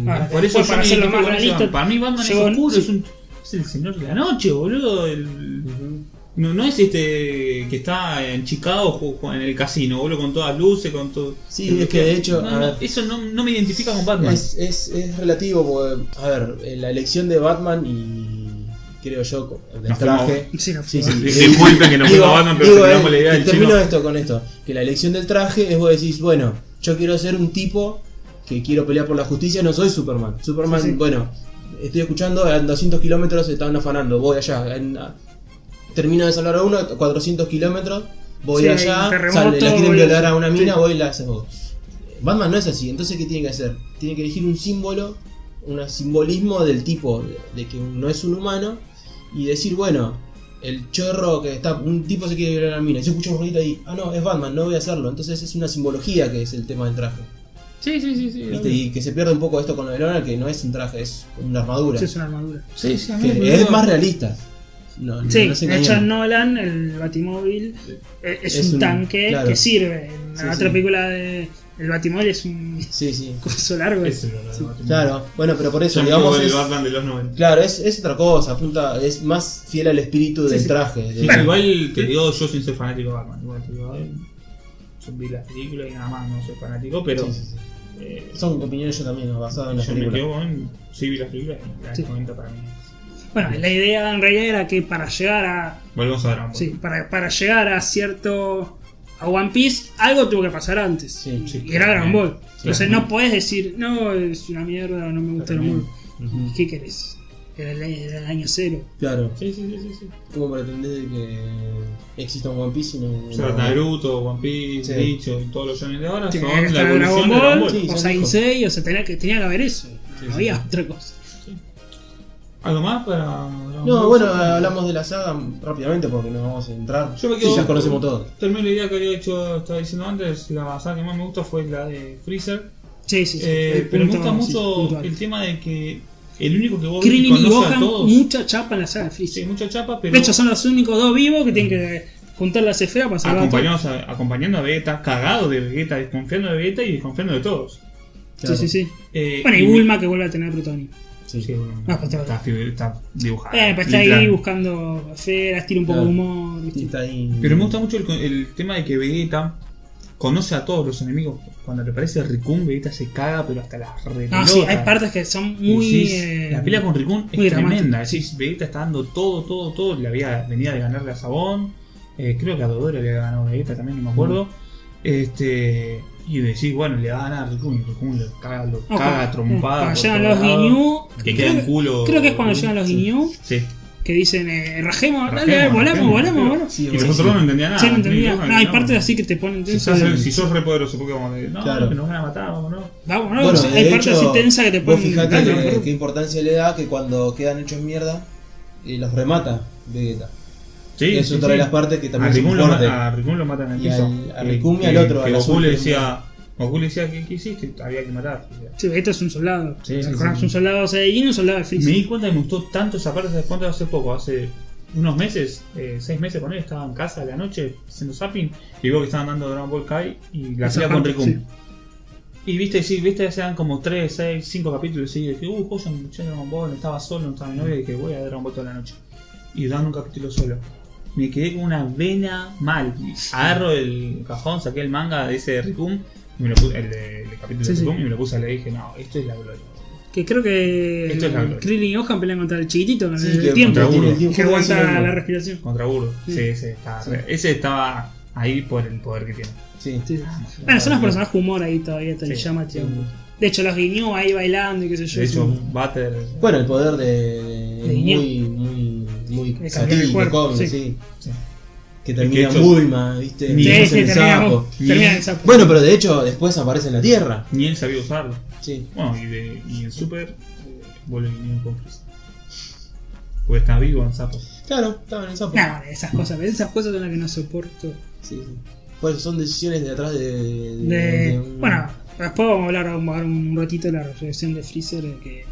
B: Ujú.
C: Ah,
A: Por eso
C: después,
A: yo
C: para
A: me identifico
C: hacerlo más
A: con ese
C: realista,
A: Batman. Para mí, Batman es
C: llegó-
A: oscuro,
C: sí.
A: es, un- es el señor de la noche, boludo. el-
B: Ujú.
A: no, no es este que está en Chicago ju- ju- en el casino, boludo, con todas luces, con todo.
B: Sí, es que de hecho,
A: No,
B: a
A: no,
B: ver.
A: eso no, no me identifica con Batman.
B: Es, es, es relativo, porque, a ver, eh, la elección de Batman y creo yo, del
A: Nos
B: traje.
C: Sí, no,
B: Sí,
C: fue-
B: sí.
A: Disculpen que nos
B: Digo,
A: gusta Batman, pero
B: digo,
A: terminamos
B: eh,
A: la idea del
B: termino
A: chico.
B: esto con esto, que la elección del traje es vos decís, bueno, yo quiero ser un tipo que quiero pelear por la justicia, no soy Superman. Superman,
C: Sí, sí.
B: bueno, estoy escuchando, a 200 kilómetros están afanando, voy allá. en- a- termino de salvar a uno, 400 kilómetros, voy
C: Sí, hay
B: allá,
C: un terremoto,
B: sale, la quieren
C: voy a-
B: violar a una mina,
C: sí.
B: voy y la hacemos. Batman no es así, entonces ¿qué tiene que hacer? Tiene que elegir un símbolo, un simbolismo del tipo, de que no es un humano, y decir, bueno, el chorro que está, un tipo se quiere violar a la mina, y yo escucho un ruido ahí, ah no, es Batman, no voy a hacerlo, entonces es una simbología que es el tema del traje.
A: Sí, sí, sí. Sí,
B: ¿viste? Y que se pierde un poco esto con lo de Lona, que no es un traje, es una armadura,
C: sí, es una armadura.
A: sí, sí, a mí
B: que
A: me
B: es
A: gusta.
B: más realista. No, no-
C: Sí,
B: no se
C: de hecho
B: engañemos.
C: Nolan, el Batimóvil, eh, es,
B: Es
C: un,
B: un-
C: tanque
B: claro.
C: que sirve. En la
B: Sí,
C: otra
B: sí.
C: película de El Batimóvil es un
B: Sí, sí.
C: coso largo.
A: Eso
C: Es,
A: no, no,
C: sí.
A: no, no.
B: Claro, bueno, pero por eso,
A: Ya me
B: digamos,
A: jugó el
B: es-
A: Batman de los 90.
B: Claro, es, es otra cosa, apunta, es más fiel al espíritu
C: Sí,
B: del
C: sí.
B: traje. de-
A: Sí, igual te digo, yo sin ser fanático de Batman. Igual te digo, eh, yo vi las películas y nada más, no soy fanático, pero.
B: Sí, sí, sí.
A: eh,
B: Son opiniones yo también, basadas en las
A: yo me
B: películas.
A: quedo con. Sí, vi las películas y las
C: Sí.
A: 90 para mí.
C: Bueno, la idea en realidad era que para llegar a
A: Volvemos a Dragon Ball.
C: Sí, para, para llegar a cierto. a One Piece, algo tuvo que pasar antes.
B: Sí,
C: Y-
A: sí,
C: y era Dragon Ball.
A: sí,
C: Entonces
A: claro.
C: no puedes decir, no, es una mierda, no me gusta Dragon Ball.
B: Ujú.
C: ¿Qué querés? Era el, era el año cero.
B: Claro,
A: pues, Sí, sí, sí, sí. sí.
B: ¿cómo pretendés que exista un One Piece y no.
A: O sea,
B: no-
A: Naruto, One Piece,
B: Sí.
A: Bicho y todos los shonen de ahora
C: Tenía que
A: son la
C: estar Dragon
A: evolución de Dragon
C: Ball,
A: Ball.
B: Sí,
C: o
B: ya
C: Saint
B: dijo.
C: Seiya, o sea, tenía que, tenía que haber eso.
A: Sí,
C: no
A: sí,
C: había
A: sí.
C: otra cosa.
A: ¿Algo más para.? Dragon
B: No,
A: Ball?
B: bueno,
A: Sí.
B: hablamos de la saga rápidamente porque no vamos a entrar.
A: Yo me
B: Sí,
A: quedo-
B: ya conocemos todo.
A: Termino la idea que había hecho, estaba diciendo antes. La saga que más me gusta fue la de Freezer.
C: Sí, sí, sí.
A: Eh,
C: El
A: pero me gusta
C: punto, sí,
A: mucho
C: puntual.
A: el tema de que el único que vos
C: Krillin y
A: conoce a
C: Gohan,
A: todos.
C: mucha chapa en la saga de Freezer.
A: Sí, mucha chapa, pero
C: de hecho, son los únicos dos vivos que tienen que juntar las esferas para salvar a todos.
A: acompañados a- acompañando a Vegeta, cagado de Vegeta, desconfiando de Vegeta y desconfiando de todos.
B: Claro.
C: Sí, sí, sí.
A: Eh,
C: Bueno, y Bulma que vuelve a tener protagonismo.
B: Sí.
A: sí, Bulma.
C: Ah, pues,
A: está, fi- está dibujada.
C: Eh, pues está ahí
A: literal.
C: buscando esferas, tira un poco
B: Claro.
C: de humor. ¿viste?
B: Sí, está ahí.
A: Pero me gusta mucho el, el tema de que Vegeta conoce a todos los enemigos. Cuando le aparece Rikun, Vegeta se caga, pero hasta las
C: No,
A: repelotas.
C: sí, hay partes que son muy.
A: Decís,
C: eh,
A: la pelea con Rikun
C: muy
A: es
C: dramática.
A: tremenda. Decís, Vegeta está dando todo, todo, todo. Le había venía de ganarle a Sabón. Eh, creo que a Dodoro le había ganado Vegeta también, no me acuerdo. Este. Y decís, bueno, le va a ganar a Rikun. Y Rikun lo caga, lo
C: no,
A: caga
C: cuando-
A: a trompada.
C: eh, Cuando
A: por
C: llegan
A: todos
C: los
A: lados,
C: Ginyu.
A: Que queda en
C: creo,
A: culo.
C: creo que es cuando llegan los
A: Sí.
C: Ginyu
A: Sí.
C: que dicen, eh,
B: Ah,
C: rajemos, dale,
A: Rajemos, rajemos,
C: volamos, volamos,
A: rajemos. Ah,
C: volamos.
B: Sí,
A: Y
B: bueno,
A: los
B: sí. Ah,
A: otros no entendían nada.
C: Sí, no entendía.
A: Rikun,
C: No, hay
A: no.
C: partes así que te ponen
A: Si
C: tenso.
A: sos,
C: de-
A: si sos re poderoso, porque vamos a decir, no,
B: Claro.
A: que nos van a matar, vámonos.
C: Vamos, no,
B: Bueno,
C: o sea, hay
B: de
C: partes
B: hecho,
C: así tensas que te
B: vos
C: ponen.
B: fijate
C: dale,
B: que-
C: boludo.
B: qué importancia le da que cuando quedan hechos mierda, eh, los remata Vegeta.
A: Sí,
B: es
A: sí,
B: otra
A: sí.
B: de las partes que
A: A
B: también
A: Rikun,
B: es
A: lo,
B: fuerte.
A: ma- a Rikun lo matan en el
B: Y
A: piso.
B: al- a
A: Que-
B: Rikun y al
A: que-
B: otro, a
A: Que
B: la
A: Goku
B: azul,
A: le
B: que-
A: decía, Goku le decía, ¿qué, qué hiciste? Había que matar. O sea,
C: Sí, Vegeta es un soldado.
A: Sí,
C: O sea,
A: sí,
C: Gohan
A: sí.
C: es un soldado de Saiyajin y un soldado de
A: Me
C: Freezer.
A: di cuenta que me gustó tanto esa parte, ¿sabes cuánto? Hace poco, hace unos meses, eh, seis meses con él, estaba en casa a la noche haciendo zapping y veo que estaban dando Dragon Ball Kai y la
C: Esa
A: hacía con
C: parte,
A: Rikun. Y viste, sí, viste, hacían como 3, 6, 5 capítulos y dije, uh, joya, me escuché Dragon Ball, no estaba solo, no estaba mi novia, y dije, voy a ver Dragon Ball toda la noche. Y dando un capítulo solo. Me quedé con una vena mal. Agarro el cajón, saqué el manga de ese de Rikun, y me lo puse, el, de- el capítulo
C: Sí,
A: de
C: sí.
A: Rikun, y me lo puse y le dije, no, esto es la gloria.
C: Que creo que.
A: Esto es la gloria.
C: Krillin y Gohan pelean contra el chiquitito con
B: Sí,
C: el
B: que
C: tiempo.
A: contra Uro.
C: Que aguanta la respiración.
A: Contra Burro.
C: Sí.
A: Sí, ese, estaba, re- ese estaba ahí por el poder que tiene.
B: Sí.
C: Sí. Bueno, son los personajes de humor ahí todavía, te
A: Sí.
C: le llama, tío.
B: Sí.
C: De hecho, los guiñó ahí bailando y qué sé yo.
A: De hecho,
C: son-
A: Butter.
B: Bueno, el poder de.
C: De
B: muy, muy, muy
C: De cambiar el
B: sutil, de
C: cuerpo,
B: cómic,
C: sí.
B: sí.
A: sí.
B: que termina
A: hecho-
B: Bulma, ¿viste?
A: Ni- Sí,
B: Meterse
C: Sí,
A: es
C: sí,
B: en el
C: termina,
B: sapo.
C: con- termina en el sapo.
B: Bueno, pero de hecho después aparece en la Tierra.
A: Ni él sabía usarlo.
B: Sí.
A: Bueno, y, de, y en Super eh, vuelve viniendo con Freezer. Porque está vivo en Sapo.
B: Claro, estaba en el sapo.
C: Nada, esas cosas, esas cosas son las que no soporto.
B: Sí, sí. Por eso son decisiones de atrás de. de-
C: De-
B: de un-
C: Bueno, después vamos a hablar vamos a dar un ratito de la reflexión de Freezer, de que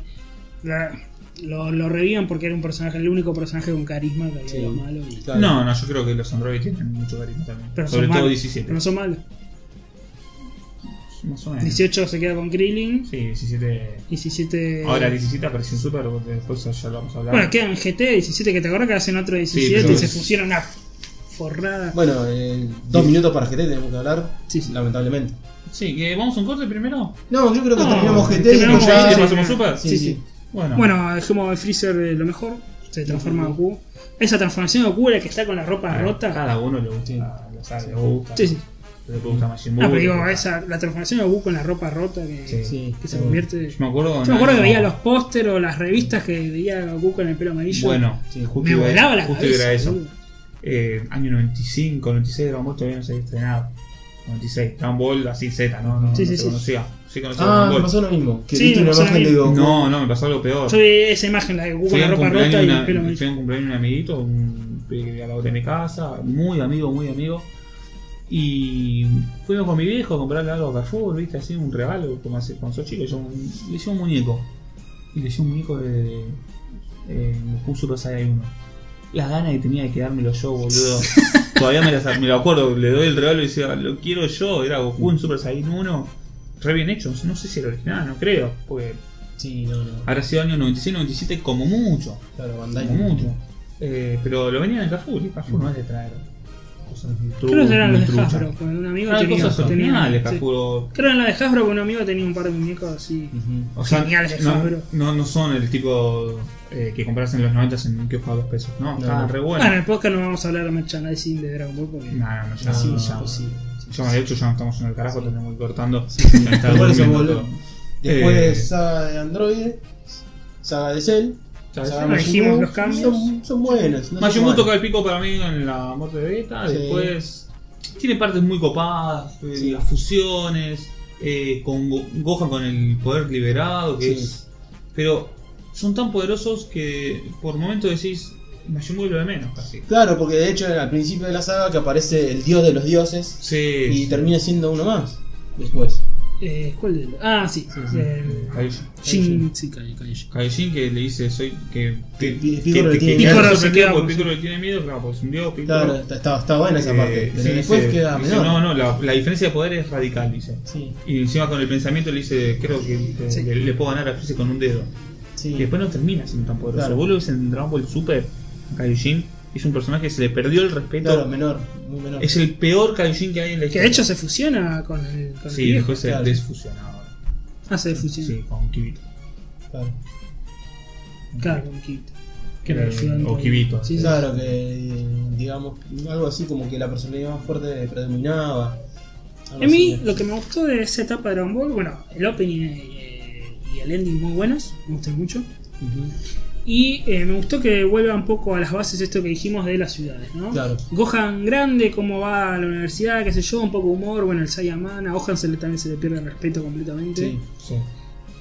C: la- lo, lo revivan porque era un personaje, el único personaje con carisma que había
B: Sí.
C: de lo malo. y-
B: claro.
A: No, no, yo creo que los androides tienen mucho carisma también.
C: Pero
A: Sobre
C: son
A: todo
C: malos.
A: 17.
C: Pero no son malos.
A: Más o menos.
C: 18 se queda con Krillin,
A: Sí, 17.
C: 17...
A: Ahora 17 apareció en Super, porque después ya lo vamos a hablar.
C: Eh. Bueno, quedan GT 17, que te acordás que hacen otro 17
A: pero
C: y se
A: es-
C: fusionan una forrada.
B: Bueno, eh, dos
A: Sí.
B: minutos para GT tenemos que hablar.
C: Sí, sí.
B: Lamentablemente.
A: Sí, que vamos a un corte primero.
B: No, yo creo que
C: No,
B: terminamos GT y
C: terminamos
B: ya-
A: ¿Y
C: sí,
A: te pasamos
C: sí.
A: Super?
B: Sí,
C: Sí,
B: sí.
C: sí.
A: Bueno.
C: Bueno, dejemos a Freezer eh, lo mejor, se transforma en Goku. Esa transformación de Goku, la que está con la ropa
A: a
C: rota.
A: Cada uno le gusta la saga, le gusta.
C: Sí, sí.
A: Le gusta Majin Buu,
C: No, Ah, pero digo,
A: le gusta-
C: esa, la transformación de Goku con la ropa rota que,
A: Sí.
B: Sí,
C: que se convierte.
A: Yo me acuerdo.
C: Yo me acuerdo que
A: no,
C: veía los póster o las revistas que veía a Goku con el pelo amarillo.
A: Bueno,
B: Sí,
A: justo
C: me
A: iba a-
C: volaba la
A: justo
C: cabeza.
A: iba a eso.
C: boludo.
A: eh, año 95, 96 Dragon Ball todavía no se había estrenado. 96, Dragon Ball así Z, no, no,
C: Sí,
A: no se
C: sí, sí.
A: conocía. Sí conocía
B: Ah, me
A: Dragon Ball.
B: pasó lo mismo. Que
C: Sí,
B: viste
C: me
B: una
C: pasó lo
B: imagen de
C: mismo.
B: Goku.
A: No, no, me pasó algo peor.
C: Yo vi esa imagen, la de Goku con
A: Fui a
C: la
A: un
C: ropa rota
A: cumpleaños,
C: y
A: de
C: el pelo
A: una, fui
C: amarillo.
A: a un cumpleaños de un amiguito, un pibe que a la otra de mi casa, muy amigo, muy amigo. Y fuimos con mi viejo a comprarle algo a Carrefour, viste, así un regalo, como hace con esos chicos, yo un- le hice un muñeco. Y le hice un muñeco de. Eh, Goku Super Saiyan 1. Las ganas que tenía de quedármelo yo, boludo. Todavía me, las, me lo acuerdo, le doy el regalo y decía, lo quiero yo, era Goku en Super Saiyan 1. Re bien hecho, no sé si era original, no creo, porque
B: Sí, no, no.
A: habrá sido año 96-97 como mucho.
B: Claro, Bandai.
A: Como mucho. Eh, pero lo venían en Carrefour, y Carrefour no es de traer cosas muy tru-
C: Creo que eran
A: muy
C: los de
A: truchas.
C: Hasbro, con un amigo
A: Traer
C: tenía.
A: Ah, cosas
C: tenía-
A: originales,
C: sí.
A: Carrefour.
C: Creo que en la de Hasbro, con un amigo tenía un par de muñecos así.
B: Ujú.
A: O sea,
C: Geniales de
A: no,
C: Hasbro.
A: no, no son el tipo eh, que compras en los 90 en un kiosco a dos pesos. No,
B: No,
A: estaban
B: no.
A: re
C: Bueno, Ah, en
A: buenos.
C: el podcast no vamos a hablar de merchandising de Dragon Ball porque.
A: No, no, no, ya,
B: No,
A: Ah, sí,
B: no,
A: ya.
B: Ah, imposible.
A: Ya de hecho ya no estamos en el carajo, tenemos que ir cortando.
B: Por eso
A: volviendo
B: volvemos.
A: todo.
B: Después
A: Eh.
B: saga de Android, saga de Cell,
A: Ya decía.
B: saga de
C: Bueno,
B: Majin
C: dijimos
B: Buu,
C: los cambios.
B: Son, son buenas. no son
A: Majin Buu
B: malas.
A: toca el pico para mí en la muerte de Beta,
B: Sí.
A: después tiene partes muy copadas, eh,
B: Sí.
A: las fusiones, eh, con Go- Gohan con el poder liberado, que
B: Sí.
A: es... Pero son tan poderosos que por momentos decís, Majin Buu es lo de menos casi.
B: Claro, porque de hecho al principio de la saga que aparece el dios de los dioses y
A: Sí,
B: termina siendo uno más después.
C: Eh, ¿Cuál de los- Ah, sí.
B: sí.
C: eh,
A: Kaijin.
C: Shin. Sí, Kai- Kaijin.
A: Kaijin que le dice soy que
B: Que Pi- Piccolo le tiene
C: miedo. Piccolo se
A: sorprendido
C: queda
A: porque
C: con-
A: Piccolo le tiene miedo, claro, porque es un dios Piccolo.
B: Claro, está, está, está buena esa
A: Eh,
B: parte. Pero
A: sí,
B: después
A: dice-
B: queda
A: dice,
B: menor.
A: No, no, la, la diferencia de poder es radical, dice.
B: Sí,
A: Y encima con el pensamiento le dice, creo que dice,
C: Sí.
A: le, le puedo ganar a Freezer con un dedo.
B: sí.
A: Y después no termina siendo tan poderoso.
B: Claro.
A: Vos lo ves en Dragon Ball Super, Kaioshin es un personaje que se le perdió el respeto.
B: claro, menor, muy menor.
A: Es el peor Kaioshin que hay en la
C: Que
A: historia.
C: de hecho se fusiona con el. Con el
A: Sí,
C: viejo.
A: después se
B: claro.
A: desfusionaba. ahora.
C: Ah, se fusiona.
A: Sí, con Kibito.
B: Claro.
C: Claro, con Kibito. Que era
A: Eh,
C: el ayudante.
A: o Kibito. Ah,
C: Sí, sí.
B: Claro que, digamos, algo así como que la personalidad más fuerte predominaba. algo
C: A mí
B: así.
C: lo que me gustó de esa etapa de Dragon Ball, bueno, el opening eh, y el ending muy buenos, me gustan mucho.
B: Ujú,
C: Y eh, me gustó que vuelva un poco a las bases esto que dijimos de las ciudades, ¿no?
B: Claro.
C: Gohan grande, cómo va a la universidad, qué sé yo, un poco de humor, bueno, el Saiyaman, a Gohan se le, también se le pierde el respeto completamente.
B: Sí.
A: Sí.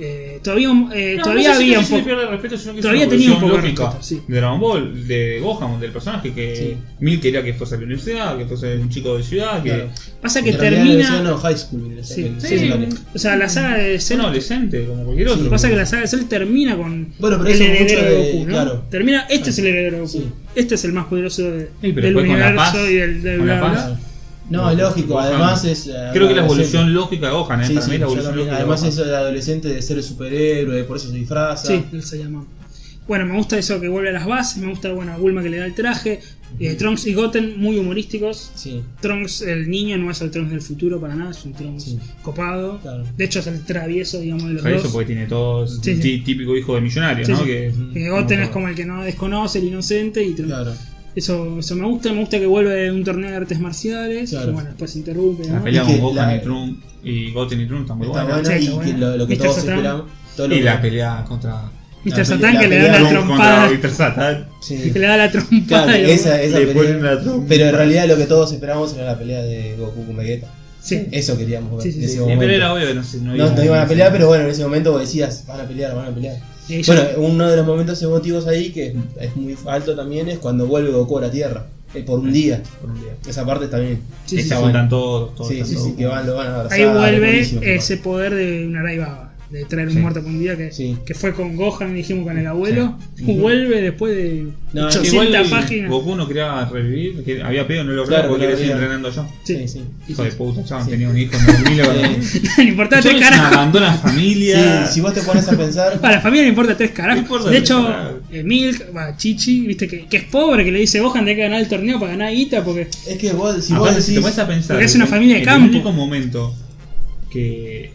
C: Eh, todavía eh,
A: No,
C: todavía
A: no sé si
C: había
A: no
C: un
A: sé si le
C: poco...
A: pierde el respeto, sino que es
C: Todavía
A: una
C: tenía un
A: evolución
C: poco de
A: lógica
C: respeto, sí.
A: de Dragon Ball, de Gohan, del personaje que
B: Sí.
A: Mil quería que fuese a la universidad, que fuese un chico de ciudad, que
B: Claro.
C: Pasa que
B: En realidad decía,
C: termina...
B: No, high school. o sea,
C: Sí,
B: que-
A: sí,
B: secundaria.
A: un-
C: O sea, la saga de
A: es
C: Cell...
A: un adolescente, como cualquier otro.
C: pasa que la saga de Cell termina con
B: Bueno, pero
C: el
B: eso es
C: heredero
B: mucho
C: de
B: de-
C: Goku, ¿no?
B: claro. Ah.
C: Termina, este es el heredero de Goku.
B: Sí.
C: Este es el más poderoso de-
A: Sí, pero
C: del
A: después con la
C: universo
A: paz,
C: y del... del
A: con la
C: bla, bla.
A: paz.
B: No, es lógico,
A: Gohan-
B: además es. eh,
A: Creo que la
B: adolescente.
A: evolución lógica de Gohan, ¿eh?
B: Sí,
A: Para
B: sí,
A: mí la
B: yo
A: evolución
B: también.
A: lógica
B: Además,
A: de Gohan.
B: eso de adolescente de ser el superhéroe, por eso se disfraza.
C: Sí, el Saiyaman. Bueno, me gusta eso que vuelve a las bases, me gusta bueno, Bulma que le da el traje, eh, Trunks y Goten muy humorísticos.
B: Sí,
C: Trunks, el niño, no es el Trunks del futuro para nada, es un Trunks
B: Sí.
C: copado.
B: claro.
C: De hecho, es el travieso, digamos, de los
A: Javier eso
C: dos.
A: porque tiene todo es
C: Sí, sí.
A: tí- típico hijo de millonario,
C: Sí,
A: ¿no?
C: sí.
A: Que
B: Ujú.
C: Que Eh, Goten
A: No,
C: es como el que no desconoce, el inocente. y Trunks-
B: Claro.
C: eso, eso me gusta, me gusta que vuelve de un torneo de artes marciales.
B: Claro.
C: que, bueno, después se interrumpe.
A: la
C: ¿no?
A: pelea
B: Y
A: con
B: que
A: Gohan
B: la-
A: y Trunks y Goten y Trunks está muy
B: Está
A: buena.
B: buena
C: Sí,
B: y
C: está
B: que
C: buena.
B: lo, lo que
C: Mr.
B: todos
C: Satan.
B: esperamos. todo lo
A: Y
B: que-
A: la pelea contra
C: Mr.
B: la
C: Satan que le
B: pelea con-
C: da la
A: contra
C: trompada.
A: Mr. Satan.
B: Sí.
C: Que le da la trompada.
B: Claro,
C: y-
B: esa, esa
A: Le
B: pelea.
A: ponen la trompa.
B: Pero en realidad lo que todos esperábamos era la pelea de Goku con Vegeta.
C: Sí.
B: Eso queríamos ver
C: Sí, sí,
B: en ese
C: sí.
A: Eh,
B: momento.
A: Pero era obvio que no, se- no
B: No, no iban a pelear, pero bueno, en ese momento vos decías, van a pelear, van a pelear.
C: Y yo-
B: Bueno, uno de los momentos emotivos ahí, que es muy alto también, es cuando vuelve Goku a la Tierra, eh, por
A: Mm.
B: un día.
A: Por un día.
B: Esa parte también.
C: sí, sí,
A: Que
C: sí.
A: se
B: bueno.
A: juntan todos, todos.
B: Sí, sí,
A: todos.
B: sí, que van, lo van a abrazar.
C: Ahí
B: es
C: vuelve
B: buenísimo,
C: ese poder de una Raibaba, de traer un
B: Sí.
C: muerto por un día que,
B: Sí.
C: que fue con Gohan, dijimos con el abuelo.
B: Sí. Ujú.
C: Vuelve después de
B: No, es que
C: 800
A: Igual
C: páginas.
A: Goku no quería revivir, que había pedido, no lo
B: Claro,
A: claro, porque
B: pero
A: quería seguir
B: había-
A: entrenando yo.
B: Sí, sí.
A: Hijo de puta, chaval,
B: Sí.
A: tenía un hijo, no, ni le va a-
B: Sí.
C: No importa
A: Yo
C: tres
A: es una
C: carajos.
A: abandona la familia.
B: Sí, si vos te pones a pensar.
C: Para la familia le importa tres carajos.
A: No importa
C: de
A: tres
C: hecho,
A: carajos.
C: eh, Milk, va, Chichi, viste que, que es pobre, que le dice Gohan de que ganar el torneo para ganar guita porque
B: es que vos, si vos
A: Aparte, si te
B: decís.
A: pones a pensar.
C: porque es una
A: el-
C: familia de
A: el
C: campo.
A: único momento que.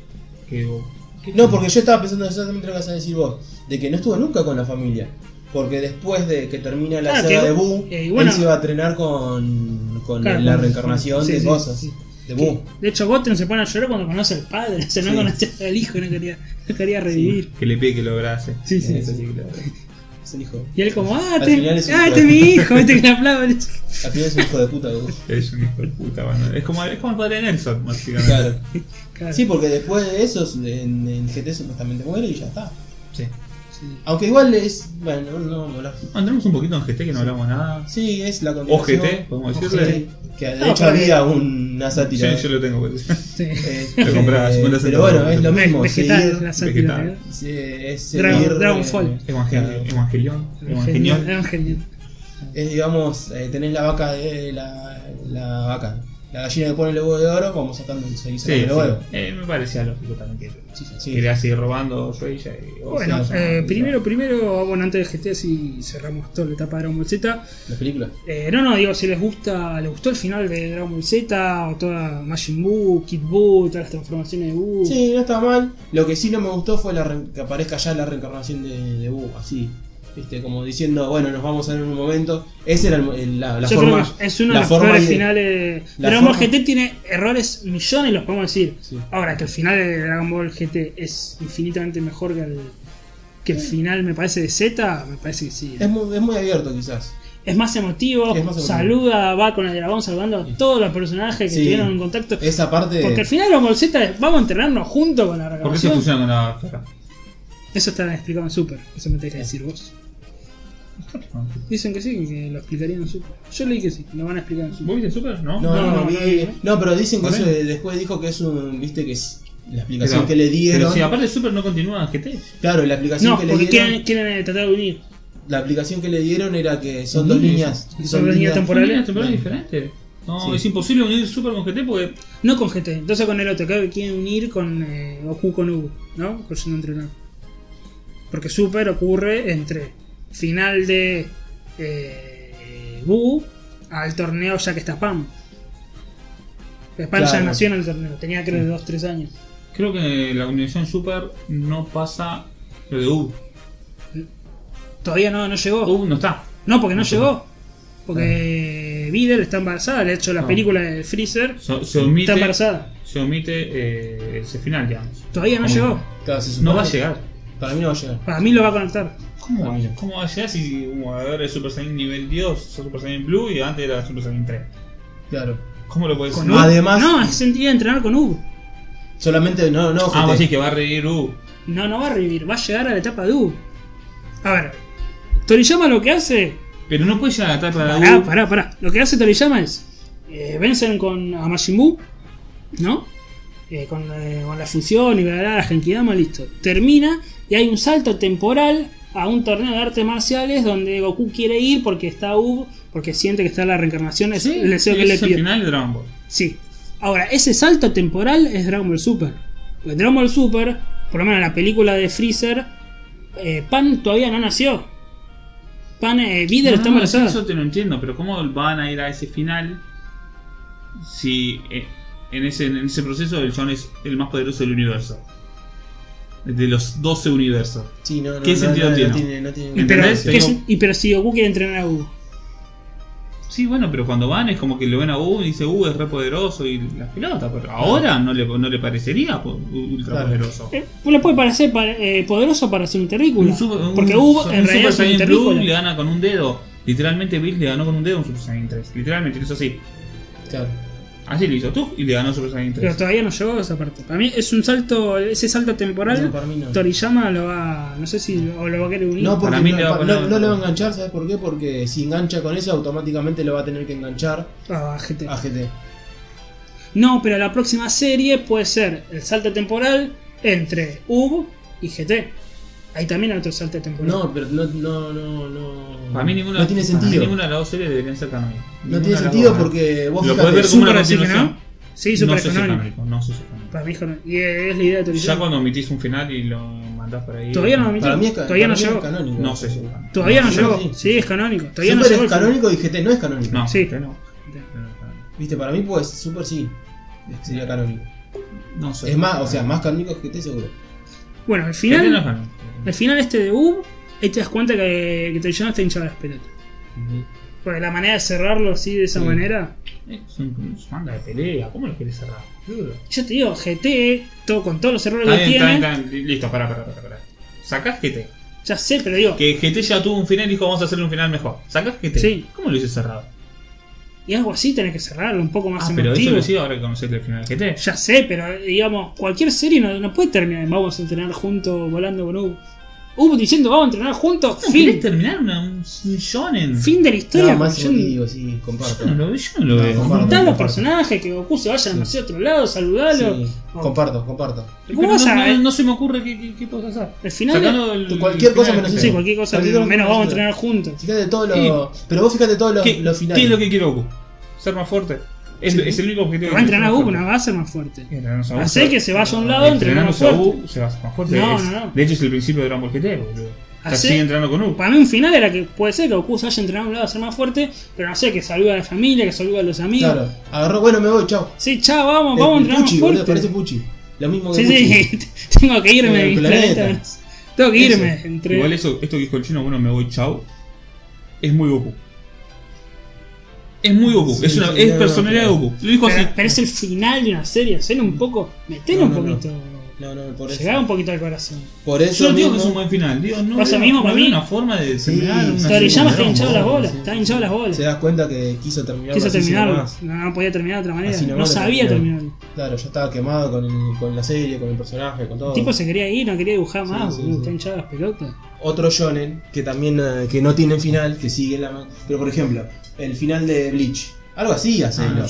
A: que Goku-
B: No, porque yo estaba pensando exactamente lo que vas a decir vos, de que no estuvo nunca con la familia. Porque después de que termina la
C: Ah,
B: saga
C: que-
B: de Buu,
C: eh, bueno.
B: él se va a entrenar con, con
C: Claro,
B: la
C: con-
B: reencarnación
C: sí,
B: de
C: sí,
B: cosas.
C: sí.
B: De
C: Que-
B: Buu.
C: de hecho, Goten se pone a llorar cuando conoce al padre, o sea, no
B: Oh. Sí.
C: conoce al hijo, no quería, no quería revivir.
A: Que le pide que lo abrace.
C: Sí, sí,
A: Eso
B: sí.
A: que lo abrace.
B: Es el hijo.
C: Y él como, ah,
B: Al
C: te-
B: final es un
C: ah,
B: hijo
C: este
B: de-
C: es mi hijo, viste que le aplaude.
B: Al final es un hijo de puta Buu.
A: Es un hijo de puta, bueno. Es como, es como el padre de Nelson, básicamente.
B: Claro.
C: Claro,
B: Sí, porque después de eso, en, en GT supuestamente muere y ya está.
A: Sí.
C: sí.
B: Aunque igual es. Bueno, no vamos a hablar.
A: Andamos un poquito en GT que no hablamos nada.
B: Sí, es la continuación.
A: OGT, podemos
B: OGT,
A: decirle.
B: Que de
C: No,
B: hecho
C: para que-
B: había una sátira.
A: Sí, yo lo tengo. pues.
C: Sí.
B: Este,
A: Lo compraba, 50
B: Pero
A: centavos.
B: bueno, es lo
A: Ve-
B: mismo.
C: Vegetal,
B: seguir-
C: la sátira.
A: vegetal.
B: Sí, es
C: Dragon-
B: seguir, eh,
C: Dragonfall.
A: Evangelio,
B: Claro.
A: Evangelión,
C: Genial,
A: Evangelión.
C: era un genio.
B: Es, digamos, eh, tenés la vaca de la, la vaca. La gallina que pone el huevo de oro, vamos sacando seguir
A: Sí,
B: sacando el huevo.
A: sí. Eh, me parecía lógico también que
B: Sí, sí.
A: quería seguir robando Shueisha y o
C: Bueno,
A: sea,
C: eh,
A: no,
C: primero, primero, ah, bueno, antes de GT así cerramos toda la etapa de Dragon Ball Z.
B: Las películas.
C: Eh, no, no, digo, si les gusta, les gustó el final de Dragon Ball Z, o toda Majin Buu, Kid Buu, todas las transformaciones de Buu.
B: Sí, no está mal. Lo que sí no me gustó fue la re- que aparezca ya la reencarnación de, de Boo, así. Viste, como diciendo, bueno, nos vamos a ver en un momento. Esa era el- el- la, la
C: Yo
B: forma.
C: creo que es uno
B: la
C: de los
B: forma
C: peores
B: ide-
C: finales.
B: la
C: Dragon Ball
B: forma-
C: GT tiene errores millones, los podemos decir.
B: Sí.
C: Ahora, que el final de Dragon Ball GT es infinitamente mejor que el, que el final, me parece, de Z, me parece que sí.
B: Es muy, es muy abierto, quizás.
C: Es más emotivo,
B: Sí, es más emotivo.
C: saluda, va con el dragón saludando a todos los personajes que
B: Sí. eh,
C: estuvieron en contacto.
B: Esa parte.
C: Porque al final Dragon Ball Z es, vamos a entrenarnos juntos con la
A: ¿Por qué se
C: reclamación.
A: funciona con la cara?
C: Eso está explicado en Super, eso me tenés que decir vos. Dicen que sí, que lo explicarían en Super. Yo leí que sí, lo van a explicar en Super.
A: ¿Vos viste Super? No.
B: No, no,
C: No,
B: no,
C: no,
B: vi-
C: no vi.
B: no, pero dicen que
A: ¿Por
B: eso
A: qué?
B: de- después dijo que es un. Viste que es. La
A: Pero-
B: explicación que le
A: Pero
B: dieron.
A: si aparte Super no continúa en GT.
B: Claro, la explicación
C: No,
B: que le
C: porque
B: dieron.
C: quieren, quieren eh, tratar de unir.
B: La aplicación que le dieron era que son dos
A: Sí,
B: líneas.
C: son dos líneas
A: Son
C: Temporales.
A: líneas temporales diferentes. No,
B: Sí.
A: es imposible unir Super con GT porque
C: No con GT, entonces con el otro, que quieren unir con eh, Goku con U, ¿no? Con Yendo a entrenar. Porque Super ocurre entre final de eh, Buu al torneo ya que está Pam. Pero Pam ya
B: Claro.
C: nació en el torneo, tenía creo 2-3 años.
A: creo que la unión Super no pasa lo de U.
C: Todavía no, no llegó.
A: U no está.
C: No, porque no llegó. Porque Videl está embarazada, de hecho la
A: Ah.
C: película de Freezer
A: So- se
C: está
A: omite,
C: embarazada.
A: se omite eh, ese final, digamos.
C: Todavía no
A: ¿Cómo?
C: llegó.
B: Claro, se supone
A: No va a
B: que-
A: llegar.
B: Para mí no va a llegar.
C: Para mí lo va a conectar.
A: ¿Cómo,
B: Ah, mira.
A: ¿Cómo va a llegar si un jugador es Super Saiyan nivel Dios, Super Saiyan Blue y antes era Super Saiyan 3?
B: Claro.
A: ¿Cómo lo puedes
B: Con
A: hacer?
B: U. Además-
C: No, es sentido de entrenar con U.
B: Solamente no, no,
A: Ah,
B: gente.
A: vos decís que va a reír U.
C: No, no va a revivir, va a llegar a la etapa de U. A ver, Toriyama lo que hace.
A: Pero no puede llegar a la etapa de
C: Ah, Pará,
A: U.
C: pará, pará. Lo que hace Toriyama es. eh, vencen con a Majin Buu, ¿no? Eh, con, eh, con la fusión y bla, bla, la Genkidama, listo. Termina y hay un salto temporal a un torneo de artes marciales donde Goku quiere ir porque está U, porque siente que está la reencarnación. Es el deseo que
A: ese
C: le
A: es el
C: pide.
A: final de Dragon Ball.
C: Sí. Ahora, ese salto temporal es Dragon Ball Super. Porque en Dragon Ball Super, por lo menos en la película de Freezer, eh, Pan todavía no nació. Pan, eh, Videl está
A: No, no,
C: embarazada.
A: Ah, Eso te lo entiendo, pero ¿cómo van a ir a ese final si eh, en, ese, en ese proceso el chabón es el más poderoso del universo? De los 12 universos.
B: Sí, no, no,
A: ¿Qué
B: no,
A: sentido
B: no, no
A: tiene?
B: tiene? No tiene
C: Y pero,
A: ¿Entendés?
C: ¿qué es-
A: Tengo-
C: y pero si Goku quiere entrenar a Goku.
A: Sí, bueno, pero cuando van es como que lo ven a Goku y dice, uh, es re poderoso y las pelotas. Pero ahora no le, no le parecería po- ultra
B: Claro.
A: poderoso.
C: Eh, le puede parecer pa- eh, poderoso para hacer un terrícola.
A: Un super- un
C: porque hubo
A: Super
C: en realidad es un
A: Saiyan Blue
C: terrícola.
A: le gana con un dedo. Literalmente Bill le ganó con un dedo a un Super Saiyan 3. Literalmente lo hizo así.
B: Claro.
A: Así lo hizo tú y le ganó Super Saiyan 3.
C: Pero todavía no llegó a esa parte. Para mí es un salto, ese salto temporal.
B: No, para mí no.
C: Toriyama lo va, no sé si lo, o lo va a querer unir.
B: No, porque
A: Para mí
B: no,
A: le va a
B: pa-
A: poner-
B: no- no le va a enganchar, ¿sabes por qué? Porque si engancha con eso, automáticamente lo va a tener que enganchar
C: Ah, gente.
B: a GT.
C: No, pero la próxima serie puede ser el salto temporal entre UB y GT. Ahí también hay otro salto temporal.
B: No, pero no, no, no, no.
A: Para mí ninguna,
B: no tiene
A: para mí
B: sentido.
A: ninguna de las dos series deberían ser canónicas.
B: No
A: Ninguna de
B: tiene
A: las
B: sentido
A: dos, ¿eh?
B: porque vos
A: Lo
B: fíjate,
A: puedes ver como
C: Super
A: una
C: así que
A: continuación.
C: no. Sí, super
A: no sé si
C: canónico.
A: canónico, no sé si canónico.
C: Para mí es canónico. y es la idea de
A: Ya
C: Toriyama.
A: cuando omitís un final y lo mandás por ahí.
C: Todavía no omití.
B: para mí es, ca-
C: Todavía no
B: para mí es
C: llegó.
B: canónico.
A: No sé si es canónico.
C: Todavía no
B: Sí,
C: llegó.
B: sí.
C: Sí, es canónico. Todavía
B: Super
C: no llegó.
B: es
C: el-
B: canónico y GT no es canónico.
A: No,
C: Sí.
A: que no.
B: Viste, para mí pues Super sí. Sería canónico.
A: No sé.
B: Es más, o sea, más canónico es GT seguro.
C: Bueno, al
A: Final no es
C: final,
A: canónico.
C: al final este de UB, ahí te das cuenta que, que Toriyama está hinchado de las pelotas. Porque la manera de cerrarlo así de esa
B: Sí.
C: manera.
A: Eh, Es un es un manga de pelea. ¿Cómo lo querés cerrar? boludo?
C: Yo te digo, GT, todo con todos los errores
A: Está
C: que
A: bien,
C: tiene.
A: está bien, está bien. Listo, pará, pará, pará. pará. Sacás GT.
C: Ya sé, pero digo,
A: Que GT ya tuvo un final y dijo vamos a hacer un final mejor. Sacás GT.
C: Sí.
A: ¿Cómo lo hice cerrado?
C: y algo así tenés que cerrarlo un poco más
A: Ah, pero eso
C: emotivo.
A: lo hiciste ahora que conocés el final de GT.
C: Ya sé, pero digamos, cualquier serie no, no puede terminar. en Vamos a entrenar juntos volando con Ubu. Ubu diciendo, vamos a entrenar juntos,
A: No,
C: fin.
A: ¿Querés terminar una- un un shonen?
C: Fin de la historia.
B: este no, más
C: con Jun-
B: emotivo, sí, comparto.
A: Yo no lo veo. Yo no lo
B: No,
A: veo.
B: comparto.
C: Juntá los
B: Comparto.
C: personajes, que Goku se vaya
B: Sí.
C: no sé, a otro lado, saludalo.
B: Sí, comparto, comparto.
A: Pero
C: ¿Cómo
A: no,
C: vas a-
A: no- no se me ocurre qué, qué, qué podés hacer.
C: Al final,
A: Sacando el-
B: cualquier
A: el
B: cosa
A: final
B: menos
A: de
C: sí,
B: eso.
A: GT.
C: cualquier cosa,
B: Cualquier cosa
C: menos vamos a
B: que sea.
C: entrenar juntos.
B: Fíjate todos los. Pero vos fíjate todos los,
A: ¿Qué,
B: los finales.
A: qué es lo que quiere Goku? Ser más fuerte. Es,
C: Sí.
A: es el único objetivo
C: Pero va a
A: tiene, ser
C: entrenar
A: más
C: a Goku,
A: fuerte.
C: no va a ser más fuerte.
A: Entrenarnos a Goku.
C: Hacer que se vaya a un lado, entrenar
A: Entrenarnos a
C: más fuerte.
A: Goku se va a hacer más fuerte.
C: No,
A: Es-
C: no, no.
A: De hecho, es el principio de Dragon Ball GT, boludo. O sea,
C: Hacer-
A: sigue entrenando con U.
C: Para mí un final era que puede ser que Goku se haya entrenado a un lado a ser más fuerte, pero no sé, que saluda a la familia, que saluda a los amigos.
B: Claro, agarró, bueno, me voy, chao.
C: Sí, chao, vamos,
B: Eh,
C: vamos a entrenar más
B: Pucci, boludo, parece
C: fuerte.
B: Pucci. Lo mismo que
C: Sí,
B: Pucci.
C: sí, tengo que irme
B: En el
C: de mi
B: planeta.
C: planeta. Tengo que
B: Eso.
C: irme. Entre...
A: Igual eso, esto que dijo el chino, bueno, me voy, chau. Es muy Goku. Es muy Goku.
B: Sí,
A: es una,
B: sí,
A: es
B: no,
A: personalidad de
B: no,
A: Goku. Lo dijo
C: pero,
A: así.
C: pero es el final de una serie, hacer un poco, meter
B: No,
C: un
B: no, no.
C: poquito,
B: No, no, por eso.
C: llegar un poquito al corazón.
B: Por eso.
A: Yo no digo que
B: mismo-
A: es un buen final. Digo, no.
C: Pasa
A: veo-
C: mismo
A: no
C: para
A: veo
C: mí.
A: una forma de terminar
B: Sí,
A: una
B: sí,
A: serie
C: Toriyama
A: de
C: está
A: Dragon
C: hinchado
A: Ball.
C: las bolas,
B: sí.
C: está hinchado las bolas.
B: Se das cuenta que quiso terminar.
C: Quiso
B: así sin
C: terminarlo,
B: más.
C: no, no podía terminar de otra manera,
B: Así
C: no,
B: nomás lo
C: sabía
B: terminó.
C: terminarlo.
B: Claro, ya estaba quemado con, el- con la serie, con el personaje, con todo.
C: El tipo se quería ir, no quería dibujar
B: Sí,
C: más,
B: sí,
C: boludo,
B: sí.
C: está hinchado las pelotas.
B: Otro shonen que también eh, que no tiene final, que sigue la. ma- Pero por ejemplo, el final de Bleach. Algo así hace.
A: Ah,
B: ¿no?
A: no.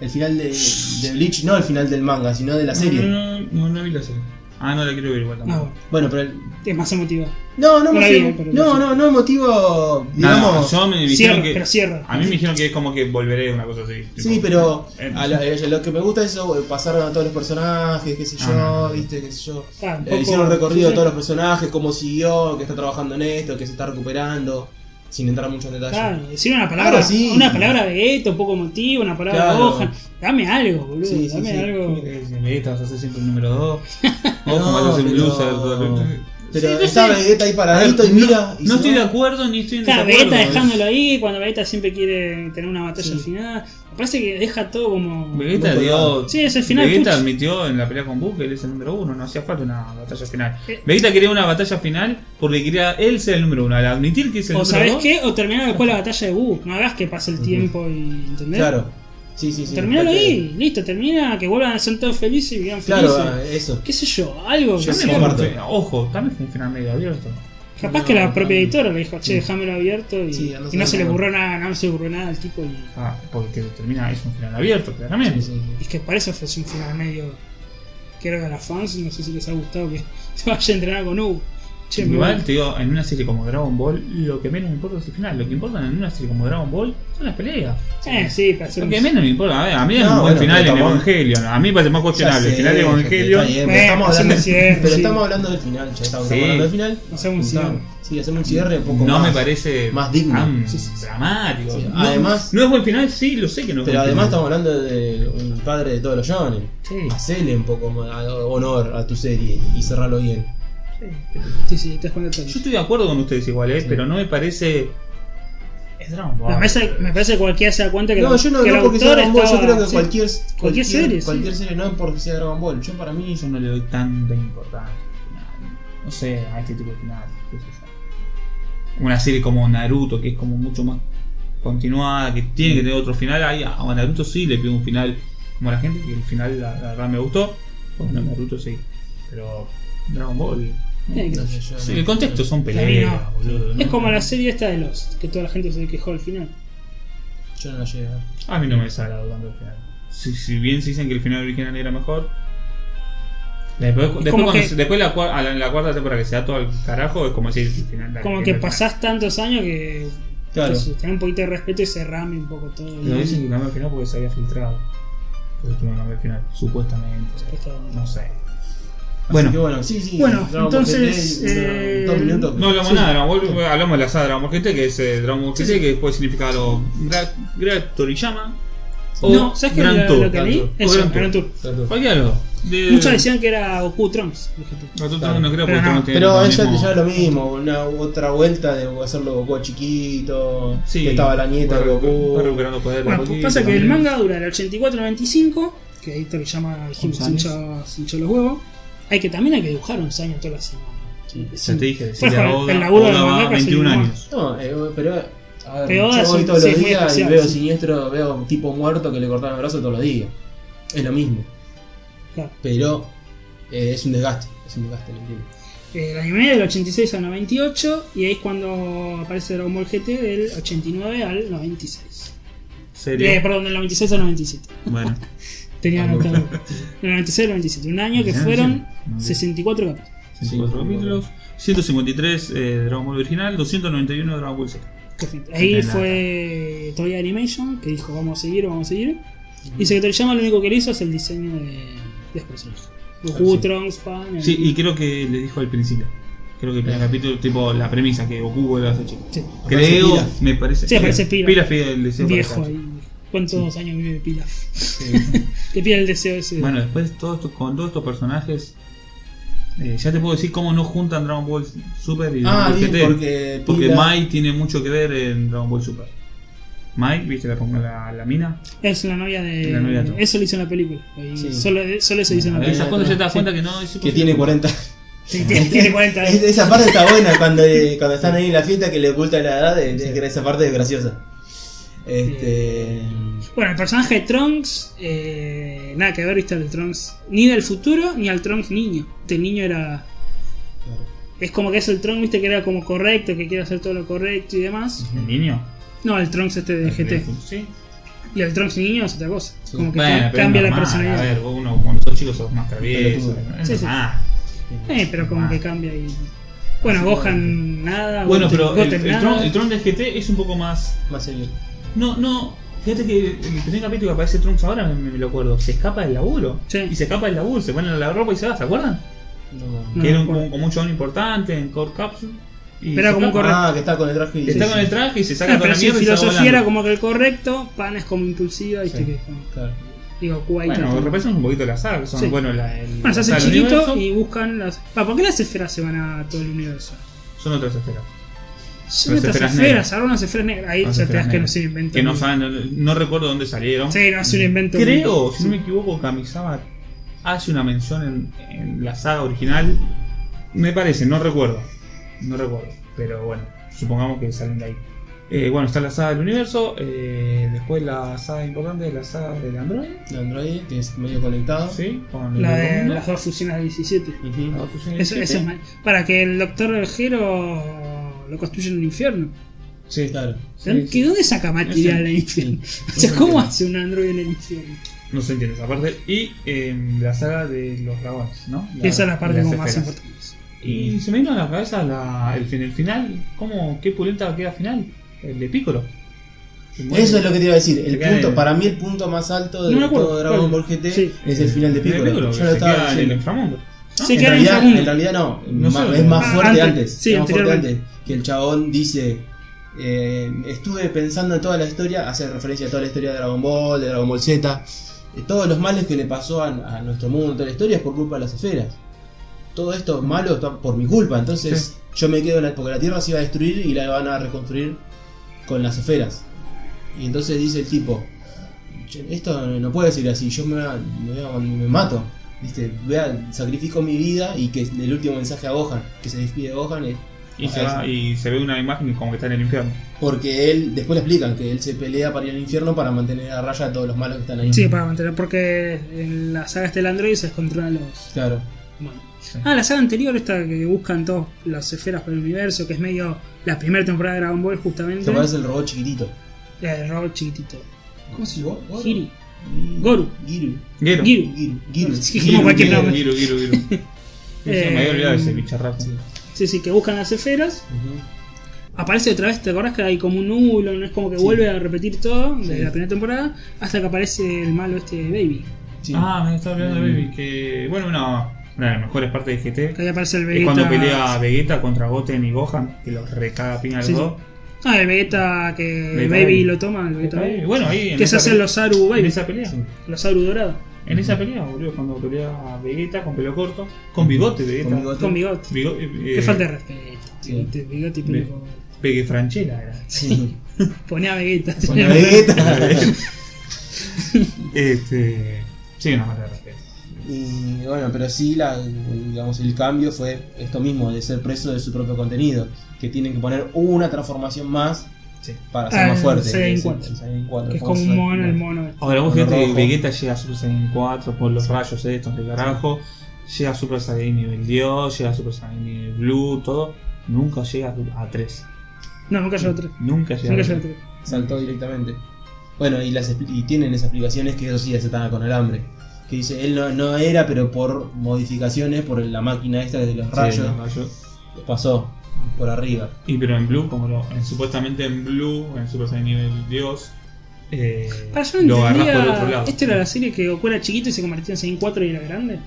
B: El final de, de Bleach, no el final del manga, sino de la serie.
A: No, no, no, no vi la serie. Ah, no la quiero ver igual
C: Ah,
A: tampoco.
C: bueno,
B: Bueno, pero el-
C: es más emotivo.
B: No, no,
C: No la vi,
B: emotivo,
C: pero
B: no,
C: sí.
B: no, no emotivo,
A: Nada,
B: digamos.
A: yo me dijeron
C: Cierra,
A: que.
C: pero cierra.
A: A mí me dijeron que es como que volveré una cosa así.
B: Sí,
A: tipo,
B: pero
A: eh,
B: a la- a lo que me gusta es eso, eh, pasaron a todos los personajes, qué sé yo,
A: Ah, no, no.
B: viste, qué sé yo.
C: Ah, un
B: Eh,
C: poco-
B: hicieron un recorrido de
C: sí,
B: todos los personajes, cómo siguió, que está trabajando en esto, que se está recuperando, sin entrar mucho en detalle.
C: Claro, decir una palabra,
B: Claro, sí.
C: una palabra de esto, un poco emotivo, una palabra
B: Claro.
C: de hoja. Dame algo, boludo,
B: Sí, sí,
C: dame
B: sí.
C: algo.
A: eh, Vegeta vas a ser siempre el número 2.
B: No,
A: Ojo, vas a ser un
B: pero-
A: loser. todo-
B: Pero
A: Sí, no
B: está
A: sé.
B: Vegeta ahí
A: A ver,
B: paradito y
A: no-
B: mira. y
A: No
B: se
A: estoy
B: va.
A: de acuerdo ni estoy en
C: Está
A: desacuerdo.
C: Vegeta dejándolo ahí, cuando Vegeta siempre quiere tener una batalla
B: Sí.
C: al final. Me parece que deja todo como.
A: Vegeta
B: No,
A: dio.
C: Sí, es el final,
A: Vegeta
C: puch.
A: admitió en la pelea con Buu que él es el número uno, no hacía falta una batalla final.
C: Eh.
A: Vegeta quería una batalla final porque quería él ser el número uno. Al admitir que es el
C: O
A: número
C: sabes
A: dos,
C: qué, o terminar después la batalla de Wu. No hagas que pase el
B: Ujú.
C: tiempo y.
A: ¿eh?
C: ¿Entendés?
B: Claro. Sí, sí, sí.
C: Terminalo
B: porque-
C: ahí, listo, termina, que vuelvan a ser todos felices y vivan
B: Claro,
C: felices.
B: ah, eso.
C: ¿Qué sé yo? Algo.
B: Yo
C: que
A: También
B: sí
A: fue
C: sea.
A: un
B: comparto.
A: fe- Ojo, también fue un final medio abierto.
C: Capaz
B: No,
C: que la
B: no,
C: propia
B: no.
C: editora le dijo, che,
B: Sí.
C: dejámelo abierto y,
B: Sí, a no
C: y no
B: ser
C: se le
B: nada.
C: ocurrió nada, no se le ocurrió nada al tipo y.
A: Ah, porque termina, es un final abierto, claramente.
B: Sí, sí, sí.
C: Es que para eso ofreció un final medio. Creo que a las fans, no sé si les ha gustado que se vaya a entrenar con U. Che, me
A: Igual
C: voy.
A: te digo, en una serie como Dragon Ball, lo que menos me importa es el final. Lo que importa en una serie como Dragon Ball son las peleas.
C: Eh, sí, para hacer
A: Lo
C: un-
A: que menos me importa, a, ver, a mí es
B: No,
A: un buen
B: bueno,
A: final
B: pero
A: en
B: tampoco-
A: Evangelion. A mí me parece más cuestionable el
B: Ya sé,
A: final de
B: está
A: Evangelion.
B: bien, pero
C: Eh,
B: estamos
C: hacemos
B: hablando,
C: un cierre,
B: pero
C: sí.
B: estamos hablando del final, ya estamos
A: Sí.
B: hablando del final.
C: Hacemos un cierre.
B: Sí, hacemos un cierre un poco
A: No
B: más.
A: me parece
B: más digno.
A: tan
B: Sí, sí, sí.
A: dramático.
B: Sí,
A: No-
B: además-
A: no es buen final, sí, lo sé que no es
B: Pero
A: buen
B: además
A: final.
B: estamos hablando de un padre de todos los shonen.
A: Sí,
B: Hacele un poco más a- honor a tu serie y cerralo bien.
A: sí.
C: Sí, sí, te das cuenta de todo.
A: Yo estoy de acuerdo con ustedes igual, ¿eh?
B: Sí.
A: pero no me parece
C: Es
A: Dragon Ball.
C: me, parece, me parece que cualquiera se da cuenta que
B: No,
C: la-
B: yo no,
C: que el
B: no porque sea
C: autor
B: Dragon Ball, yo
C: estaba-
B: creo que
C: sí.
B: cualquier,
C: cualquier
B: cualquier
C: serie, sí.
B: cualquier serie, no porque sea Dragon Ball. Yo para mí,
A: Yo no le doy tanta importancia. No sé, a este tipo de final. qué sé yo. Una serie como Naruto, que es como mucho más continuada, que tiene que
B: Mm.
A: tener otro final. Ahí a a Naruto sí le pido un final como a la gente, que el final la, la verdad me gustó. Bueno, Naruto sí. Pero Dragon Ball.
C: Eh,
B: no sé, yo
A: Sí,
B: no-
A: el contexto son
C: mí no.
A: peleas, boludo.
C: Es
A: ¿no?
C: como la serie esta de Lost, que toda la gente se quejó al final.
B: Yo no la llegué a ver.
A: A mí no me desagradó tanto el final. Si, si bien se dicen que el final original era mejor. Después, después,
C: como
A: cuando
C: que-
A: se- después la, cua- a la, en la cuarta temporada que se da todo el carajo, es como decir el final.
C: Como
A: el
C: que
A: final.
C: pasás tantos años que.
B: Claro.
C: Entonces, tenés un poquito de respeto y se rame un poco todo.
A: Pero dicen que cambió el final porque se había filtrado. Porque tuvo un cambio al final, supuestamente.
C: Supuestamente.
A: No sé.
B: Así
A: Bueno,
B: que bueno, sí, sí.
C: Bueno,
B: Dragon Ball
C: entonces,
B: GT,
C: eh,
B: dos minutos.
A: no hablamos
B: Sí.
A: nada, de Dragon Ball, hablamos de la saga Dragon Ball GT, que es eh, Dragon Ball GT,
C: Sí, sí.
A: que después significa lo Gra- Gra- Toriyama o
C: No, ¿sabes qué?
A: Gran
C: Lo,
A: Tour.
C: lo que
B: Gran
C: leí.
B: Tour.
C: Eso,
A: Gran Tour.
C: Gran Tour.
A: Cualquiera de los dos. De-
C: Muchos decían que era Goku Trunks. fíjate.
A: Nosotros no creo porque
C: Pero
A: todos
C: no.
A: tienen
B: Pero
A: el
B: ella
A: mismo-
B: ya es lo mismo, una otra vuelta de hacerlo Goku chiquito,
A: Sí,
B: que estaba la nieta de
A: va recu- va
B: Goku.
A: recuperando poder.
C: Bueno,
A: de a
C: pues
A: poquito
C: pasa que el
A: también.
C: manga dura del 84 al 95, que ahí te lo llama Jim
A: años.
C: hincha hincha los huevos. Hay que también hay que dibujar un años toda la semana.
B: Sí.
C: Es
A: Ya
C: un-
A: te dije,
C: Fue
A: si te
C: con el-
A: Oda,
C: el laburo del
A: Oda va
C: mangaka,
A: 21
C: sí,
A: años.
B: No, eh, pero a ver,
C: Pero ahora
B: yo voy
C: es-
B: todos
C: sí,
B: los
C: es muy
B: días y
C: especial,
B: veo
C: sí.
B: siniestro, veo un tipo muerto que le cortaron el brazo todos los días. Es lo mismo,
C: claro.
B: pero eh, es un desgaste, es un desgaste, lo entiendo.
C: El anime del 86 al 98 y ahí es cuando aparece Dragon Ball GT del 89 al 96. Eh,
A: Serio.
C: perdón, del 96 al 97.
A: Bueno.
C: Tenía
B: Ah,
C: anotado. Del 96 al 97. Un año que
A: Sí,
C: fueron
A: sí.
C: 64 capítulos.
A: 64
B: Sí,
A: capítulos, 153 eh, Dragon Ball original, 291 Dragon Ball Z.
C: Perfecto. Ahí
A: Sí,
C: fue Toei Animation que dijo vamos a seguir, vamos a seguir. Y Secretary Llama lo único que le hizo es el diseño de, de los personajes. Goku,
B: sí.
C: Trunks, Pan.
A: Ah, Sí, y creo que le dijo al principio. Creo que el primer capítulo, tipo la premisa, que Goku vuelve a ser chico.
C: Sí.
A: Creo,
B: Aparece Pilaf.
A: me parece.
C: Sí, aparece Pilaf.
A: Pilaf pide el deseo para
C: viejo
A: Sanji.
C: ahí. ¿Cuántos años vive Pilaf?
B: Sí.
C: Te pide el deseo ese.
A: Bueno, después todo esto- con todos estos personajes, eh, ya te puedo decir cómo no juntan Dragon Ball Super y Dragon
B: ah,
A: Ball
B: bien,
A: GT.
B: porque,
A: este, Porque
B: Pila-
A: Mai tiene mucho que ver en Dragon Ball Super. Mai, ¿viste la, la, la mina?
C: es la novia de.
A: La novia de Trunks.
C: eso lo hizo en la película. Ahí
B: Sí.
C: Solo, eh, solo eso hizo en la
B: Bueno,
C: película.
A: Esas cosas ya te das
C: Sí.
A: cuenta que no es
B: que tiene 40.
C: Sí, tiene, tiene 40
B: Es-
C: años.
B: Esa parte está buena cuando, eh, cuando están ahí en la fiesta que le oculta la edad, eh, es que esa parte es graciosa. Este.
C: Bueno, el personaje de Trunks, eh, nada que ver, viste, del Trunks ni del futuro ni al Trunks niño. El niño era. Es como que es el Trunks, viste, que era como correcto, que quiere hacer todo lo correcto y demás.
A: ¿El niño?
C: No, el Trunks este de GT.
A: Sí.
C: Y el Trunks niño es otra cosa.
B: Sí.
C: Como que
A: Bueno,
C: ca-
A: pero
C: cambia
A: es
C: la
A: normal,
C: personalidad.
A: A ver, vos uno cuando sos chico sos más travieso.
B: Pelotudo.
A: es
C: Sí, sí.
A: normal.
C: Eh, pero como
A: Ah.
C: que cambia y. Bueno, Gohan nada.
A: Bueno,
C: Ah, Goten-
A: pero el,
C: Goten
A: el,
C: nada.
A: Tron, el Tron de GT es un poco más.
B: Más serio.
A: No, no. Fíjate que el primer capítulo que aparece Trunks ahora me, me lo acuerdo. Se escapa del laburo.
C: Sí.
A: Y se escapa del laburo, se pone la ropa y se va, ¿se acuerdan?
B: No.
C: No
A: que
C: me
A: era un,
C: acuerdo.
A: como, como un chabón importante en Core Capsule. y
C: Pero
A: se
C: como un
A: escapa.
C: correcto.
B: Ah, que está con el traje y.
A: Está
B: sí,
A: con
B: sí.
A: el traje y se saca
C: Ah,
A: toda
C: pero
A: la
C: si
A: mierda y se va
C: filosofía era
A: volando.
C: como que el correcto, Pan es como impulsiva, viste
A: Sí.
C: que. es como-
B: Claro.
C: Digo, Kuwait.
A: Bueno, repasamos un poquito la saga, que son,
C: Sí.
A: bueno, la, el,
C: Bueno,
A: o
C: se hacen
A: sea, el
C: chiquito
A: universo,
C: y buscan las. Ah, ¿Por qué las esferas se van a todo el universo?
A: Son otras esferas.
C: Son
A: Las esferas
C: otras esferas,
A: negras.
C: ahora unas esferas negras. Ahí
A: Otras
C: ya te
A: esferas
C: das que no
A: negras.
C: se inventó.
A: Que no saben, dónde- no recuerdo dónde salieron.
C: Sí, no es un invento.
A: Creo, si no me equivoco, Kamizawa hace una mención en, en la saga original. Me parece, no recuerdo. No recuerdo. Pero bueno, supongamos que salen de ahí. Eh, bueno, está la saga del universo. eh, después la saga importante es la saga del androide.
B: El androide, que es medio conectado.
A: Sí, Ah, con el
C: La
A: otro
C: de
A: mundo.
C: las dos fusiones de 17.
B: Ujú.
A: Las dos fusiones
C: Eso,
A: de
C: eso es
A: siete.
C: mal. Para que el doctor Gero lo construya en el infierno.
B: Sí, claro.
A: Sí,
C: ¿Que
A: sí.
C: ¿Dónde saca
A: Ese-
C: material en el infierno? O
A: No
C: sea,
A: se
C: ¿cómo
A: entiende.
C: hace un androide en el infierno?
A: No se entiende esa parte. Y eh, la saga de los dragones, ¿no?
C: Esa es la parte
A: de las
C: como más
A: esferas.
C: importante.
A: Y se me vino a la cabeza la- el, fin- el final. ¿Cómo? ¿Qué pulenta queda final? El de Piccolo.
B: Eso es lo que te iba a decir. El
A: Se queda
B: punto,
A: en-
B: para mí, el punto más alto de
A: No me acuerdo,
B: todo Dragon
C: ¿cuál?
B: Ball GT
C: Sí.
B: es el final de Piccolo.
A: que
B: Yo lo
A: se
B: estaba
A: queda en el
B: diciendo.
A: inframundo. ¿no?
C: Sí,
B: en,
C: queda en el
B: realidad,
C: inframundo.
B: en realidad no,
A: No
B: ma-
A: sé.
B: es más
C: Ah,
B: fuerte
C: antes.
B: antes.
C: Sí,
B: es más fuerte antes.
C: anteriormente.
B: Que el chabón dice: eh, Estuve pensando en toda la historia, hace referencia a toda la historia de Dragon Ball, de Dragon Ball Z, de todos los males que le pasó a, a nuestro mundo, toda la historia es por culpa de las esferas. Todo esto malo está por mi culpa, entonces yo me quedo en la, porque la Tierra se iba a destruir y la van a reconstruir con las esferas. Y entonces dice el tipo, "Che, esto no puede ser así, yo me, voy a- me voy a- me mato. ¿Viste? Voy a- sacrifico mi vida y que el último mensaje a Gohan, que se despide de Gohan, es,
A: Y,
B: Ah,
A: se va,
B: ese.
A: y se ve una imagen como que está en el infierno.
B: porque él, después le explican que él se pelea para ir al infierno para mantener a raya a todos los malos que están ahí.
C: Sí,
A: Mm.
C: para mantener, porque en la saga este del Android se controlan los
B: Claro.
C: humanos. Ah, la saga anterior, esta que buscan todas las esferas por el universo, que es medio la primera temporada de Dragon Ball, justamente.
B: Que aparece el robot chiquitito.
C: La del robot chiquitito. ¿Cómo se llama?
A: Oh.
B: Goro.
C: Giri. Goru.
B: Mm. Giru.
A: Guero.
C: Guiru.
B: Giru. Giru.
C: Sí, como cualquier
A: Guiru,
C: nombre.
A: Guiru, Guiru, Guiru. Sí,
C: Eh,
A: Me había olvidado de ese bicharraco.
B: Sí.
C: Sí, sí, que buscan las esferas.
B: Ujú.
C: Aparece otra vez, ¿te acordás que hay como un nulo? No es como que
B: Sí.
C: vuelve a repetir todo desde
B: Sí.
C: la primera temporada hasta que aparece el malo este Baby.
B: Sí.
A: Ah, me estaba olvidando de
B: Mm.
A: Baby. Que, bueno, una, una de las mejores partes de
C: Que
A: GT
C: ahí aparece el Vegeta.
A: es cuando pelea Vegeta contra Goten y Gohan, que los recaga a piña a los
C: Sí, sí.
A: dos.
C: Ah, el Vegeta que
A: Vegeta
C: Baby
A: Baby.
C: lo toma, el Vegeta Baby.
A: Eh, Bueno, ahí en
C: Que
A: esa
C: se hacen
A: pelea-
C: los Aru
A: en
C: Baby,
A: esa pelea.
C: los Aru dorados.
A: En esa pelea, boludo, cuando pelea Vegeta con pelo corto, con bigote Vegeta.
B: Con bigote.
C: Con bigote.
A: Bigo- eh,
C: Qué
A: eh,
C: falta de respeto.
B: Sí.
C: Bigote, bigote y
A: Ve-
C: pelo. con-
A: Pegue Franchella era.
B: Sí.
C: Poné a Vegeta.
B: Con la Vegeta.
A: este. Sí, una falta de respeto.
B: Y bueno, pero sí, la, digamos, el cambio fue esto mismo, de ser preso de su propio contenido, que tienen que poner una transformación más
A: Sí.
B: para ser
C: Ah,
B: más
C: el
B: fuerte.
C: Saiyan
B: Es el-
C: cuatro.
B: el Saiyan cuatro,
C: Que es
B: el
C: como un
B: famoso
C: mono, el
B: Saiyan
C: mono.
A: Ahora vos
B: Color
A: fíjate que
B: rojo.
A: Vegeta llega a Super Saiyan 4 por los rayos estos de carajo, llega a Super Saiyan nivel Dios, llega a Super Saiyan nivel Blue, todo, nunca llega a 3.
C: No, nunca llegó a tres.
A: Nunca llega
C: Nunca
A: a
C: llegó a
A: 3.
C: tres.
B: cuatro. Saltó directamente. Bueno, y, las, expli- y tienen esas explicaciones que eso sí aceptaba con alambre. Que dice, él no, no era, pero por modificaciones, por la máquina esta de los rayos, pasó por arriba.
A: Y pero en Blue, como lo, en- supuestamente en Blue, en Super Saiyan nivel Dios, eh,
C: Para yo
A: lo
C: no
A: agarras por el otro
C: entendía.
A: lado.
C: Esta era la serie que Goku era chiquito y se convertía en Saiyan 4 y era grande.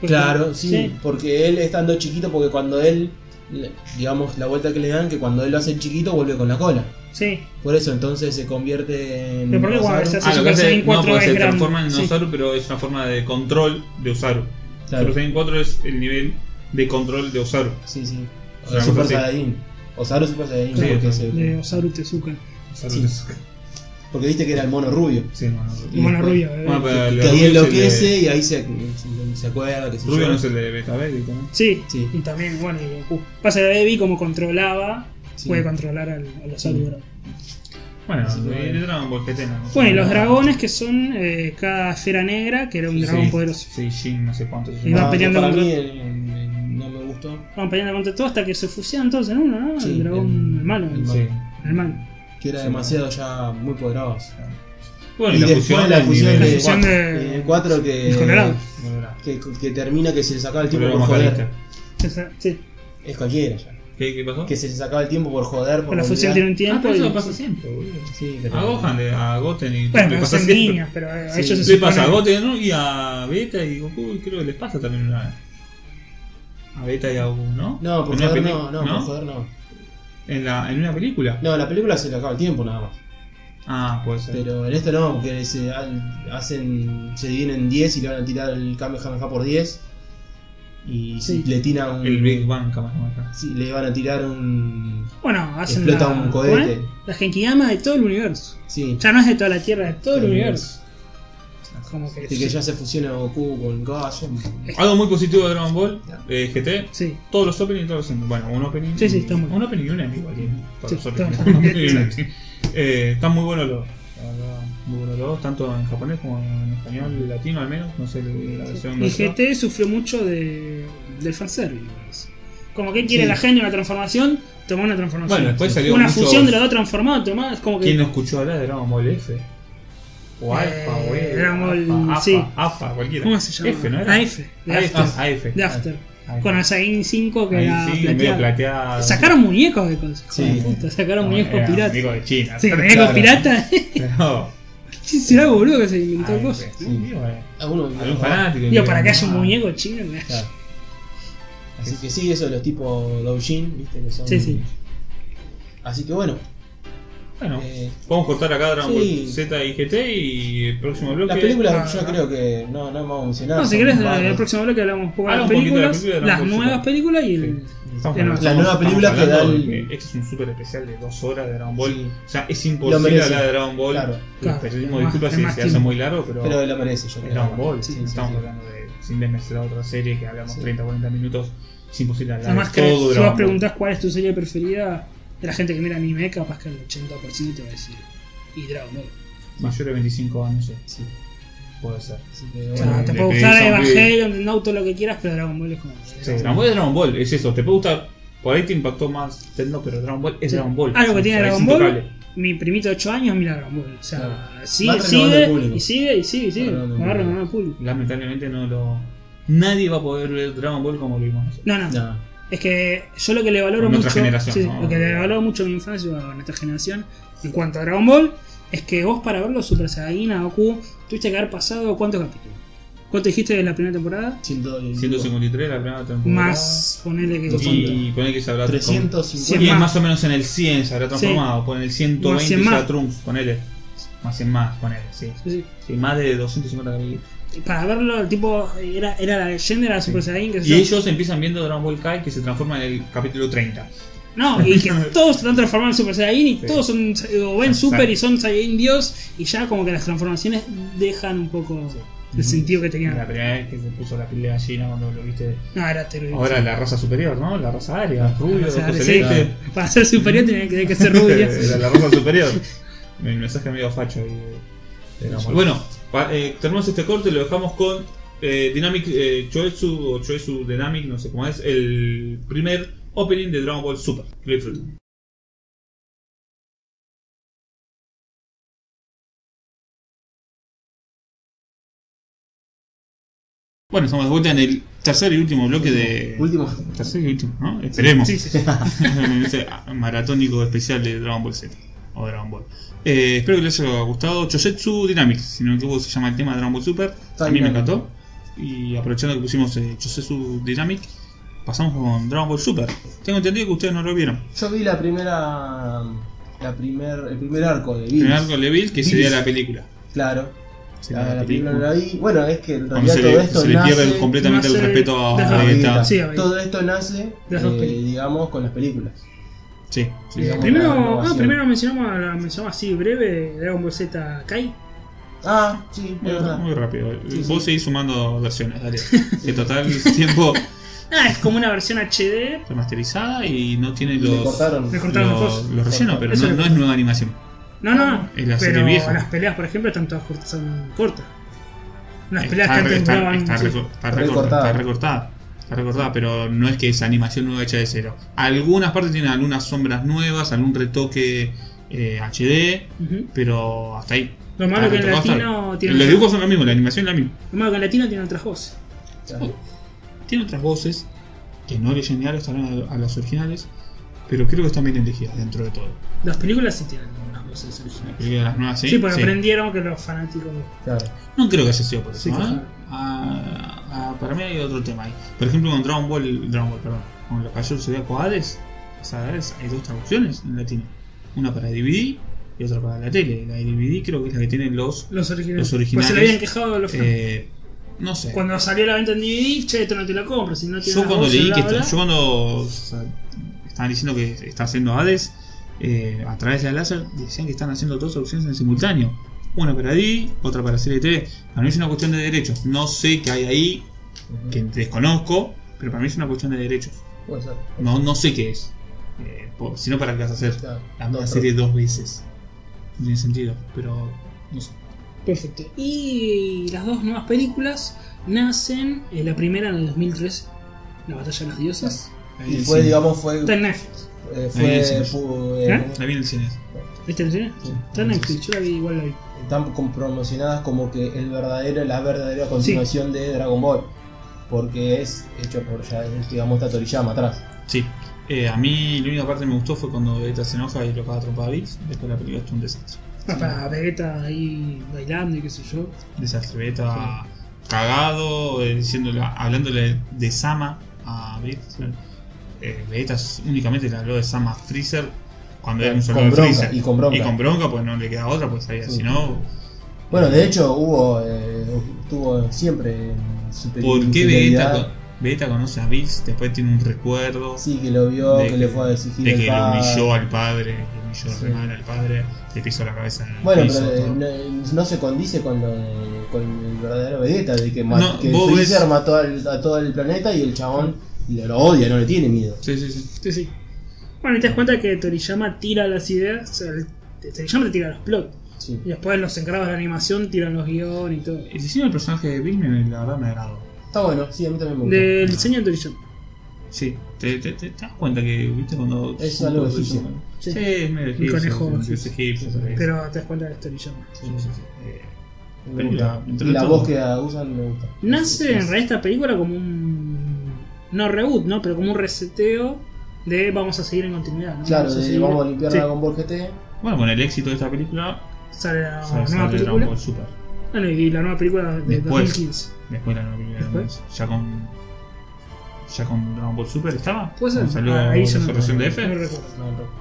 C: Pues,
B: Claro, sí, porque él estando chiquito, porque cuando él, le- digamos, la vuelta que le dan, que cuando él lo hace chiquito vuelve con la cola.
C: Sí.
B: Por eso entonces se convierte en...
C: Pero ¿por qué cuando
B: Osaru.
C: se hace-
A: Ah, lo que
C: Super
A: hace,
C: Saiyan
A: no,
C: 4
A: porque
C: es
A: se
C: grande,
A: transforma en
C: sí.
A: Osaru, pero es una forma de control de Osaru.
B: Claro,
A: Super Saiyan 4 es el nivel de control de Osaru.
B: Sí, sí.
A: O sea,
B: Super
A: sí.
B: Saiyajin. Osaru Super Saiyajin.
A: Sí,
B: porque,
A: sí.
B: se-
C: De Osaru Tezuka.
A: Osaru
B: Sí.
A: es-
B: porque viste que era el mono rubio.
A: Sí, no, no.
B: Y
C: Mono
B: después-
C: rubio, bebé.
A: Bueno, pues. pero el
B: que ahí
A: rubio es el de-
B: enloquece y ahí se, se- se acuerda que se
A: Rubio no es el de Beta Baby, ¿no?
C: Sí.
B: Sí.
C: Y también, bueno, y Goku. Pasa que Baby, como controlaba,
B: Sí.
C: puede controlar al, al Osaru
B: Sí.
C: dorado.
A: Bueno,
B: Sí,
A: y
B: bueno.
A: el Dragon Ball GT, ¿no?
C: Bueno, y los dragones que son eh, cada esfera negra, que era un
A: Sí,
C: dragón
A: sí,
C: poderoso.
A: Sí, Jin, no sé cuánto. se
C: Y
A: llama.
C: va peleando
B: Ah, para
C: contra-
B: mí el- el- no me gustó.
C: Vamos peleando contra todo hasta que se fusionan todos en uno, ¿no?
B: Sí,
C: el dragón
B: el-
C: el malo. El,
B: el-
A: Sí.
C: el malo.
B: Que era
A: Sí.
B: demasiado ya muy poderoso.
A: Bueno,
B: y después la
A: del
B: fusión
A: nivel
B: de,
C: La fusión
A: cuatro.
C: de-
B: eh, cuatro que,
C: El colorado.
A: Colorado.
B: que que termina que se le sacaba el tiempo
A: Colorado
B: por joder.
A: Macarista.
C: Esa- Sí.
A: Oh,
B: Es cualquiera ya.
A: ¿Qué, ¿Qué pasó?
B: Que se le sacaba el tiempo por joder. Por
C: Con la fusión tiene
B: olvidar.
C: un
A: Ah,
C: tiempo.
A: pero
C: y-
A: eso pasa siempre, boludo.
B: Sí, pero-
A: A Gohan, le- eh, a Goten y le
C: Bueno, pero
A: pasa
C: son
A: siempre.
C: niños, pero a
B: Sí.
C: ellos se
A: Le pasa a
C: suponen-
A: Goten ¿no? y a Beta y Goku, y creo que les pasa también una vez. A Beta y a Goku, ¿no?
B: No, por
A: En una
B: joder
A: peli-
B: no, no, por joder no.
A: ¿En, la, en una película.
B: No, la película se le acaba el tiempo nada más.
A: Ah, puede ser.
B: Pero en esto no, porque se al- hacen. se dividen en 10 y le van a tirar el cambio Kamehameha por 10. Y
C: Sí.
B: le tiran un.
A: El Big Bang, Kamehameha.
B: Sí, le van a tirar un.
C: Bueno, hacen
B: Explota
C: la,
B: un cohete.
C: ¿cómo es? La Genkigama de todo el universo.
B: Sí.
C: Ya no es de toda la Tierra, es de todo el
B: Del
C: universo. Como que.
B: Y que ya se fusiona Goku con Goku.
A: Algo muy positivo de Dragon Ball, eh, GT,
C: Sí.
A: Todos los openings y todos los endings. Bueno, un opening.
C: Sí, sí, está muy
A: Un opening y un ending igual tiene. Todos
C: Sí,
A: los openings.
C: está muy
A: Un opening y un
C: bien.
A: ending. Eh, Están muy buenos los dos. La verdad, Muy buenos los dos, tanto en japonés como en español, latino al menos. No sé la versión.
C: Y
A: nuestra.
C: GT sufrió mucho de, del fanservice. me parece. Como que quiere
B: Sí.
C: la gente una transformación, toma una transformación.
A: Bueno, después salió
C: una
A: mucho-
C: fusión de los dos transformados, tomá, es como que.
A: ¿Quién no escuchó hablar de Dragon Ball F? O
C: Eh,
A: Alpha, o E,
C: Dragon Ball,
A: Alpha, Alpha,
C: sí.
A: Alpha, cualquiera.
C: ¿Cómo se llama?
A: F, ¿no era? Ah,
C: AF, de
A: AF,
C: After.
A: AF.
C: De After.
A: AF.
C: Con el Saiyan 5 que
A: Ah, Ahí
C: era
A: sí, medio
C: plateado.
A: plateado.
C: Sacaron muñecos de cosas.
B: Sí.
C: hijo de puta, sacaron
A: No, eh,
C: muñecos
A: era
C: piratas.
A: Muñecos de China.
C: Sí, muñecos
B: claro.
C: piratas.
A: Pero.
C: ¿Quién será boludo que se inventó
A: Ay,
C: el coso?
A: sí, bueno.
B: Alguno.
A: Algún fanático.
C: Digo, para que haya un
A: Ah.
C: muñeco chino. me-
B: Claro. Así que sí, eso los tipos Doujin, viste, que son.
C: Sí, sí.
B: Así que bueno.
A: Bueno,
B: eh,
A: podemos cortar acá Dragon
B: sí.
A: Ball Z y GT y el próximo bloque.
B: las películas
C: Ah,
B: yo
C: no.
B: creo que no, no vamos a mencionar.
C: No, si
B: son
C: querés, en
B: varias.
C: el próximo bloque hablamos un poco de las
A: Hablamos un poquito de la
C: películas,
A: película de
C: las
A: Dragon Ball
C: nuevas
A: Z.
C: películas y el,
A: Estamos
C: Ya no,
A: hablando-
B: la nueva
A: estamos
B: película que da
A: hablando
B: el-
A: de que Este es un super especial de dos horas de Dragon Ball.
B: Sí.
A: O sea, es
B: Lo
A: imposible
B: merece.
A: hablar de Dragon Ball.
B: Claro.
C: Claro.
A: Pedimos
C: Es más-
A: disculpas
C: es
A: si
C: más
A: se hace
C: tiempo.
A: muy largo, pero,
B: Pero lo merece, yo
A: es
B: creo.
A: Dragon Ball.
B: Sí, sí,
A: Estamos
B: sí.
A: hablando de, sin desmerecer a otra serie que hablamos
B: Sí.
A: 30 o 40 minutos. Es imposible hablar
C: Además,
A: de
C: que
A: todo
C: si vos
A: Dragon Ball.
C: preguntás cuál es tu serie preferida, de la gente que mira anime, capaz que el 80% te va a decir. Y Dragon Ball.
A: Mayor de 25 años, sí,
B: Sí,
A: puede ser.
B: así que,
C: O
B: bueno,
C: sea,
A: Bueno,
C: te
A: le
C: puede
A: pedís
C: gustar
A: a un pibe.
C: Evangelion, Nauto, lo que quieras, pero Dragon Ball es como.
A: Sí, Dragon Ball es Dragon Ball, es eso. Te puede gustar. Por ahí te impactó más Tendo, pero Dragon Ball es
C: Sí.
A: Dragon Ball.
C: Algo que
A: O
C: tiene
A: sea, es
C: Dragon Ball.
A: intocable.
C: Mi primito de 8 años mira Dragon Ball. O sea,
B: Claro.
C: sigue,
B: Va renovando el
C: sigue,
B: público.
C: y sigue, y sigue, y sigue.
B: Va renovando el
C: Va
B: público.
C: renovando el público.
A: Lamentablemente no lo. Nadie va a poder ver Dragon Ball como lo vimos nosotros.
C: No, no,
B: nada.
C: Es que yo lo que le valoro
A: Con
C: mucho.
A: otra generación,
C: sí, sí,
A: ¿no?
C: Lo que le valoro mucho a mi infancia o a nuestra generación en cuanto a Dragon Ball es que vos para verlo Super Saiyan, a Goku, tuviste que haber pasado cuántos capítulos. ¿Cuánto dijiste de la primera temporada?
A: 153 la primera temporada.
C: Más ponele que.
A: Y poner que se habrá
B: 350.
A: con- Y es más o menos en el 100 se habrá transformado. Con el
C: Más
A: 120
C: cien
A: será
C: más.
A: Trunks, ponele. Más en más, ponele, sí.
C: Sí,
A: Sí, más de 250 capítulos.
C: sí. Para verlo, el tipo era, era la leyenda de la Super Saiyan que
A: Y
C: yo-
A: ellos empiezan viendo Dragon Ball Kai que se transforma en el capítulo 30.
C: No, y que todos se han transformado en Super Saiyan y
A: Sí.
C: todos son, o ven
A: Exacto.
C: Super y son Saiyan Dios y ya como que las transformaciones dejan un poco el sentido que tenían.
A: La primera vez que se puso la piel de gallina cuando lo viste.
C: No, era terrible.
A: Ahora la raza superior, ¿no? La raza aria, rubio,
C: O sea,
A: ojo
C: sí,
A: celeste.
C: Para ser superior tenía que, tenía que ser rubio.
A: Era la raza superior. Mi mensaje medio facho. ahí de- de Dragon Ball. bueno, pa- eh, terminamos este corte y lo dejamos con eh, Dynamic eh, Choetsu o Choetsu Dynamic, no sé cómo es, el primer opening de Dragon Ball Super. Que lo disfruten. Bueno, estamos de vuelta en el tercer y último bloque de.
B: Último.
A: Tercer y último, ¿no? Este, Esperemos.
C: Sí, sí, sí.
A: Ese Este, maratónico especial de Dragon Ball Z o Dragon Ball. Eh, espero que les haya gustado. Chosetsu Dynamics, si no me equivoco, se llama el tema de Dragon Ball Super.
B: Está
A: A mí me
B: dinámico.
A: encantó. Y aprovechando que pusimos eh, Chosetsu Dynamic, pasamos con Dragon Ball Super. Tengo entendido que ustedes no lo vieron.
B: Yo vi la primera. La primer, el primer arco de
A: Primer
B: Bills.
A: arco Leville, que sería la película.
B: Claro.
A: Sería
B: Ah, La, la
A: película.
B: primera la vi. Bueno, es que en
A: Cuando
B: realidad
A: se
B: todo
A: le,
B: esto
A: se le
B: nace.
A: pierde completamente el
C: nace-
A: respeto a
C: Ajá.
A: Vegeta.
C: Ah, Sí, a Vegeta.
B: todo esto nace,
C: Las dos
B: eh,
C: películas.
B: digamos, con las películas.
A: Sí, sí.
B: Digamos,
C: Primero,
B: la
C: ah,
B: renovación.
C: primero mencionamos, a la- mencionamos así breve Dragon Ball Z Kai.
B: Ah, sí, es
A: Muy,
B: verdad.
A: muy rápido.
B: Sí, sí.
A: Vos seguís sumando versiones, dale. Que total tiempo
C: Ah, es como una versión HD.
A: remasterizada y no tiene
B: Le
A: los,
B: cortaron.
C: Me cortaron los
A: los,
C: dos.
A: los rellenos, pero
C: Eso
A: no, no
C: le
A: es
C: cortaron.
A: nueva animación.
C: No, no,
A: Es la serie
C: pero
A: vieja.
C: las peleas, por ejemplo, están todas cort- son cortas. Unas peleas
A: Eh, Está,
C: que antes
A: está-
C: duraban.
A: está
C: sí.
A: reco- está recortada.
B: Recortada.
A: Está recortada. Está recortada, pero no es que es animación nueva hecha de cero. Algunas partes tienen algunas sombras nuevas, algún retoque eh, HD,
C: Ujú.
A: pero hasta ahí.
C: Lo malo
A: Está
C: que en
A: retocado hasta ahí.
C: latino tiene.
A: Los dibujos son lo mismo, la animación es la misma. Oh,
C: Lo malo que en latino tiene otras voces.
B: Claro.
A: Tiene otras voces que no le llenaron a, a las originales, pero creo que están bien elegidas dentro de todo.
C: Las películas sí tienen unas voces originales.
A: Creo que las nuevas sí.
C: Sí, porque
A: sí.
C: aprendieron que los fanáticos.
B: Claro.
A: No creo que haya sido por eso.
C: Sí,
A: ¿eh?
C: claro.
A: Ah, ah, para mí hay otro tema ahí. Por ejemplo, con Dragon Ball, Dragon Ball, perdón, con los caballeros zodiacos Hades, o sea, Hades, hay dos traducciones en latino: una para DVD y otra para la tele. La de DVD creo que es la que tienen los.
C: Los originales.
A: Los originales,
C: Pues se le habían quejado a los fanáticos.
A: eh, no sé.
C: Cuando salió la venta en DVD, che, esto no te la compro. Si no tiene
A: yo
C: las
A: cuando
C: voces,
A: leí
C: bla,
A: que
C: bla,
A: esto- yo cuando o sea, estaban diciendo que está haciendo Hades eh, a través de la láser, decían que están haciendo dos traducciones en simultáneo. Una para D, otra para serie TV. Para mí es una cuestión de derechos. No sé qué hay ahí, que desconozco, pero para mí es una cuestión de derechos.
B: Puede ser.
A: No, no sé qué es. Eh, por- sino para qué vas a hacer
B: Claro.
A: la misma
B: Otro.
A: serie dos veces. No tiene sentido, pero no sé.
C: Perfecto. Y las dos nuevas películas nacen, eh, la primera en el 2013, La Batalla de los Dioses.
B: Y fue, digamos, fue.
C: Está en Netflix.
A: Ahí
B: eh, fue
A: sí.
B: fu- eh,
C: ¿Eh?
A: La vi en el cine.
C: ¿Viste en cine? Está en Netflix, yo la vi igual la vi.
B: están como promocionadas como que el verdadero, la verdadera continuación de Dragon Ball. Porque es hecho por ya, digamos, está Toriyama atrás.
A: Sí. Eh, a mí la única parte que me gustó fue cuando Vegeta se enoja y lo caga a trompada a Bills. Después la película es un desastre.
C: Ah, Para Vegeta ahí bailando y qué sé yo.
A: Desastre. Vegeta cagado, eh, diciéndole, hablándole de Sama a Bills. Eh, Vegeta s- únicamente le habló de Sama a Freezer cuando era un
B: Eh, con
A: soldado de
B: bronca,
A: Freezer.
B: y con bronca.
A: Y con bronca, pues no le queda otra, pues sabía.
B: Sí.
A: Si no,
B: Bueno, de hecho hubo, eh, tuvo siempre super
A: ¿por qué Vegeta,
B: infidelidad.
A: con- Vegeta conoce a Bills, después tiene un recuerdo
B: Sí, que lo vio,
A: de
B: que, le fue a exigir
A: de
B: el
A: que lo
B: padre.
A: humilló al padre, le humilló
B: Sí.
A: re mal al padre, le pisó la cabeza en el
B: Bueno,
A: piso,
B: pero eh,
A: todo.
B: no, no se condice con, lo de- con el verdadero Vegeta, de que, ma-
A: No,
B: que
A: vos
B: Freezer
A: ves-
B: mató al- a todo el planeta y el chabón lo, lo odia, no le tiene miedo.
A: Sí, sí, sí.
C: Sí, sí. Bueno, y te das cuenta que Toriyama tira las ideas, o sea, el- Toriyama te tira los plots.
B: Sí.
C: Y después los encargados de la animación tiran los guiones y todo.
A: El diseño del personaje de Bills, me- la verdad, me agradó.
B: Está bueno, sí, a mí también me gusta.
C: Del diseño de Toriyama.
A: Sí, te, te, te- te das cuenta que, viste, cuando.
B: Es algo egipcio.
A: Sí,
C: Sí.
A: es medio egipcio.
C: conejo,
A: como que
C: sí,
A: Es egipcio,
B: sí,
A: pero-
C: Pero te das cuenta que es Toriyama.
B: Sí,
A: sí, sí, sí. Eh,
B: me gusta.
A: película, entre
B: Y la
A: todo.
B: voz que usan me gusta.
C: Nace en realidad esta película como un. No reboot, ¿no? Pero como un reseteo de vamos a seguir en continuidad, ¿no?
B: Claro,
C: a
B: de-
C: seguir-
B: vamos a limpiar
C: Sí,
B: Dragon Ball GT.
A: Bueno, con el éxito de esta película,
C: Sale la
A: sale,
C: Ah, nueva
A: sale Dragon
C: película.
A: Ball Super.
C: Bueno, y la nueva película de
A: Después.
C: 2015.
A: Después la nueva película de Dragon
C: Después.
A: Ball, ya con. Ya con Dragon Ball Super estaba.
C: ¿Puede
A: ¿Cuando
C: ser?
A: salió
C: Ah,
A: la
C: ya no-
A: solución de
C: no
A: F?
C: recuerdo.
B: No, no.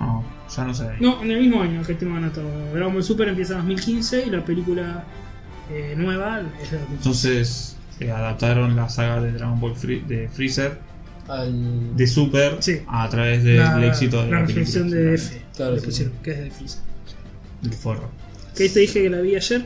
A: No, ya no sé.
C: No, en el mismo año que este tengo anotado. Dragon Ball Super empieza en 2015 y la película eh, nueva es de 2015.
A: Entonces eh, adaptaron la saga de Dragon Ball Free- de Freezer
B: Al...
A: de Super
C: Sí.
A: a través del
C: la,
A: éxito de
C: la
A: la
C: reflexión
A: película,
C: de
A: sí,
C: F.
B: Claro,
C: le
B: sí.
C: pusieron, que es de Freezer.
A: del forro.
C: Que ahí te dije que la vi ayer.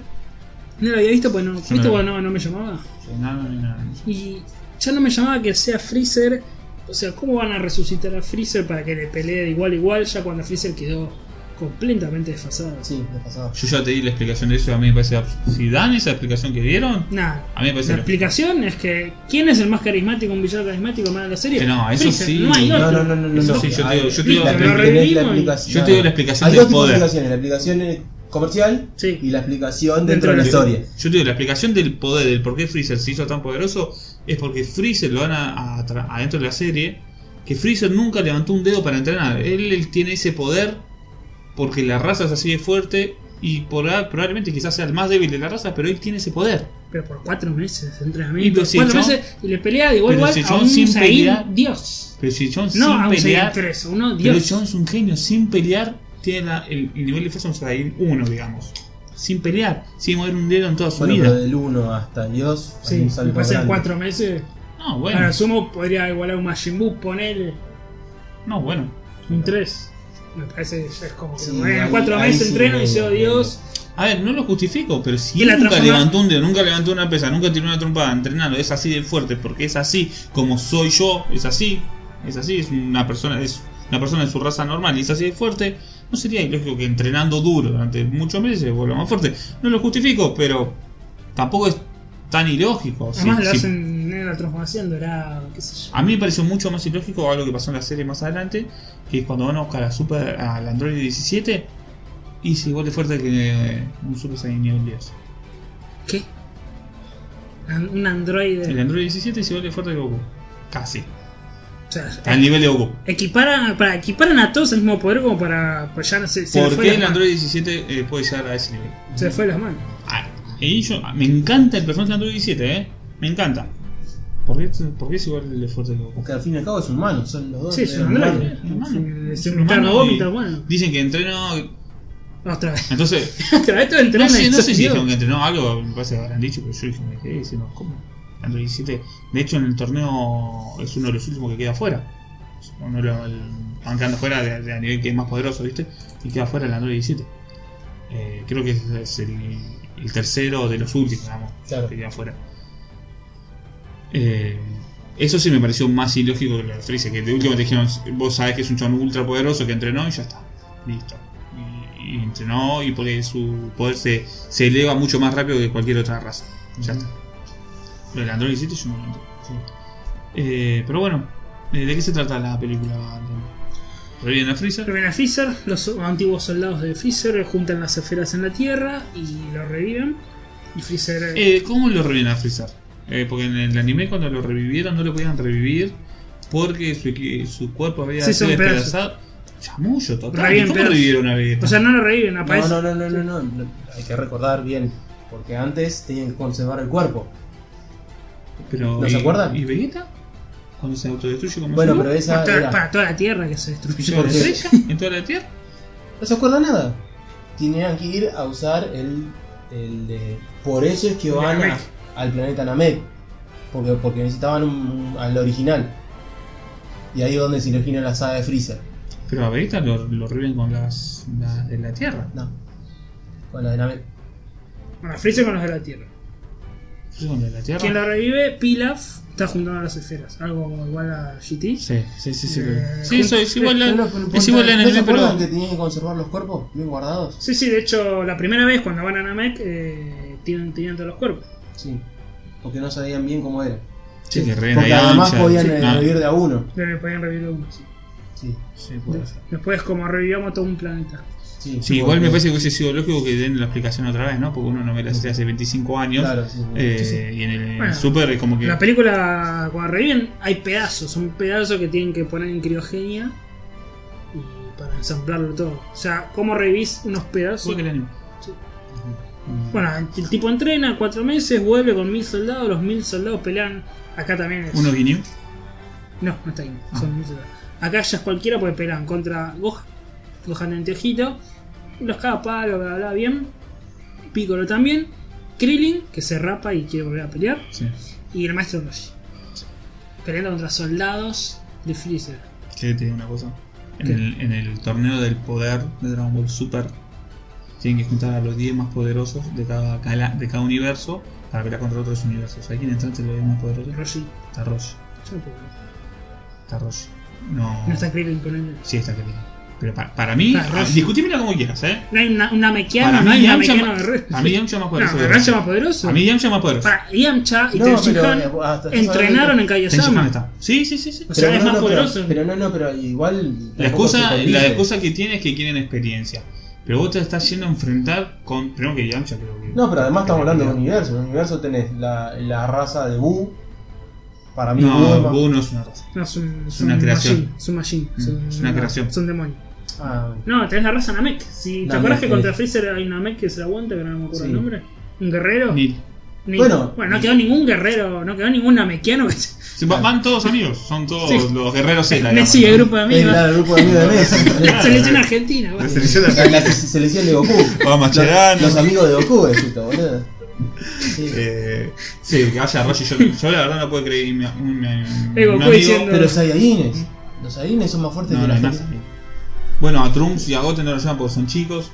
C: No la había visto, pues no, ¿viste?
A: no.
C: Porque no, no me llamaba.
A: Sí, nada, no, nada, no.
C: Y ya no me llamaba que sea Freezer. O sea, ¿cómo van a resucitar a Freezer para que le pelee de igual a igual ya cuando Freezer quedó completamente desfasado?
B: Sí, desfasado.
A: Yo ya te di la explicación de eso, a mí me parece. abs- Si dan esa explicación que dieron,
C: Nada.
A: a mí me parece.
C: La
A: lo-
C: explicación es que ¿quién es el más carismático, un villano carismático más de la serie?
A: Que no, eso
C: Freezer,
A: sí.
C: No hay
B: No,
C: otro.
B: no, no, no, no.
A: Eso
B: no.
A: sí, yo te
B: Hay-
A: digo- yo te digo-
B: la
A: Lo
B: tenés
C: revivimos
B: la
C: y-
B: explicación.
A: Yo te digo la explicación
B: Hay
A: del
B: dos tipos de
A: poder.
B: explicaciones, la explicación eh, comercial
C: Sí.
B: y la explicación dentro de la
C: Dentro de
B: historia.
A: Yo te digo, la explicación del poder, del por qué Freezer se hizo tan poderoso, es porque Freezer lo van a, a tra- adentro de la serie, que Freezer nunca levantó un dedo para entrenar. Él, él tiene ese poder porque la raza es así de fuerte y por, probablemente quizás sea el más débil de la raza, pero él tiene ese poder.
C: Pero por cuatro meses de
A: Y
C: entrenamiento.
A: pero si el
C: cuatro
A: chabón-
C: meses y le pelea de igual
A: pero
C: igual
A: si el
C: a
A: chabón
C: un
A: sin
C: Zayn
A: pelear-
C: Dios.
A: Pero si John
C: No, a
A: sin
C: un Zayn
A: pelear,
C: 3, uno
A: pero
C: Dios.
A: John es un genio, sin pelear, tiene la- el, el nivel de fuerza de un Saiyan 1, digamos. Sin pelear, sin mover un dedo en toda su
B: Bueno,
A: vida.
B: pero del 1 hasta Dios, hay
C: Sí,
B: un salto
C: me pasan
B: grande.
C: cuatro meses.
A: No,
C: Bueno.
A: bueno.
C: Ahora sumo podría igualar a un Majin Buu, ponele
A: No, bueno.
C: un 3. Me parece que ya es como que
B: Sí,
C: bueno,
B: ahí-
C: cuatro
B: ahí
C: meses
B: sí
C: entreno y
B: me-
C: sea Dios.
A: A ver, no lo justifico, pero si
C: Y
A: él
C: la
A: nunca
C: transforma-
A: levantó un dedo, nunca levantó una pesa, nunca tiró una trompada, entrenando, es así de fuerte, porque es así como soy yo, es así, es así, es una persona, es una persona de su raza normal y es así de fuerte, no sería ilógico que entrenando duro durante muchos meses se vuelva más fuerte. No lo justifico, pero tampoco es tan ilógico. Si-
C: Además lo
A: si-
C: hacen en la transformación dorada, qué sé yo.
A: A mí me pareció mucho más ilógico algo que pasó en la serie más adelante, que es cuando van a buscar a Super, al Android 17 y es igual de fuerte que un Super Saiyan nivel 10.
C: ¿Qué? An- Un androide.
A: El Android 17 es igual de fuerte que Goku. Casi.
C: O sea,
A: Al nivel de Goku.
C: equiparan, para, equiparan a todos el mismo poder como para. Pues ya no sé. Se le
A: ¿Por
C: fue
A: qué
C: las
A: el
C: manos.
A: Android 17 eh, puede llegar a ese nivel?
C: Se le fue las manos.
A: Ah, y yo- ah, me encanta el personaje de Android 17, ¿eh? Me encanta. ¿Por qué, por qué es igual de fuerte que Goku?
B: Porque al fin y al cabo es humano, son los dos.
C: Sí, es
B: eran
C: un androide.
B: humanos.
A: Humano.
C: Se- Se
A: Es un humano
C: invitaron a
A: y
C: vómito, bueno.
A: Dicen que entrenó.
C: Otra vez.
A: Entonces,
C: Otra vez todo entreno.
A: no sé, no
C: y
A: sé si
C: sonido.
A: dijeron que entrenó algo, me parece que habrán dicho, pero yo dije, me quedé diciendo, ¿cómo? Android 17. De hecho, en el torneo es uno de los últimos que queda fuera. Uno lo bancando fuera de, de a nivel que es más poderoso, ¿viste? Y queda fuera el Android 17. Eh, creo que es, es el, el tercero de los últimos, digamos,
B: Claro.
A: que queda fuera. Eh, eso sí me pareció más ilógico que lo de Freezer, que de último te dijeron, vos sabés que es un chabón ultra poderoso que entrenó y ya está, listo. Y, y entrenó y porque su poder se, se eleva mucho más rápido que cualquier otra raza. Ya está. Lo del Android 17 yo no lo entiendo. Eh, pero bueno, eh, ¿de qué se trata la película? ¿Reviven a Freezer?
C: Reviven a Freezer, los antiguos soldados de Freezer juntan las esferas en la Tierra y lo reviven. Y Freezer.
A: Eh, ¿Cómo lo reviven a Freezer? Eh, porque en el anime cuando lo revivieron no lo podían revivir porque su, equi- su cuerpo había
C: Sí,
A: sido
C: son pedazos.
A: despedazado. Chamullo total.
C: Reviven
A: ¿Y ¿Cómo
C: pedazos.
A: revivieron a Vegeta?
C: o sea, no lo reviven,
B: No,
C: aparece.
B: no, no, no, no, no, no, Hay que recordar bien. Porque antes tenían que conservar el cuerpo.
A: pero,
B: ¿no se
A: ¿y-
B: acuerdan?
A: ¿Y Vegeta? Cuando se autodestruye como
B: Bueno,
A: se-
B: pero esa
C: para, toda,
B: era-
C: para toda la Tierra que se destruyó.
A: ¿Llegó la
B: porque-
A: estrella en toda la Tierra?
B: No se acuerda nada. Tenían que ir a usar el. el, eh, por eso es que van a-
C: Namek.
B: al planeta Namek. Porque, porque necesitaban un- un- al original. Y ahí es donde se origina la saga de Freezer.
A: Pero a Vegeta lo, lo reviven con las, las de la Tierra.
B: No. Con la de Namek.
C: Bueno, Freezer con los de la Tierra.
A: ¿Sí, con las de la Tierra?
C: Quien la revive, Pilaf, está juntando las esferas. Algo como igual a GT.
A: Sí, sí, sí, sí.
C: Eh,
A: sí, eso es igual, a-
B: No, no, pero-
A: es igual a
B: ¿no se
A: anime,
B: acuerdan que
A: pero...
B: tenían que conservar los cuerpos bien guardados?
C: Sí, sí, de hecho, la primera vez cuando van a Namek, eh, tienen, tenían todos los cuerpos.
B: Sí. Porque no sabían bien cómo era.
A: Sí, que re
B: Porque
A: la
B: además
A: ancha.
B: podían
A: Sí,
B: eh,
A: ah,
B: revivir de a uno.
C: Pero podían revivir uno, sí.
B: Sí.
A: sí, puede ser.
C: Después, como revivamos todo un planeta.
B: Sí,
A: Sí, igual me
B: porque-
A: parece que hubiese sido lógico que den la explicación otra vez, ¿no? Porque uno no ve la serie hace 25 años.
B: Claro, sí, sí.
A: eh,
B: Sí, sí.
A: Y en el
C: Bueno,
A: Super es como que...
C: La película, cuando reviven, hay pedazos. Son pedazos que tienen que poner en criogenia y para ensamblarlo todo. O sea, ¿cómo revivís unos pedazos?
A: Igual que el anime.
B: Ujú.
C: Bueno, el tipo entrena cuatro meses, vuelve con mil soldados, los mil soldados pelean. Acá también es.
A: Uno guiño.
C: No, no está ahí.
A: Ah.
C: Son mil soldados. Acá ya es cualquiera porque pelean contra Gohan, Gohan de anteojito. Los caga palo, bla, bla, bla, bien. Piccolo también. Krillin, que se rapa y quiere volver a pelear.
A: Sí.
C: Y el maestro Roshi. Peleando contra soldados de Freezer.
A: Que te digo una cosa. En
C: ¿Qué?
A: el, en el torneo del poder de Dragon Ball Super, tienen que juntar a los 10 más poderosos de cada, cala- de cada universo para pelear contra otros universos. ¿Hay quién entra entre los 10 más poderosos?
C: Roshi.
A: Está Roshi.
C: Yo no puedo creer.
A: Está Roshi. No.
C: No está Krillin con él.
A: Sí, está Krillin. Pero para, para mí,
C: Está Roshi.
A: discutímela como quieras, ¿eh?
C: No hay una, un
A: Para
C: Namekiano, no
A: mí,
C: hay un
A: Yamcha
C: Namekiano de
A: más,
C: re-
A: para mí Yamcha más
C: No,
A: poderoso. de
C: Yamcha
A: Roshi.
C: más poderoso.
A: A mí Yamcha más poderoso.
C: Para Yamcha y
B: No,
C: Tenchi
B: pero,
C: Han
B: eh, hasta-
C: entrenaron en
A: Tenchi Han
C: Kaiosama.
A: está. Sí, sí, sí. sí.
C: O sea, es más
B: no,
C: poderoso.
B: Pero, no, no, pero igual.
A: La
B: tampoco se
A: excusa,
B: convence.
A: la excusa que tiene es que quieren experiencia. Pero vos te estás yendo a enfrentar con. Primero que Yamcha, creo que.
B: No, pero además estamos hablando de un
A: No,
B: universo. En el universo tenés la, la raza de Boo. Para mí, Boo es
A: No,
B: más-
A: Boo no es una raza.
C: No, es, un-
A: Es
C: un
A: una creación.
C: machine, es un machine.
A: Mm, es una creación.
C: Es un demonio.
B: Ah,
C: No, tenés la raza Namek. Si te
B: Namek,
C: acuerdas que
B: sí.
C: contra Freezer hay un Namek que se la aguanta, que no me acuerdo
B: Sí.
C: el nombre. ¿Un guerrero?
A: Ni-
C: Ni-
B: Bueno.
C: no quedó ningún guerrero, no quedó ningún Namekiano. que se-
A: Sí,
B: Ah.
A: va- Van todos amigos, son todos
C: Sí.
A: los guerreros Z.
C: Messi, el grupo de
B: es
C: amigos.
B: la del grupo de amigos de Messi. ¿no?
C: La selección argentina,
A: La
C: bueno.
A: selección de-
B: la, la se- selección de Goku.
A: Va Mascherano.
B: Los, los amigos de Goku, es esto, boludo. Sí.
A: Eh, sí, que vaya Roshi. Yo, yo la verdad no puedo creer. mi- un- mi-
C: Es
A: un
C: Goku
A: amigo-
C: diciendo-
B: Pero los Saiyajines. Los Saiyajines son más fuertes
A: No, no
B: que la
A: hay más.
B: gente.
A: Bueno, a Trunks y a Goten no lo llaman porque son chicos.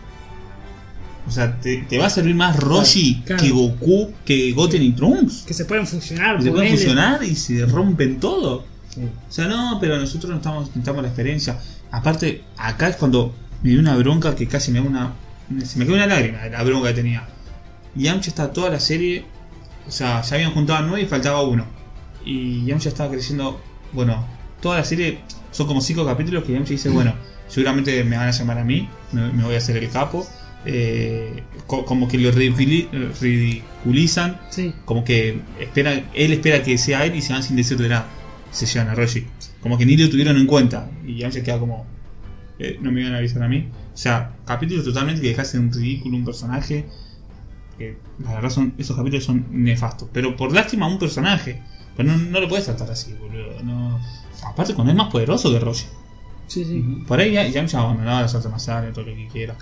A: O sea, te, te va a servir más Roshi
C: Claro.
A: que Goku, que Goten y Trunks.
C: Que se pueden fusionar.
A: Y se pueden
C: ponele.
A: fusionar y se rompen todo.
B: Sí.
A: O sea, no, pero nosotros no estamos, necesitamos la experiencia. Aparte, acá es cuando me dio una bronca que casi me da una. Se me quedó una lágrima de la bronca que tenía. Y Yamcha está toda la serie. O sea, ya habían juntado a nueve y faltaba uno. Y Yamcha estaba creciendo. Bueno, toda la serie son como cinco capítulos que Yamcha dice: Bueno, seguramente me van a llamar a mí, me, me voy a hacer el capo. Eh, co- como que lo ridiculi- ridiculizan
C: Sí.
A: como que espera, él espera que sea él y se van sin decirle nada. Se llevan a Roshi. Como que ni lo tuvieron en cuenta. Y Yamcha queda como. eh, no me iban a avisar a mí. O sea, capítulos totalmente que dejaste en ridículo un personaje. Que la verdad son. Esos capítulos son nefastos. Pero por lástima a un personaje. Pero no, no lo puedes tratar así, boludo. No. Aparte cuando es más poderoso que Roshi.
C: Sí, sí.
B: Ujú.
A: Por ahí ya- Yamcha abandonaba las artes marciales, todo lo que quiera.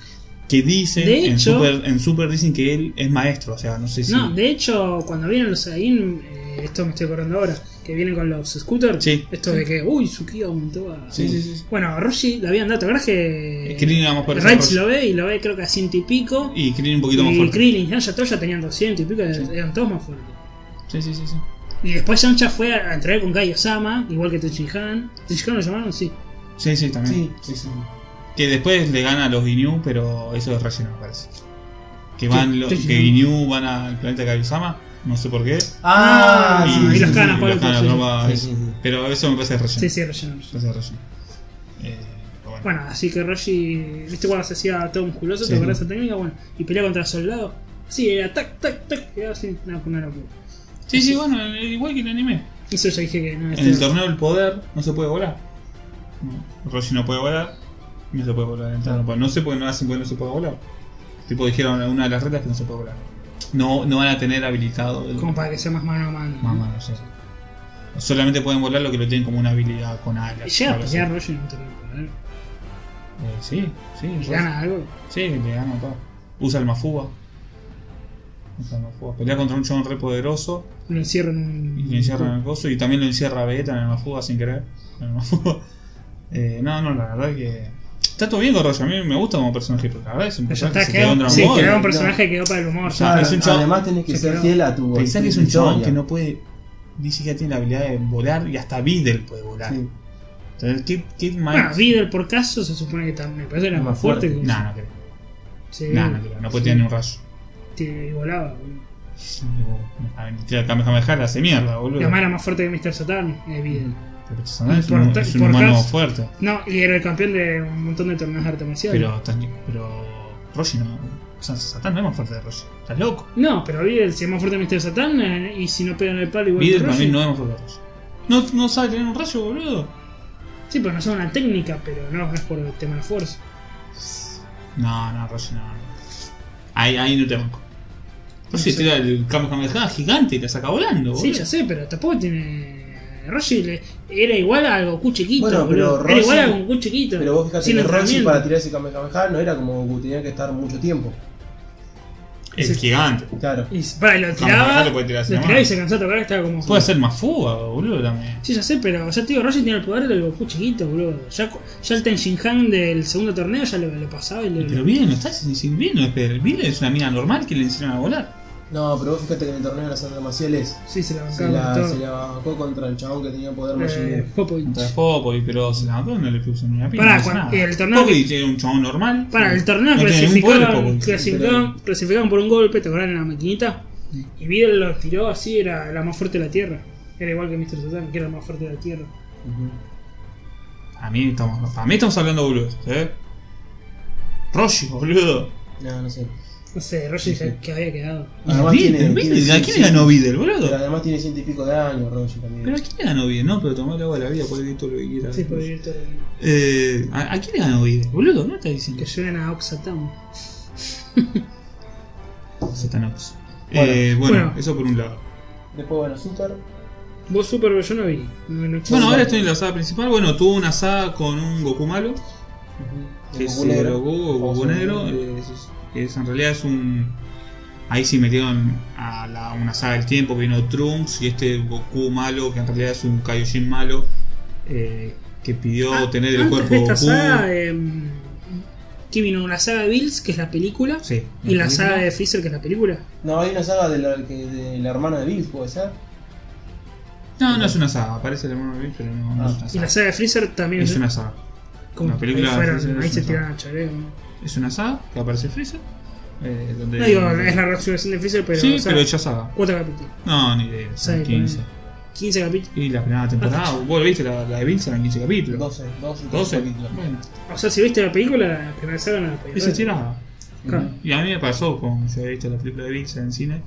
A: Que dicen,
C: De
A: en,
C: hecho-
A: Super, en Super dicen que él es maestro, o sea, no sé si.
C: No, de hecho, cuando vienen los Saiyajin, eh, esto me estoy acordando ahora, que vienen con los scooters,
A: Sí.
C: esto de que, uy, su ki aumentó a...
A: Sí, sí, sí, sí.
C: Bueno, a Roshi le habían dado, ¿te acordás que...
A: Eh, Krillin era más poderoso que
C: Reich
A: Roshi.
C: lo ve y lo ve creo que a ciento y pico.
A: Y Krillin un poquito más
C: Y
A: fuerte.
C: Krillin y Yamcha todos ya tenían 200 y pico,
A: Sí.
C: eran todos más fuertes.
A: Sí, sí, sí, sí.
C: Y después Yamcha fue a a entrenar con Kaiosama, igual que Tenshinhan. ¿Tenshinhan lo llamaron? Sí.
A: Sí, sí, también.
B: Sí, sí, sí.
A: Que después le gana a los Ginyu, pero eso es relleno, me parece. Que van
C: Sí,
A: los,
C: sí,
A: que
C: sí.
A: Ginyu van al planeta Kaiosama, no sé por qué.
B: Ah,
C: Y-
B: sí,
C: y
B: sí,
C: las
B: sí.
C: canas,
A: y
C: Pablo,
A: los canas,
C: sí, sí.
A: ropa,
B: Sí,
A: eso.
B: sí, sí.
A: Pero eso me parece relleno.
C: Sí, sí, rellenaron.
A: Me parece relleno. Eh, pero bueno.
C: Bueno, así que Roshi, ¿viste cuando se hacía todo musculoso?
A: Sí.
C: ¿Te acordás de esa técnica? Bueno, y pelea contra soldados. Sí, era tac, tac, tac, quedaba así, nada, una locura.
A: sí, sí, bueno, eh, igual que el anime.
C: Eso ya dije que no
A: En el
C: este-
A: torneo del poder no se puede volar. No, Roshi no puede volar, no se puede volar. entonces no, puede- no sé por qué no hacen porque no se puede volar. Tipo, dijeron una de las reglas que no se puede volar. No, no van a tener habilitado el,
C: Como para que sea más mano a mano.
A: Mamá, no sé. Solamente pueden volar lo que lo tienen como una habilidad con
C: Y
A: alas.
C: llega a
A: algo así.
C: pelear Roger en un torneo de poder.
A: Eh, sí, sí.
C: Y
A: Roshi.
C: gana algo.
A: Sí, le gana todo. Usa el Mafuba. Usa el Mafuba. Pelea contra un chabón re poderoso.
C: Lo encierran en
A: Y
C: un.
A: lo encierra en el coso y también lo encierra Vegeta en el Mafuga sin querer. En el Mafuga. Eh, no, no, la verdad que. Está todo bien con Roger, a mí me gusta como personaje, pero la verdad es un
C: Pero ya
A: personaje que se
C: está,
A: quedó en
C: quedó,
A: Dragon
C: sí,
A: Ball.
C: quedó un personaje que quedó para el humor.
A: Ya,
B: Claro,
A: Ah, es un chabón-
B: además tenés que
C: se
B: ser
C: quedó-
B: fiel a tu.
A: Pensá
B: a
A: que
B: tu
A: es un chabón
B: historia.
A: que no puede. Ni siquiera tiene la habilidad de volar y hasta Videl puede volar.
B: Sí.
A: Entonces, ¿qué, qué
C: Bueno,
A: más?
C: Vidal por caso se supone que también. Me parece que era más fuerte. que
A: Nah, no creo.
C: Sí.
A: Nah, no creo. No puede
C: Sí.
A: tener ni un rayo.
C: Que volaba. boludo.
A: A ver, Tira el Kamehameha, la hace mierda, boludo.
C: Y además era más fuerte que Mr. Satan, eh,
A: Mm.
C: Vidal.
A: Pero Tsunade es un,
C: Importa-
A: es un humano
C: importancia.
A: fuerte.
C: No, y era el campeón de un montón de torneos de arte marcial.
A: Pero, tan- pero Roshi no. o sea, Satán no es más fuerte de Roshi. Estás loco.
C: No, pero Vidal, si es más fuerte que Mr. Satan, eh, y si no pega en el palo igual
A: Videl
C: que
A: para mí
C: Roshi.
A: no es más fuerte de Roshi. No, no sabe tener un rayo, boludo.
C: Sí, pero no son una técnica, pero no, no es por el tema de la fuerza.
A: No, no, Roshi no. no. Ahí, ahí no te banco. Roshi
C: Sí.
A: tira el Kamehameha gigante y la saca volando, boludo.
C: Sí, ya sé, pero tampoco tiene. Roshi le- era igual a Goku chiquito.
B: Bueno, pero
C: boludo.
B: Roshi-
C: era igual a Goku chiquito.
B: Pero vos fijate
C: sin
B: que Roshi
C: entrenamiento.
B: para tirar ese Kamehameha no era como Goku, tenía que estar mucho tiempo.
A: Es
C: Sí.
A: gigante.
B: Claro.
C: Y para, lo
A: Kamehameha
C: tiraba.
A: lo puede tirar así
C: lo tiraba
A: nomás.
C: y se cansó de tocar, estaba como.
A: Puede ser más fuga, boludo, también.
C: Sí, ya sé, pero ya te digo, Roshi tiene el poder del Goku chiquito, boludo. Ya, cu- ya el Tenshinhan del segundo torneo ya le, le pasaba y le.
A: Pero Videl no está sin sin- Videl. no es Videl. Videl es una mina normal que le enseñan a volar.
B: No, pero vos fijate que en el torneo de las artes marciales
C: sí, se la
B: se la,
C: bancaba. todo.
B: se la bancó contra el chabón que tenía poder
C: Eh,
B: Majin
C: Popovich.
A: Contra Popovich, pero se levantó no le puso ni una pinta.
C: Pará,
A: no hizo
C: cuan-
A: nada.
C: y el torneo
A: Popovich era un chabón normal.
C: Para, el
A: No
C: torneo
A: tiene ningún poder,
C: clasificaban,
A: Popovich.
C: clasificaban, clasificaban por un golpe, ¿te acordás en la maquinita? Y Vidal lo tiró así, era la más fuerte de la tierra. Era igual que Mr. Satan, que era el más fuerte de la tierra.
B: Ujú.
A: A mí estamos, para mí estamos hablando boludo, ¿eh? Roshi, boludo.
B: No, no sé.
C: No sé, Roger
B: Sí, sí.
C: que había quedado.
B: Además
A: Y
B: Ah, tiene-
A: Videl,
B: tiene
A: Videl, ¿A
B: cien-
A: quién le
B: cien-
A: ganó Videl,
B: Pero
A: boludo?
B: además tiene ciento y pico de años, Roshi también.
A: ¿Pero a quién le ganó Videl? No, pero tomó el agua de la vida, puede vivir todo lo que quiera.
C: Sí, por vivir todo el-
A: Eh, ¿a, a quién le ganó Videl, boludo? No estás diciendo
C: Que lleguen a Oxatam.
A: Satanox.
B: Bueno.
A: Eh, bueno,
C: Bueno.
A: eso por un lado.
B: Después, bueno, Super.
C: Vos super, pero yo no vi. No,
A: Bueno,
C: no no-
A: ahora estoy en la saga principal. Bueno, tuvo una saga con un Goku malo,
B: Ujú.
A: que
B: El
A: es
B: Goku negro.
A: Goku, o Goku
B: Famoso
A: negro. eh, eso es- que es- en realidad es un. Ahí sí metieron a la- una saga del tiempo que vino Trunks y este Goku malo, que en realidad es un Kaioshin malo, eh, que pidió
C: Ah,
A: tener el
C: antes
A: cuerpo
C: de esta
A: Goku.
C: saga, eh, ¿qué vino? La saga de Bills, que es la película.
A: Sí,
C: Y la
A: película.
C: saga de Freezer, que es la película.
B: No, hay una saga de la, que- de la hermana de Bills, ¿puede ser?
A: No, no es una saga, aparece el hermano de Bills, pero no, no
B: Ah.
A: es
C: Y la
A: una saga.
C: saga de Freezer también.
A: Es una saga.
C: como
A: la película
C: ahí
A: de
C: fueron-
A: Freezer es
C: ahí se
A: una
C: tiraron a chaleo. ¿no?
A: Es una saga que aparece Freezer. eh, donde-
C: No digo, es la resurrección de Freezer, pero.
A: sí,
C: o sea,
A: pero hecha saga.
C: Cuatro capítulos.
A: No, ni idea. son
C: Sí,
A: 15.
C: 15 capítulos.
A: Y la primera temporada,
C: Ah,
A: vos viste la, la de Vince eran 15 capítulos.
B: 12, 12,
A: 12 capítulos. Bueno,
C: O sea, si viste la película, la primera saga no la podías
A: esa
C: ver.
A: tirada.
C: Claro.
A: Y a mí me pasó con yo había visto la película de Vince en cine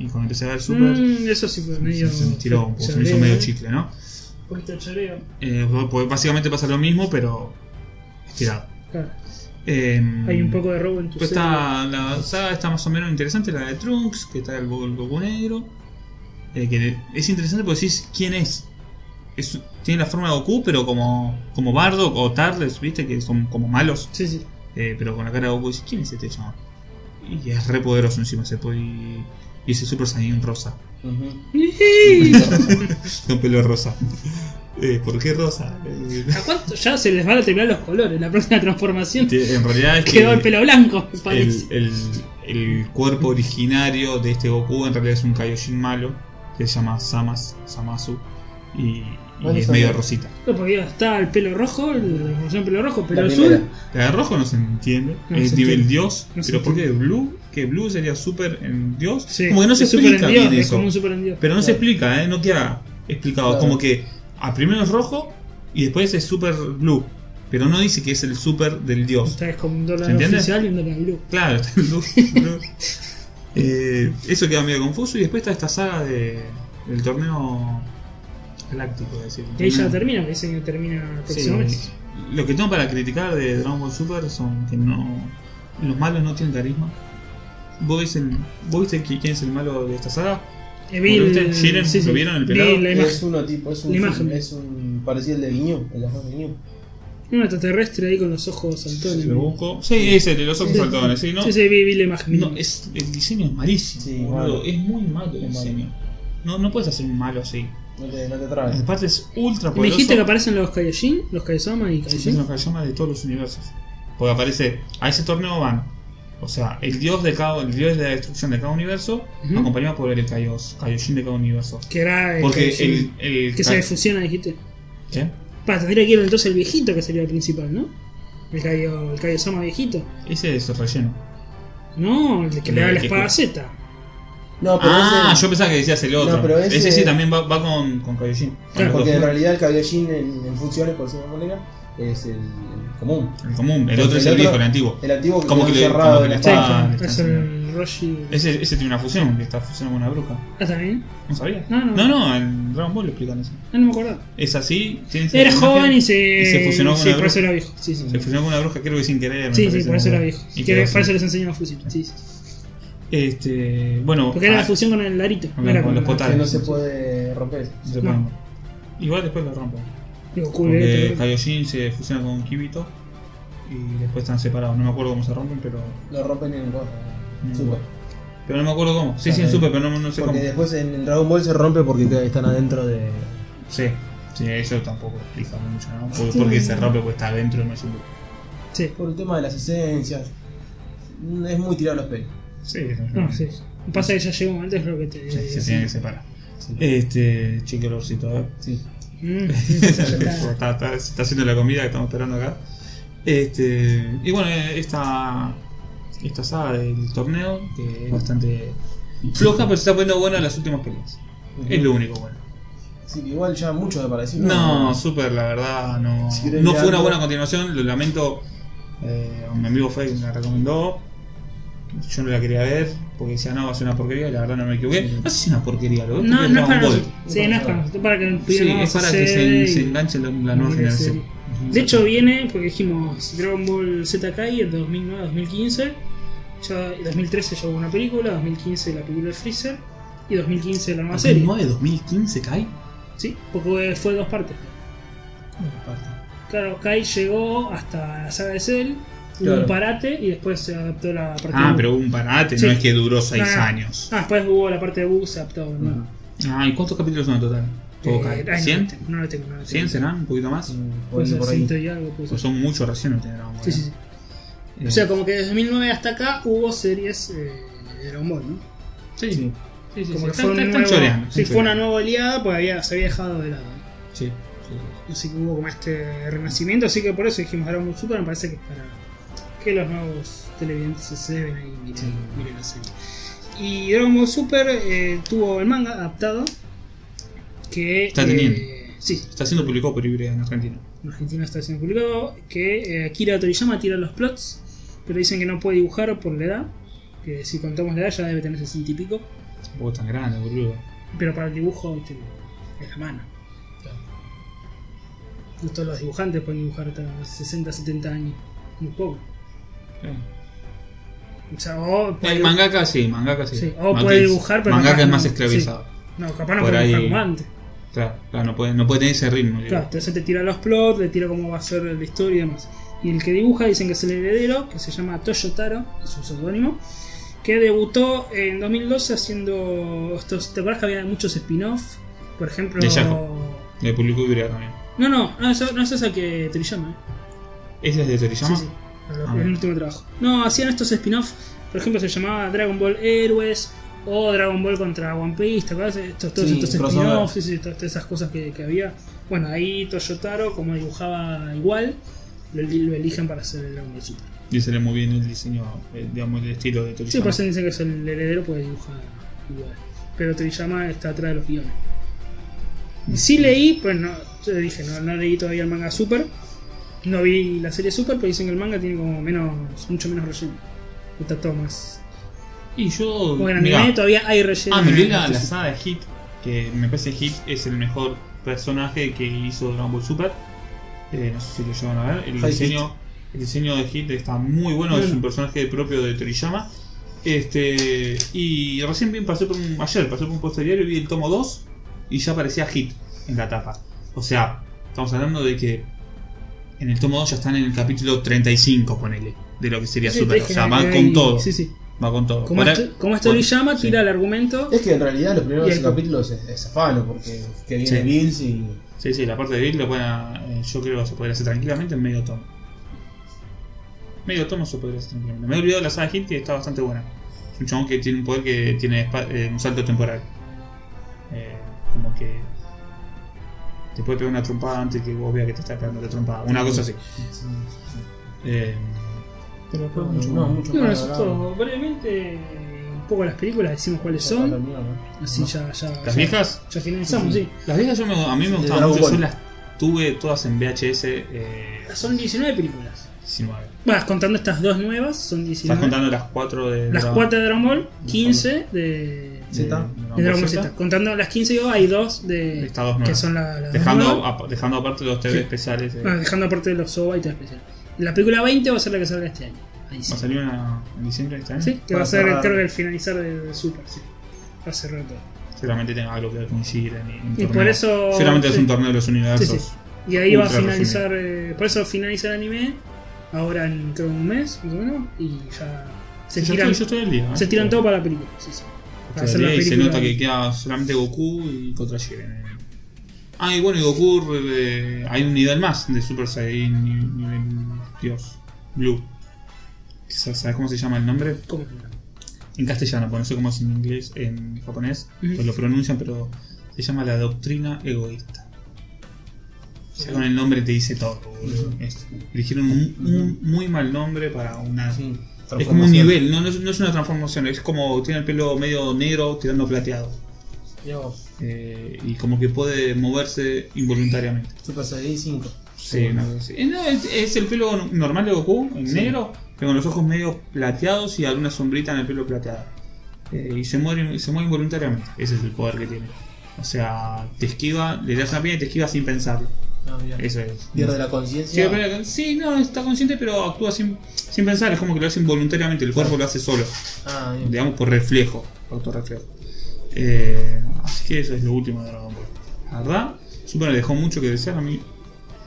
A: y cuando empecé a ver Super,
C: Mm, eso sí fue
A: se-
C: medio.
A: se me estiró un poco, se me hizo
C: chaleo,
A: medio
C: ¿eh?
A: chicle, ¿no?
C: Un poquito de chaleo.
A: Eh, pues básicamente pasa lo mismo, pero estirado.
C: Claro.
A: Eh,
C: Hay un poco de robo en tu
A: Después
C: serie.
A: Pues está la saga está más o menos interesante, la de Trunks, que está el Go- el Goku negro. eh, que es interesante porque decís quién es. Es- tiene la forma de Goku, pero como, como Bardock o Tarles, viste, que son como malos,
C: Sí, sí.
A: eh, pero con la cara de Goku decís, ¿quién es este chabón? Y es re poderoso encima, se puede. Y ese Super Saiyan rosa, con pelo rosa. Eh, ¿Por qué rosa? Eh,
C: ¿A cuánto ya se les van a terminar los colores? La próxima transformación
A: en realidad es que-
C: quedó el pelo blanco, me
A: el,
C: parece.
A: el- el cuerpo originario de este Goku en realidad es un Kaioshin malo, que se llama Samas, Samasu, y, y
B: Bueno,
A: es
B: sabía.
A: medio rosita.
C: No, porque digo, está el pelo rojo, la transformación pelo rojo, pelo
B: La
C: azul.
B: primera.
A: La de rojo no se entiende,
C: No
A: es
C: se
A: nivel
C: entiende.
A: dios,
C: No se
A: pero ¿por qué blue? Que blue sería super en dios.
C: Sí,
A: como que no se
C: es super
A: explica
C: enviado,
A: bien
C: Es
A: eso.
C: como un super enviado.
A: Pero no se
B: Claro.
A: explica, ¿eh? no queda explicado.
B: Claro.
A: Como que a primero es rojo y después es super blue, pero no dice que es el super del dios.
C: Esta es como un
A: ¿Se
C: dólar
A: entiende?
C: oficial y un dólar blue.
A: Claro, está en luz, ¿no? Eh, eso queda medio confuso. Y después está esta saga de, del torneo galáctico, es decir.
C: Y ahí ya
A: Una-
C: termina, me dicen que termina el
A: Mm. Sí,
C: próximo mes.
A: Lo que tengo para criticar de Dragon Ball Super son que no. Los malos no tienen carisma. ¿Vos viste, el- vos viste qui- quién es el malo de esta saga?
C: Eh, vi
A: ¿Lo
C: el-
A: viste? ¿Jiren?
C: sí, sí.
A: ¿Lo vieron el
C: Vi
A: pelado? Eh.
C: la
B: Es
C: imagen.
B: uno tipo, es un,
C: La imagen.
B: es un parecido al de Guiño, el de Guiño.
C: Un extraterrestre ahí con los ojos saltones.
A: Lo busco. Sí, ese, de los ojos saltones, ¿sí? ¿no?
C: Sí, sí, vi, vi la imagen.
A: No, es, el diseño es malísimo.
B: Sí,
A: boludo.
B: malo.
A: Es muy malo el
B: Es malo.
A: diseño. No, no puedes hacer un malo así.
B: No te, no te trabes.
A: Aparte es ultra
C: Me
A: poderoso.
C: dijiste que aparecen los Kaijin, los Kaizama y
A: Es una
C: Kaijin.
A: Kageyama de todos los universos. Porque aparece, a ese torneo van, o sea, el dios de cada, el dios de la destrucción de cada universo,
C: Ujú.
A: acompañado por el Kaios, Kaioshin de cada universo.
C: Que era el
A: Porque el,
C: Kaijin
A: el
C: que
A: Kai-
C: se fusiona, dijiste.
A: ¿Qué?
C: Para, tendría que ir entonces el viejito que sería el principal, ¿no? El Kaiyo, el Kaiyosama viejito.
A: Ese es el relleno.
C: No, el que le
A: El
C: da
A: Ah,
C: la
A: que
C: espada
A: escu-
C: Z.
B: No, pero
A: Ah,
B: ese-
A: yo pensaba que decías el otro.
B: No, pero
A: ese...
B: ese-
A: sí también va, va con, con Kaioshin. con
C: Claro,
A: los
B: Porque en
A: dos.
B: realidad el Kabiojin en, en funciones, por decirlo de alguna manera, es el, el común.
A: El común, el
B: Porque
A: otro es el
B: el otro-
A: viejo, el antiguo.
B: El antiguo que
A: Como
B: quedó
A: que le-
B: encerrado
A: como que
B: en
A: le
B: la
C: Sí,
A: está-
B: espada.
A: Ah,
C: claro, es el Roshi.
A: Ese, ese tiene una fusión, que está fusionado con una bruja.
C: Ah, también.
A: ¿No sabías?
C: No, no.
A: No, no, en Dragon Ball lo explican eso.
C: Ah, no me acuerdo.
A: Es así, tiene esa
C: Era
A: imagen,
C: joven y se.
A: y se fusionó con
C: Sí,
A: una
C: por eso
A: bruja.
C: era viejo. Sí, sí.
A: Se fusionó con una bruja, creo que sin querer. me
C: Sí, sí,
A: parece,
C: por eso
A: ¿no?
C: era viejo.
A: Y
C: Que
A: quedó
C: por
A: así.
C: eso les enseñaba fusil. Sí, sí.
A: Este, bueno,
C: Porque era
A: ah,
C: la fusión con el larito.
A: Con
C: no era
A: los- con los
C: la-
A: potas.
B: Que no se puede romper.
A: se
C: no.
A: pone- Igual después lo rompo.
C: Digo, cool,
A: Porque
C: eh, pero-
A: Kaioshin se fusiona con Kibito y después están separados. No me acuerdo cómo se rompen, pero.
B: Lo rompen en cosas.
A: Mm,
B: Super.
A: bueno. Pero no me acuerdo cómo. Sí, sí, en
B: Ajá.
A: Super, pero no, no sé
B: Porque
A: cómo.
B: después en el Dragon Ball se rompe porque queda- están adentro de.
A: Sí, sí, eso tampoco explica mucho, ¿no? Por- Porque se rompe, pues está dentro de Majin Buu.
C: Ah, Sí.
B: Por el tema de las esencias. Mm, Es muy tirado los pelos.
A: Sí,
C: No, sí. Pasa que ya llega un momento, es lo que te.
A: Sí, se tienen que separar.
B: Sí.
A: Este, che, qué olorcito, ¿eh?
B: Sí.
C: Mm,
A: está,
C: está-
A: está- está haciendo la comida que estamos esperando acá. Este, y bueno, eh, esta, esta saga del torneo, que es bastante floja, pero se está poniendo buena en las últimas peleas. Es lo único bueno.
B: Sí, que igual ya mucho me pareció.
A: No, súper, la verdad, no.
B: Si querés
A: No fue una
B: mirarlo.
A: buena continuación, lo lamento. Eh, a mi amigo fue quien la recomendó. Yo no la quería ver, porque decía, no, va a ser una porquería, y la verdad no me equivoqué. No sé si es una porquería, lo
C: No, no es para nosotros. Sí,
B: Dragon
C: no es para
B: Ball.
C: nosotros. Para que el pibe
A: Sí,
C: no
A: es para
C: se
A: que se,
C: cede
A: se
C: y-
A: enganche la, la
C: y
A: nueva
C: mire
A: generación.
C: De hecho viene, porque dijimos Dragon Ball Z Kai en 2009-2015, ya en 2013 ya hubo una película, 2015 la película de Freezer y 2015 la nueva serie.
A: 2009, 2015, Kai.
C: Sí, porque fue dos partes.
A: Ah,
C: Claro, Kai llegó hasta la saga de Cell, hubo
B: Claro.
C: un parate y después se adaptó la parte
A: Ah,
C: de
A: pero
C: Buu.
A: hubo un parate,
C: Sí.
A: no es que duró 6
C: Ah,
A: años.
C: Ah, después hubo la parte de Buu, se adaptó. ¿no?
A: Ah, ¿y cuántos capítulos son en total? Todo
C: Eh,
A: Kai.
C: ay, no,
A: ¿100?
C: No lo tengo, no lo tengo.
A: ¿100 serán? ¿Un poquito más?
B: Por
C: Puede
B: ahí,
C: ser
B: por ahí.
C: 100 y algo, puede
A: Pues
C: ser.
A: son muchos recién no tendrán.
C: Sí, sí, sí.
A: ¿eh?
C: O
A: Mm.
C: sea, como que desde 2009 hasta acá hubo series eh, de Dragon Ball, ¿no?
A: Sí, sí. sí, sí,
C: Como
A: sí.
C: que fue,
A: Están,
C: un
A: están
C: nuevo-
A: choreando.
C: sí,
A: están
C: fue una
A: choreando.
C: nueva oleada, pues había, se había dejado de lado.
A: Sí, sí, sí.
C: Así que hubo como este renacimiento, así que por eso dijimos Dragon Ball Super, me parece que es para que los nuevos televidentes se ceben ahí y miren, miren la serie. Y Dragon Ball Super eh, tuvo el manga adaptado, que...
A: Está teniendo.
C: eh, sí,
A: Está siendo publicado por libre en Argentina.
C: en Argentina está siendo publicado, que eh, Akira Toriyama tira los plots, pero dicen que no puede dibujar por la edad, que si contamos la edad ya debe tener 60 y pico,
A: Tampoco es tan grande, boludo.
C: pero para el dibujo viste, es la mano. No todos los dibujantes pueden dibujar hasta los 60, 70 años, muy poco. O sea, o puede-
A: Eh, El mangaka sí, mangaka sí.
C: Sí, o
A: Mangaka
C: puede
A: es-
C: dibujar, pero
A: Mangaka
C: capaz
A: es
C: no.
A: más esclavizado.
C: No, capaz no
A: por
C: puede dibujar
A: ahí-
C: como antes.
A: Claro, claro, no puede, no puede tener ese ritmo. digo.
C: Claro, entonces te tira los plots, le tira cómo va a ser la historia y demás. Y el que dibuja dicen que es el heredero, que se llama Toyotaro, es su seudónimo, que debutó en 2012 haciendo estos. ¿Te acuerdas que había muchos spin-off? Por ejemplo.
A: De Yahoo. De público libre también.
C: No, no, no, eso, no eso es el que Toriyama, ¿eh?
A: ¿Ese es de
C: Sí,
A: Toriyama?
C: sí.
A: Ah,
C: El
A: bien.
C: último trabajo. No, hacían estos spin-off. Por ejemplo, se llamaba Dragon Ball Héroes o Dragon Ball contra One Piece. ¿Te acuerdas? Estos, todos
B: Sí,
C: estos
B: crossover.
C: spin-offs, sí, sí, todas todas esas cosas que, que había. Bueno, ahí Toyotaro, como dibujaba igual, lo, lo eligen para hacer el Dragon Ball Super.
A: Y se le muy bien el diseño, eh, digamos, el estilo de Toriyama.
C: Sí, pues, eh, por eso dicen que es el heredero, puede dibujar igual. Pero Toriyama está atrás de los guiones.
A: Mm.
C: Sí leí, pues no, yo dije, no, no leí todavía el manga Super. No vi la serie Super, pero dicen que el manga tiene como menos, mucho menos relleno. Está todo más.
A: Y yo.
C: Bueno, en
A: mirá,
C: anime todavía hay relleno.
A: ah, me olvidé
C: en
A: la, la
C: este-
A: saga de Hit, que me parece Hit es el mejor personaje que hizo Dragon Ball Super. Eh, no sé si lo llevan a ver. El
B: Hi,
A: diseño, el diseño de Hit está muy bueno, es
C: Bueno.
A: un personaje propio de Toriyama. Este, y recién bien pasé por un, ayer pasé por un posterior y vi el tomo 2 y ya aparecía Hit en la tapa. O sea, estamos hablando de que en el tomo 2 ya están en el capítulo 35, ponele, de lo que sería
C: Sí, te
A: Super. O
C: dije
A: sea,
C: que
A: van
C: hay-
A: con todo.
C: Sí, sí.
A: Va con todo.
C: Como,
A: Por
C: esto,
A: ahí-
C: como es Toriyama,
A: sí.
C: tira el argumento.
B: Es que en realidad los primeros
C: Y el-
B: 12 capítulos es, es afano, porque que viene
A: Sí.
B: Vince y.
A: Sí, sí, la parte de Bill lo pueden, eh, yo creo que se podría hacer tranquilamente en medio tomo. Medio tomo se podría hacer tranquilamente. Me he olvidado de la saga Hit que está bastante buena. Es un chabón que tiene un poder que tiene espa- eh, un salto temporal. Eh, como que te puede pegar una trompada antes que vos veas que te está pegando la trompada. Una cosa así. Eh, pero después mucho
B: No,
A: más.
B: mucho
C: Y bueno,
B: más
C: eso es
B: drama.
C: todo. Brevemente, un poco las películas, decimos cuáles
B: Ya está
C: son.
B: terminado, ¿no?
C: Así
B: No.
C: ya, ya, ya-
A: ¿Las viejas?
C: ya finalizamos, sí.
A: Las viejas yo me- a mí me
B: De
A: gustaban
B: Dragon
A: mucho.
B: Ball.
A: Yo las tuve todas en VHS eh,
C: Ah, Son 19 películas.
A: 19.
C: Bueno, contando estas dos nuevas, son 19.
A: Estás contando las cuatro de
C: Las
A: Dragon-
C: 4 de Dragon Ball, 15 de,
A: de-
B: Zeta.
A: Eh, de
C: de Dragon Ball
A: Ball
C: Z. Contando las 15 yo, hay dos de.
A: Está dos
C: pues que
A: nuevas.
C: son la- las.
A: Dejando,
C: dos nuevas.
A: apa- dejando aparte los TV
C: Sí.
A: especiales. eh,
C: Ah, dejando aparte de los OVA y todo especial. La película 20 va a ser la que salga este año. Ahí sí.
A: ¿Va a salir una en diciembre de este año?
C: Sí, que
B: Para
C: va a ser,
B: cerrar.
C: creo que el finalizar de, de Super, sí. Va a cerrar todo.
A: Seguramente tenga algo que ver con Jiren. Y, un
C: Y
A: torneo.
C: por eso.
A: Seguramente es
C: sí.
A: un torneo de los
C: Sí,
A: universos.
C: sí. Y ahí va a
A: Ultra
C: finalizar. eh, por eso finaliza el anime. Ahora en creo un mes, más o menos. Y ya. Se
A: Sí, yo
C: tiran,
A: estoy- yo estoy al día, ¿eh?
C: se tiran todo para la película. Sí, sí. Para hacer la
A: Y se
C: película.
A: nota que queda solamente Goku y contra Jiren. Ah, y bueno, y Goku eh, hay un nivel más de Super Saiyan ni- nivel Dios Blue. Quizás, ¿Sabes cómo se llama el nombre?
C: ¿Cómo que no?
A: en castellano, porque no sé cómo es en inglés, en japonés,
C: Ujú.
A: pues lo pronuncian, pero se llama la doctrina egoísta. Ya con el nombre te dice todo, boludo. Es- Eligieron un, un muy mal nombre para una.
B: Sí,
A: es como un
B: transformación.
A: nivel, no, no es, no es una transformación, es como tiene el pelo medio negro tirando plateado.
B: Mirá vos,
A: Eh, y como que puede moverse involuntariamente.
B: Super Saiyan 5.
A: Sí, una cosa así. Eh, no, es, es el pelo normal de Goku, en
B: Sí.
A: negro, pero con los ojos medio plateados y alguna sombrita en el pelo plateado. Eh, y se muere, se muere involuntariamente. Ese es el poder que tiene. O sea, te esquiva, le das una piña y te esquiva sin pensarlo.
B: Ah, mirá.
A: Eso es.
B: Pierde la
A: Sí,
B: conciencia.
A: pero- sí, no, está consciente, pero actúa sin, sin pensar. Es como que lo hace involuntariamente, el cuerpo lo hace solo.
B: Ah, bien.
A: Digamos por reflejo, autorreflejo. Eh, así que eso es lo último de Dragon Ball. La verdad, Super me dejó mucho que desear, a mí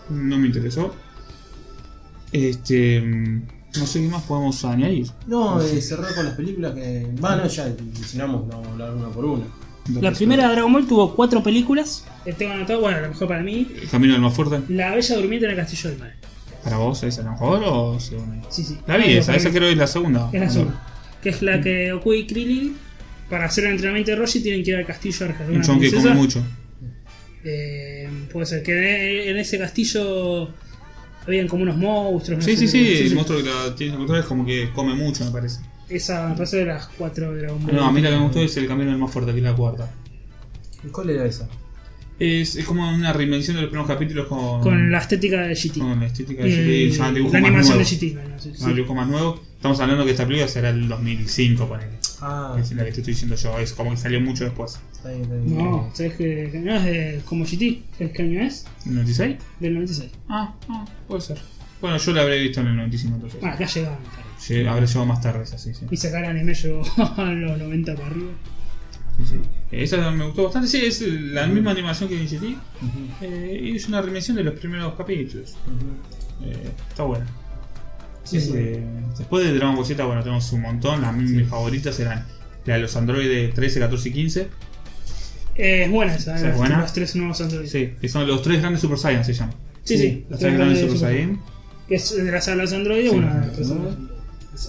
A: no me interesó. Este. mm, No sé qué más podemos añadir.
B: No, eh, cerrar con las películas que. Va, no, ya mencionamos, no vamos a hablar una por una.
C: La primera de Dragon Ball tuvo cuatro películas. Eh, Tengo anotado, bueno, a lo mejor para mí.
A: ¿El camino del más fuerte?
C: La Bella Durmiente en el Castillo del Mal.
A: ¿Para vos es la mejor o según ahí?
C: Sí, sí.
A: La vi,
C: Pero
A: esa,
C: para
A: esa
C: mí
A: creo que es la segunda.
C: Es la segunda. Que es la que Goku y Krillin, para hacer el entrenamiento de Roshi, tienen que ir al castillo a rescatar
A: Un
C: una
A: chon que come
C: princesa.
A: mucho.
C: Eh, puede ser que en- en ese castillo habían como unos monstruos. no
A: Sí,
C: sé,
A: sí, sí, el monstruo que la tiene que es como que come mucho, me parece.
C: Esa me parece de las cuatro de Dragon Ball.
A: No, a mí la que me gustó es el camino del más fuerte, que es la cuarta.
B: ¿Y ¿Cuál era esa?
A: Es, es como una reinvención de los primeros capítulos con,
C: Con la estética de GT.
A: con la estética de
C: Eh,
A: GT, ya el dibujo
C: la
A: más
C: animación de
A: nuevo.
C: GT. bueno, sí, sí.
A: Un dibujo más nuevo. Estamos hablando que esta película será el 2005, ponele.
B: Ah,
A: Es la que te estoy diciendo yo, es como que salió mucho después.
B: está bien, está bien.
C: No, sabes que que no es de- como GT. ¿Sabes qué año es?
A: ¿96?
C: Del 96.
A: Ah, ah, puede ser. Bueno, yo la habré visto en el 95 entonces.
C: Ah, acá llegaban. claro.
A: Sí, habré llegado más tarde, esa sí, sí.
C: Y sacar anime llegó a los 90 para arriba.
A: Sí, sí. Eh, Esa me gustó bastante, sí, es la misma animación que en GT.
B: Ujú,
A: eh, y es una reinvención de los primeros capítulos.
B: ujú.
A: Eh, está buena.
B: Sí, sí.
A: Eh, después de Dragon Ball Z, bueno, tenemos un montón. A mí mis favoritas eran la de los androides 13, 14 y 15.
C: Eh, es buena esa,
A: ¿Es
C: los,
A: buena?
C: los tres nuevos androides.
A: Sí, que son los tres grandes Super Saiyan, se llaman.
C: Sí, sí,
A: Los tres grandes Super
C: Saiyan.
A: Saiyan.
C: Que es de las salas androides,
A: Sí,
C: una de
A: sí,
C: las tres
B: sí.
C: salas androides.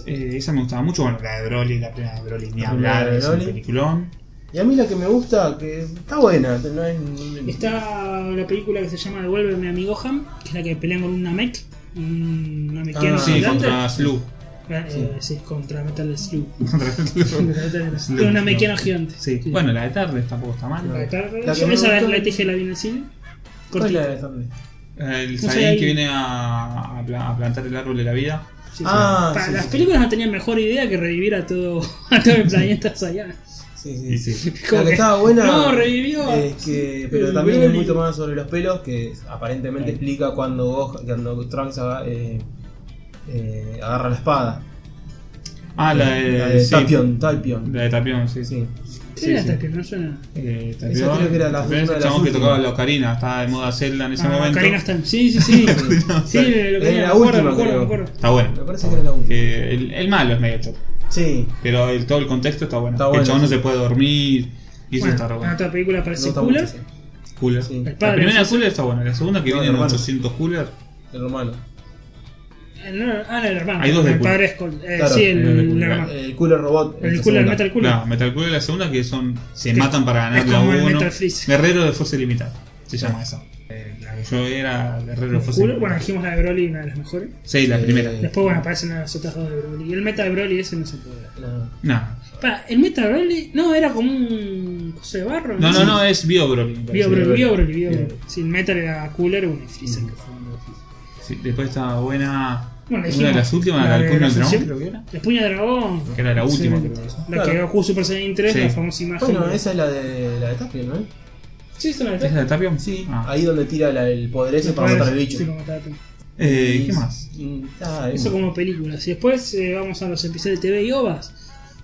A: Eh, esa me gustaba mucho. Bueno, la de Broly, la primera de Broly, ni
B: La
A: hablar,
B: primera de
A: es un
B: Broly.
A: peliculón.
B: Y a mí la que me gusta, que está buena, no es.
C: Está la película que se llama Devuélveme a mi Gohan, que es la que pelean con un Namek, un Namekiano
B: Ah,
A: Sí,
C: gigante.
A: contra Slug.
C: Eh, eh, sí, contra Metal Slug.
A: Contra Slug.
C: Contra Metal Slug.
A: Slug,
C: un Namekiano
A: no.
C: gigante.
A: Sí. Bueno, la de tarde tampoco está mal.
C: La tarde-
B: La que
C: yo
B: me
C: esa es
B: gustó-
C: la que dije la vi en el cine.
B: ¿Cuál es la
C: Cortita.
B: de Stanley?
A: El
C: sé,
A: Saiyan
C: ahí-
A: que viene a, a pla- a plantar el árbol de la vida.
C: Sí, sí.
B: Ah,
C: Pa-
B: sí,
C: las
B: sí.
C: películas no tenían mejor idea que revivir a todo, a todo el planeta Saiyan.
B: Sí,
A: Y
B: sí.
A: sí.
B: La
C: Como
B: que
C: que-
B: estaba buena. eh,
C: No, revivió.
B: es que- pero
C: El
B: también es
C: Broly.
B: muy tomada sobre los pelos, que aparentemente explica cuando, Gohan- cuando Trunks aga- eh, eh, agarra la espada.
A: Ah, la de,
B: la de
A: sí.
B: Tapion, Tapion.
A: La de Tapión, sí.
B: Sí.
C: ¿Qué
A: Sí,
C: era
A: sí.
C: hasta que no suena?
A: Eh, te
B: Esa creo que era la
A: ¿ves?
B: funda de
A: El
B: la
A: chabón que
B: última.
A: tocaba la ocarina, estaba de moda Zelda en ese
C: Ah,
A: momento.
C: Ocarina of Time. Sí, sí, sí. sí,
A: Era
C: lo que
B: la
C: me acuerdo,
B: última,
C: me acuerdo,
B: creo.
C: me acuerdo.
A: Está
B: Me
A: bueno.
B: parece que era la última.
A: Eh, el, el malo es medio choco.
B: Sí,
A: Pero el, todo el contexto está bueno.
B: Está
A: Que
B: bueno,
A: el chabón no
B: sí.
A: se puede dormir. Y eso
C: Bueno,
A: está re
C: en
A: bueno.
C: otra película aparece
B: nota
C: Cooler.
B: mucho, sí.
A: Cooler.
B: Sí.
C: El
A: La
C: padre.
A: primera
C: no sé-
A: cooler está buena. La segunda que
B: No,
A: viene en
B: hermano.
A: 800 cooler.
B: El romano.
C: eh, no, ah, no, el hermano.
A: Hay dos de
C: el
A: Cooler.
C: padre es Col- eh,
B: Claro,
C: Sí,
A: hay
C: el,
A: dos de Eh,
C: el
A: Cooler.
C: hermano.
B: El Cooler Robot.
C: El
B: esta
C: Cooler
B: segunda.
C: Metal Cooler.
A: La Metal Cooler es la segunda que son se
C: Que
A: matan para ganar
C: es
A: la
C: como el
A: 1.
C: Metal Freeze.
A: Guerrero de fuerza ilimitada. Se llama esa. Eh, la que yo era Guerrero de fuerza
C: Cooler. Bueno,
A: ilimitada.
C: dijimos la de Broly, una de las mejores.
A: Sí, la
B: Eh,
A: primera.
C: Después, bueno, aparecen las otras dos de Broly. Y el meta de Broly ese no se puede ver.
B: No.
A: Nah.
C: Pa, el meta de Broly, no, era como un coso de barro.
A: No, no, no, es Bio Broly. me
C: Bio
A: parece.
C: Broly, Bio Broly, Bio
B: Bien.
C: Broly. Sí, el meta era Cooler, un Freezer que fue un
A: Sí, después estaba buena.
C: Bueno,
A: una
C: dijimos,
A: de las últimas,
C: la
A: la del
C: de la
A: Puño del Dragón,
C: ascensión.
A: creo que era.
C: El puño de dragón.
A: Que era la última,
C: Sí.
A: creo que era.
C: La que
B: Claro.
C: da Goku Super Saiyan 3,
A: Sí.
C: la famosa imagen.
B: Bueno,
C: de-
B: esa es la de la de Tapio, ¿no?
C: Sí, esa es la
A: ¿Es
C: de
A: la de Tapion?
B: Sí,
A: Ah.
B: ahí donde tira la- el poder ese para
C: Después-
B: matar al bicho.
C: sí, lo mataste.
A: Eh,
B: Y-
A: ¿Qué más?
B: y- Ah,
C: Eso
B: eso.
C: como películas. Y después eh, vamos a los especiales de TV y OVAS.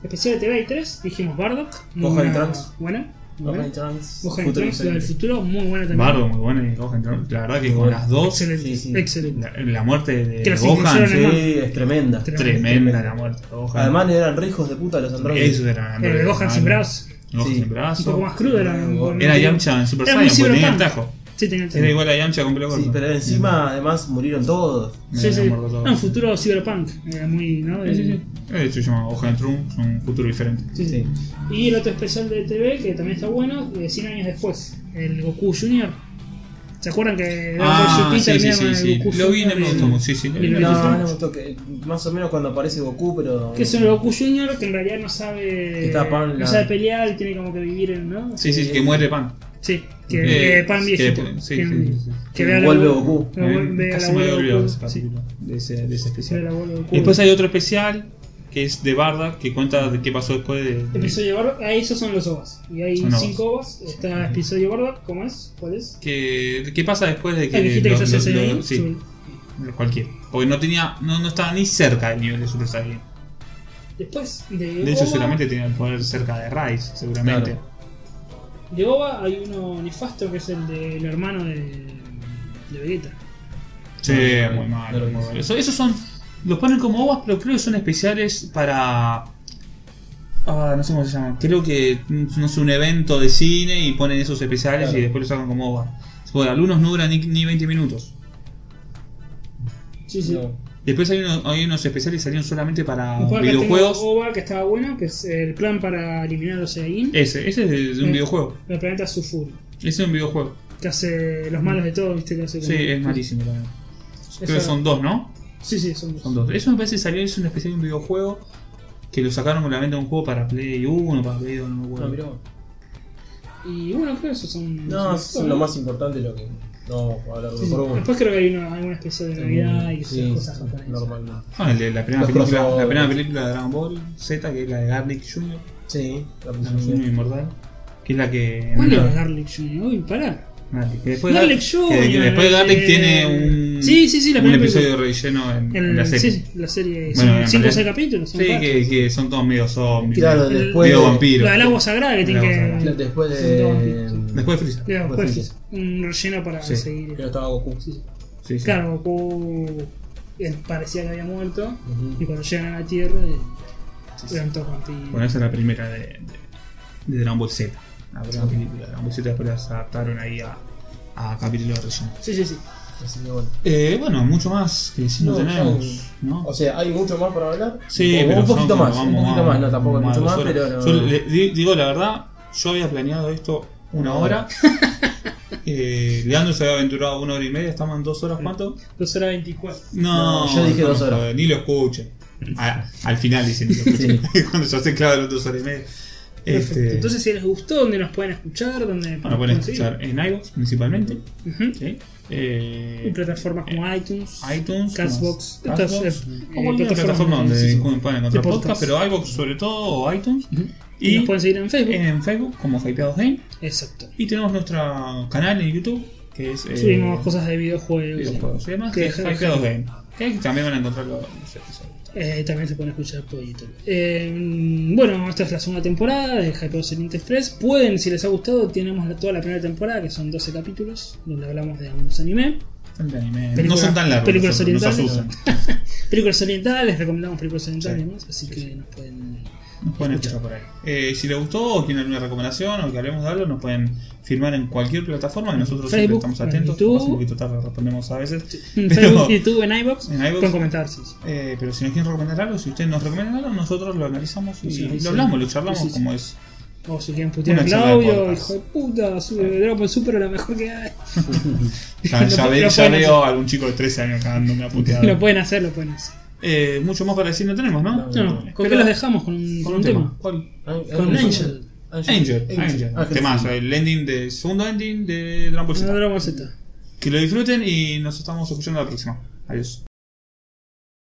C: Especial de TV y 3, dijimos Bardock. muy
B: Gohan y
C: buena-
B: Trunks.
C: Buena. muy
B: Gohan y
C: buena.
B: Trunks.
C: Gohan ¿eh? y
B: Futuro
C: Trunks, la del
B: Insane.
C: futuro, muy buena también.
A: Bardo, muy buena. y Gohan, La verdad que con
B: Bueno,
A: las dos.
C: Excelente.
B: Sí, sí.
C: Excelente.
A: La, la muerte de
C: Que la
A: Gohan.
C: sincronizaron
A: sí,
C: en el
B: Sí, es tremenda.
C: Tremenda.
A: Tremenda la muerte de Gohan.
B: Además eran rijos de puta los androides.
A: Eso era
C: El de Eh, Gohan sin brazos.
A: Gohan
B: Sí.
A: sin
C: Un poco más
A: brazos.
C: crudo era.
A: Era Yamcha en Super
C: Era muy
A: Saiyan, porque tenía el
C: cyberpunk.
A: tajo.
C: Sí, tenía el
A: Era
C: tajo.
A: igual a Yamcha con pelo
B: Sí,
A: corto.
B: pero encima además murieron todos.
C: Sí, sí.
A: Me acuerdo todo.
C: Era un futuro cyberpunk. Era muy, ¿no?
A: Sí, sí, sí. De hecho, se llama Gohan Trunks, un futuro diferente.
C: Sí, sí. Y el otro especial de TV que también está bueno, de 100 años después, el Goku Junior. ¿Se acuerdan que
A: Ah,
C: Goku
A: sí, sí,
C: termina con
A: sí,
C: el
A: sí.
C: Goku
A: Lo vi y no
C: Junior
A: me
C: en-
A: gustó mucho. Sí, sí. lo vi.
C: Mil-
B: No, no me toque. Más o menos cuando aparece Goku, pero.
C: Que es un Goku Junior que en realidad no sabe,
B: está Pan,
C: no
B: la-
C: sabe pelear y tiene como que vivir en, ¿no?
A: Sí, sí, que muere Pan.
C: Sí, que
A: Eh,
C: eh,
A: que-
C: Pan viejito.
A: sí,
C: que,
A: sí, sí, sí.
B: Que
C: ve a la
B: vuelve
C: abuela-
B: Goku.
C: la abuela- ve a la
A: Eh, Casi me
C: abuela
A: había olvidado
C: Goku,
A: ese
C: sí,
A: capítulo, de ese, de ese
C: se ve a la
A: especial.
C: abuela Goku.
A: Después hay otro especial que es de Barda, que cuenta de qué pasó después de.
C: Episodio Bardock, ahí esos son los ovas. Y hay
A: Son ovas.
C: cinco ovas. Está episodio Bardock, ¿cómo es? ¿Cuál es?
A: que, ¿Qué pasa después
B: Ah,
A: de que.?
C: El viejito que se hace
A: Eh, lo-
C: Saiyajin.
A: sí,
C: sube.
A: cualquiera. Porque no tenía no, no estaba ni cerca del nivel de Super Saiyan.
C: Después de.
A: De hecho,
C: Ova-
A: seguramente tenía el poder cerca de Rice, seguramente.
B: Oh. Claro.
C: De OVA hay uno nefasto que es el del hermano de, de Vegeta.
A: Sí,
B: Claro,
A: muy mal.
B: claro que
A: muy
B: sí.
A: mal. Eso- esos son. Los ponen como ovas, pero creo que son especiales para. Ah, no sé cómo se llaman. Creo que mm, no sé, un evento de cine y ponen esos especiales
B: Claro.
A: y después los sacan como ovas. Bueno, algunos no duran ni, ni 20 minutos.
C: Sí, sí.
B: No.
A: Después hay, uno- hay unos especiales que salieron solamente para
C: Un juego que
A: videojuegos.
C: tengo OVA que estaba bueno, que es el plan para eliminar a los Saiyajin.
A: Ese, ese es de, de un
C: Eh.
A: videojuego.
C: El planeta Sufuri.
A: Ese es un videojuego.
C: Que hace los malos de todo, ¿viste? Que hace
A: Sí,
C: como-
A: es malísimo también. Creo que
C: Esa-
A: son dos, ¿no?
C: Sí, sí, son dos.
A: Son dos. Eso me parece que salió, es una especie de un videojuego que lo sacaron con la venta de un juego para Play 1, para Play 2, no me acuerdo.
B: No, Ah, mirá vos.
C: Y bueno, creo que esos son.
B: No,
C: son-
B: eso es lo más importante lo que. No, vamos a hablar de
C: Sí, sí.
B: por uno.
C: Después creo que hay una, alguna especial de Navidad y
B: Sí,
C: cosas japonesas.
B: normal.
A: Ah, el de la primera,
B: Los
A: película, la
B: crossovers.
A: primera película de Dragon Ball Z, que es la de Garlic Jr.,
B: Sí, la
A: Garlic Jr.
B: pusieron.
A: Inmortal, que es la que.
C: ¿Cuál
A: no,
C: era Garlic Jr.? Uy, pará.
A: Garlic, que después
C: Garlic
A: Gar- que-
C: Jr.
A: que después Garlic
C: eh,
A: tiene un,
C: Sí, sí, sí, la
A: un
C: primera
A: episodio de relleno en,
C: El-
A: en la serie.
C: Sí, la serie.
A: Bueno, en
C: son 5 o
A: realidad-
C: 6 capítulos. son
A: Sí,
C: cuatro.
A: que, que son todos medio zombies,
B: Claro,
A: medio,
C: El-
B: después.
A: medio
B: de-
A: vampiros.
C: La del agua sagrada que tiene
A: El agua
C: que.
A: sagrada.
B: Después
C: Son
B: de.
C: todos
A: Después de Freezer.
C: Claro,
B: Después
C: después pues un relleno para
A: Pues Sí.
C: seguir.
B: Creo que estaba Goku.
C: Sí, sí.
A: Sí, sí.
C: Claro, Goku eh, parecía que había muerto.
B: Ujú.
C: Y cuando llegan a la tierra, eh,
A: Sí, sí.
C: eran todos vampiros.
A: Bueno, esa es la primera de, de, de Dragon Ball Z. La primera película de Dragon Ball Z, después las adaptaron ahí a, a capítulo de relleno.
C: Sí, sí, sí.
B: Así que bueno.
A: Eh, bueno, mucho más que si no,
B: No,
A: tenemos, ¿no?
B: O sea, hay mucho más para hablar.
A: Sí,
B: O
A: pero
B: un
A: son
B: poquito
A: como,
B: más, un
A: vamos,
B: poquito
A: vamos,
B: más, no tampoco es
A: vamos,
B: mucho más,
A: dos horas.
B: pero no.
A: Yo le- di- digo la verdad, yo había planeado esto una hora. Eh, Leandro se había aventurado una hora y media, estamos en dos horas, ¿cuánto?
C: 2 horas 24.
A: No,
B: No, yo dije
A: no,
B: dos horas.
A: joder, ni lo escuchen. A- al final dicen, ni lo escuchen. cuando se hace claro las dos horas y media.
C: Perfecto.
A: Este,
C: Entonces, si les gustó, ¿dónde nos pueden escuchar? ¿Dónde
A: bueno, pueden escuchar en iVoox principalmente.
C: Ujú.
A: ¿sí?
C: En
A: Eh,
C: plataformas como iTunes,
A: iTunes,
C: Castbox,
A: ¿qué más?
C: estas,
A: Castbox,
C: eh,
A: o cualquier
C: plataformas
A: plataforma donde
C: de- sí, sí.
A: pueden encontrar
C: de
A: podcast,
C: podcast.
A: pero iVoox sobre todo, o iTunes.
C: Y,
A: Y
C: nos pueden seguir en Facebook.
A: en Facebook como Hypeados Game.
C: Exacto.
A: Y tenemos nuestro canal en YouTube, que es. eh,
C: Subimos cosas de videojuegos.
A: videojuegos y demás,
C: Que
A: que es
C: dejan-
A: Hypeados Game. Eh, también van a encontrar los los episodios.
C: Eh, también se pueden escuchar por YouTube. Eh, bueno, esta es la segunda temporada de Hyper Elite Express. Pueden, si les ha gustado, tenemos la- toda la primera temporada, que son 12 capítulos, donde hablamos de algunos anime.
A: Son de anime.
C: Películas-
A: no son tan largos.
C: películas
A: no se- no se
C: orientales.
A: asusten.
C: Películas orientales, recomendamos películas orientales
A: Sí.
C: y demás, así que nos pueden.
A: Nos pueden escuchar por ahí. Eh, si les gustó o tienen alguna recomendación o que hablemos de algo, nos pueden firmar en cualquier plataforma. que Nosotros siempre
C: Facebook,
A: estamos
C: en
A: atentos.
C: YouTube.
A: capaz Un poquito tarde respondemos a veces.
C: En
A: Pero-
C: Facebook, YouTube, en iVoox,
A: en iVoox.
C: pueden comentar. sí, sí.
A: Eh, pero si nos quieren recomendar algo, si ustedes nos recomiendan algo, nosotros lo analizamos y
C: Sí, sí.
A: lo hablamos, lo charlamos
C: Sí, sí, sí.
A: como es.
C: O si quieren putear a
A: Una charla de
C: Claudio,
A: podcast.
C: hijo de puta, sube Dragon Ball Super a la mejor que hay.
A: Ya,
C: Lo-
A: ya
C: lo
A: ve- ya
C: pueden
A: veo a algún chico de 13 años cagando una puteada.
C: Lo pueden hacer, lo pueden hacer.
A: Eh, mucho más para decir no tenemos, ¿no?
B: No,
C: No, no, ¿con
A: Pero-
C: qué los dejamos? Con un,
A: Con un tema. ¿Cuál?
C: Con Angel.
A: Angel, Angel.
B: Ángel.
A: Temazo, eh. el ending de, el segundo ending de Dragon Ball Z.
C: No, Dragon Ball Z.
A: Que lo disfruten y nos estamos escuchando la próxima. Adiós.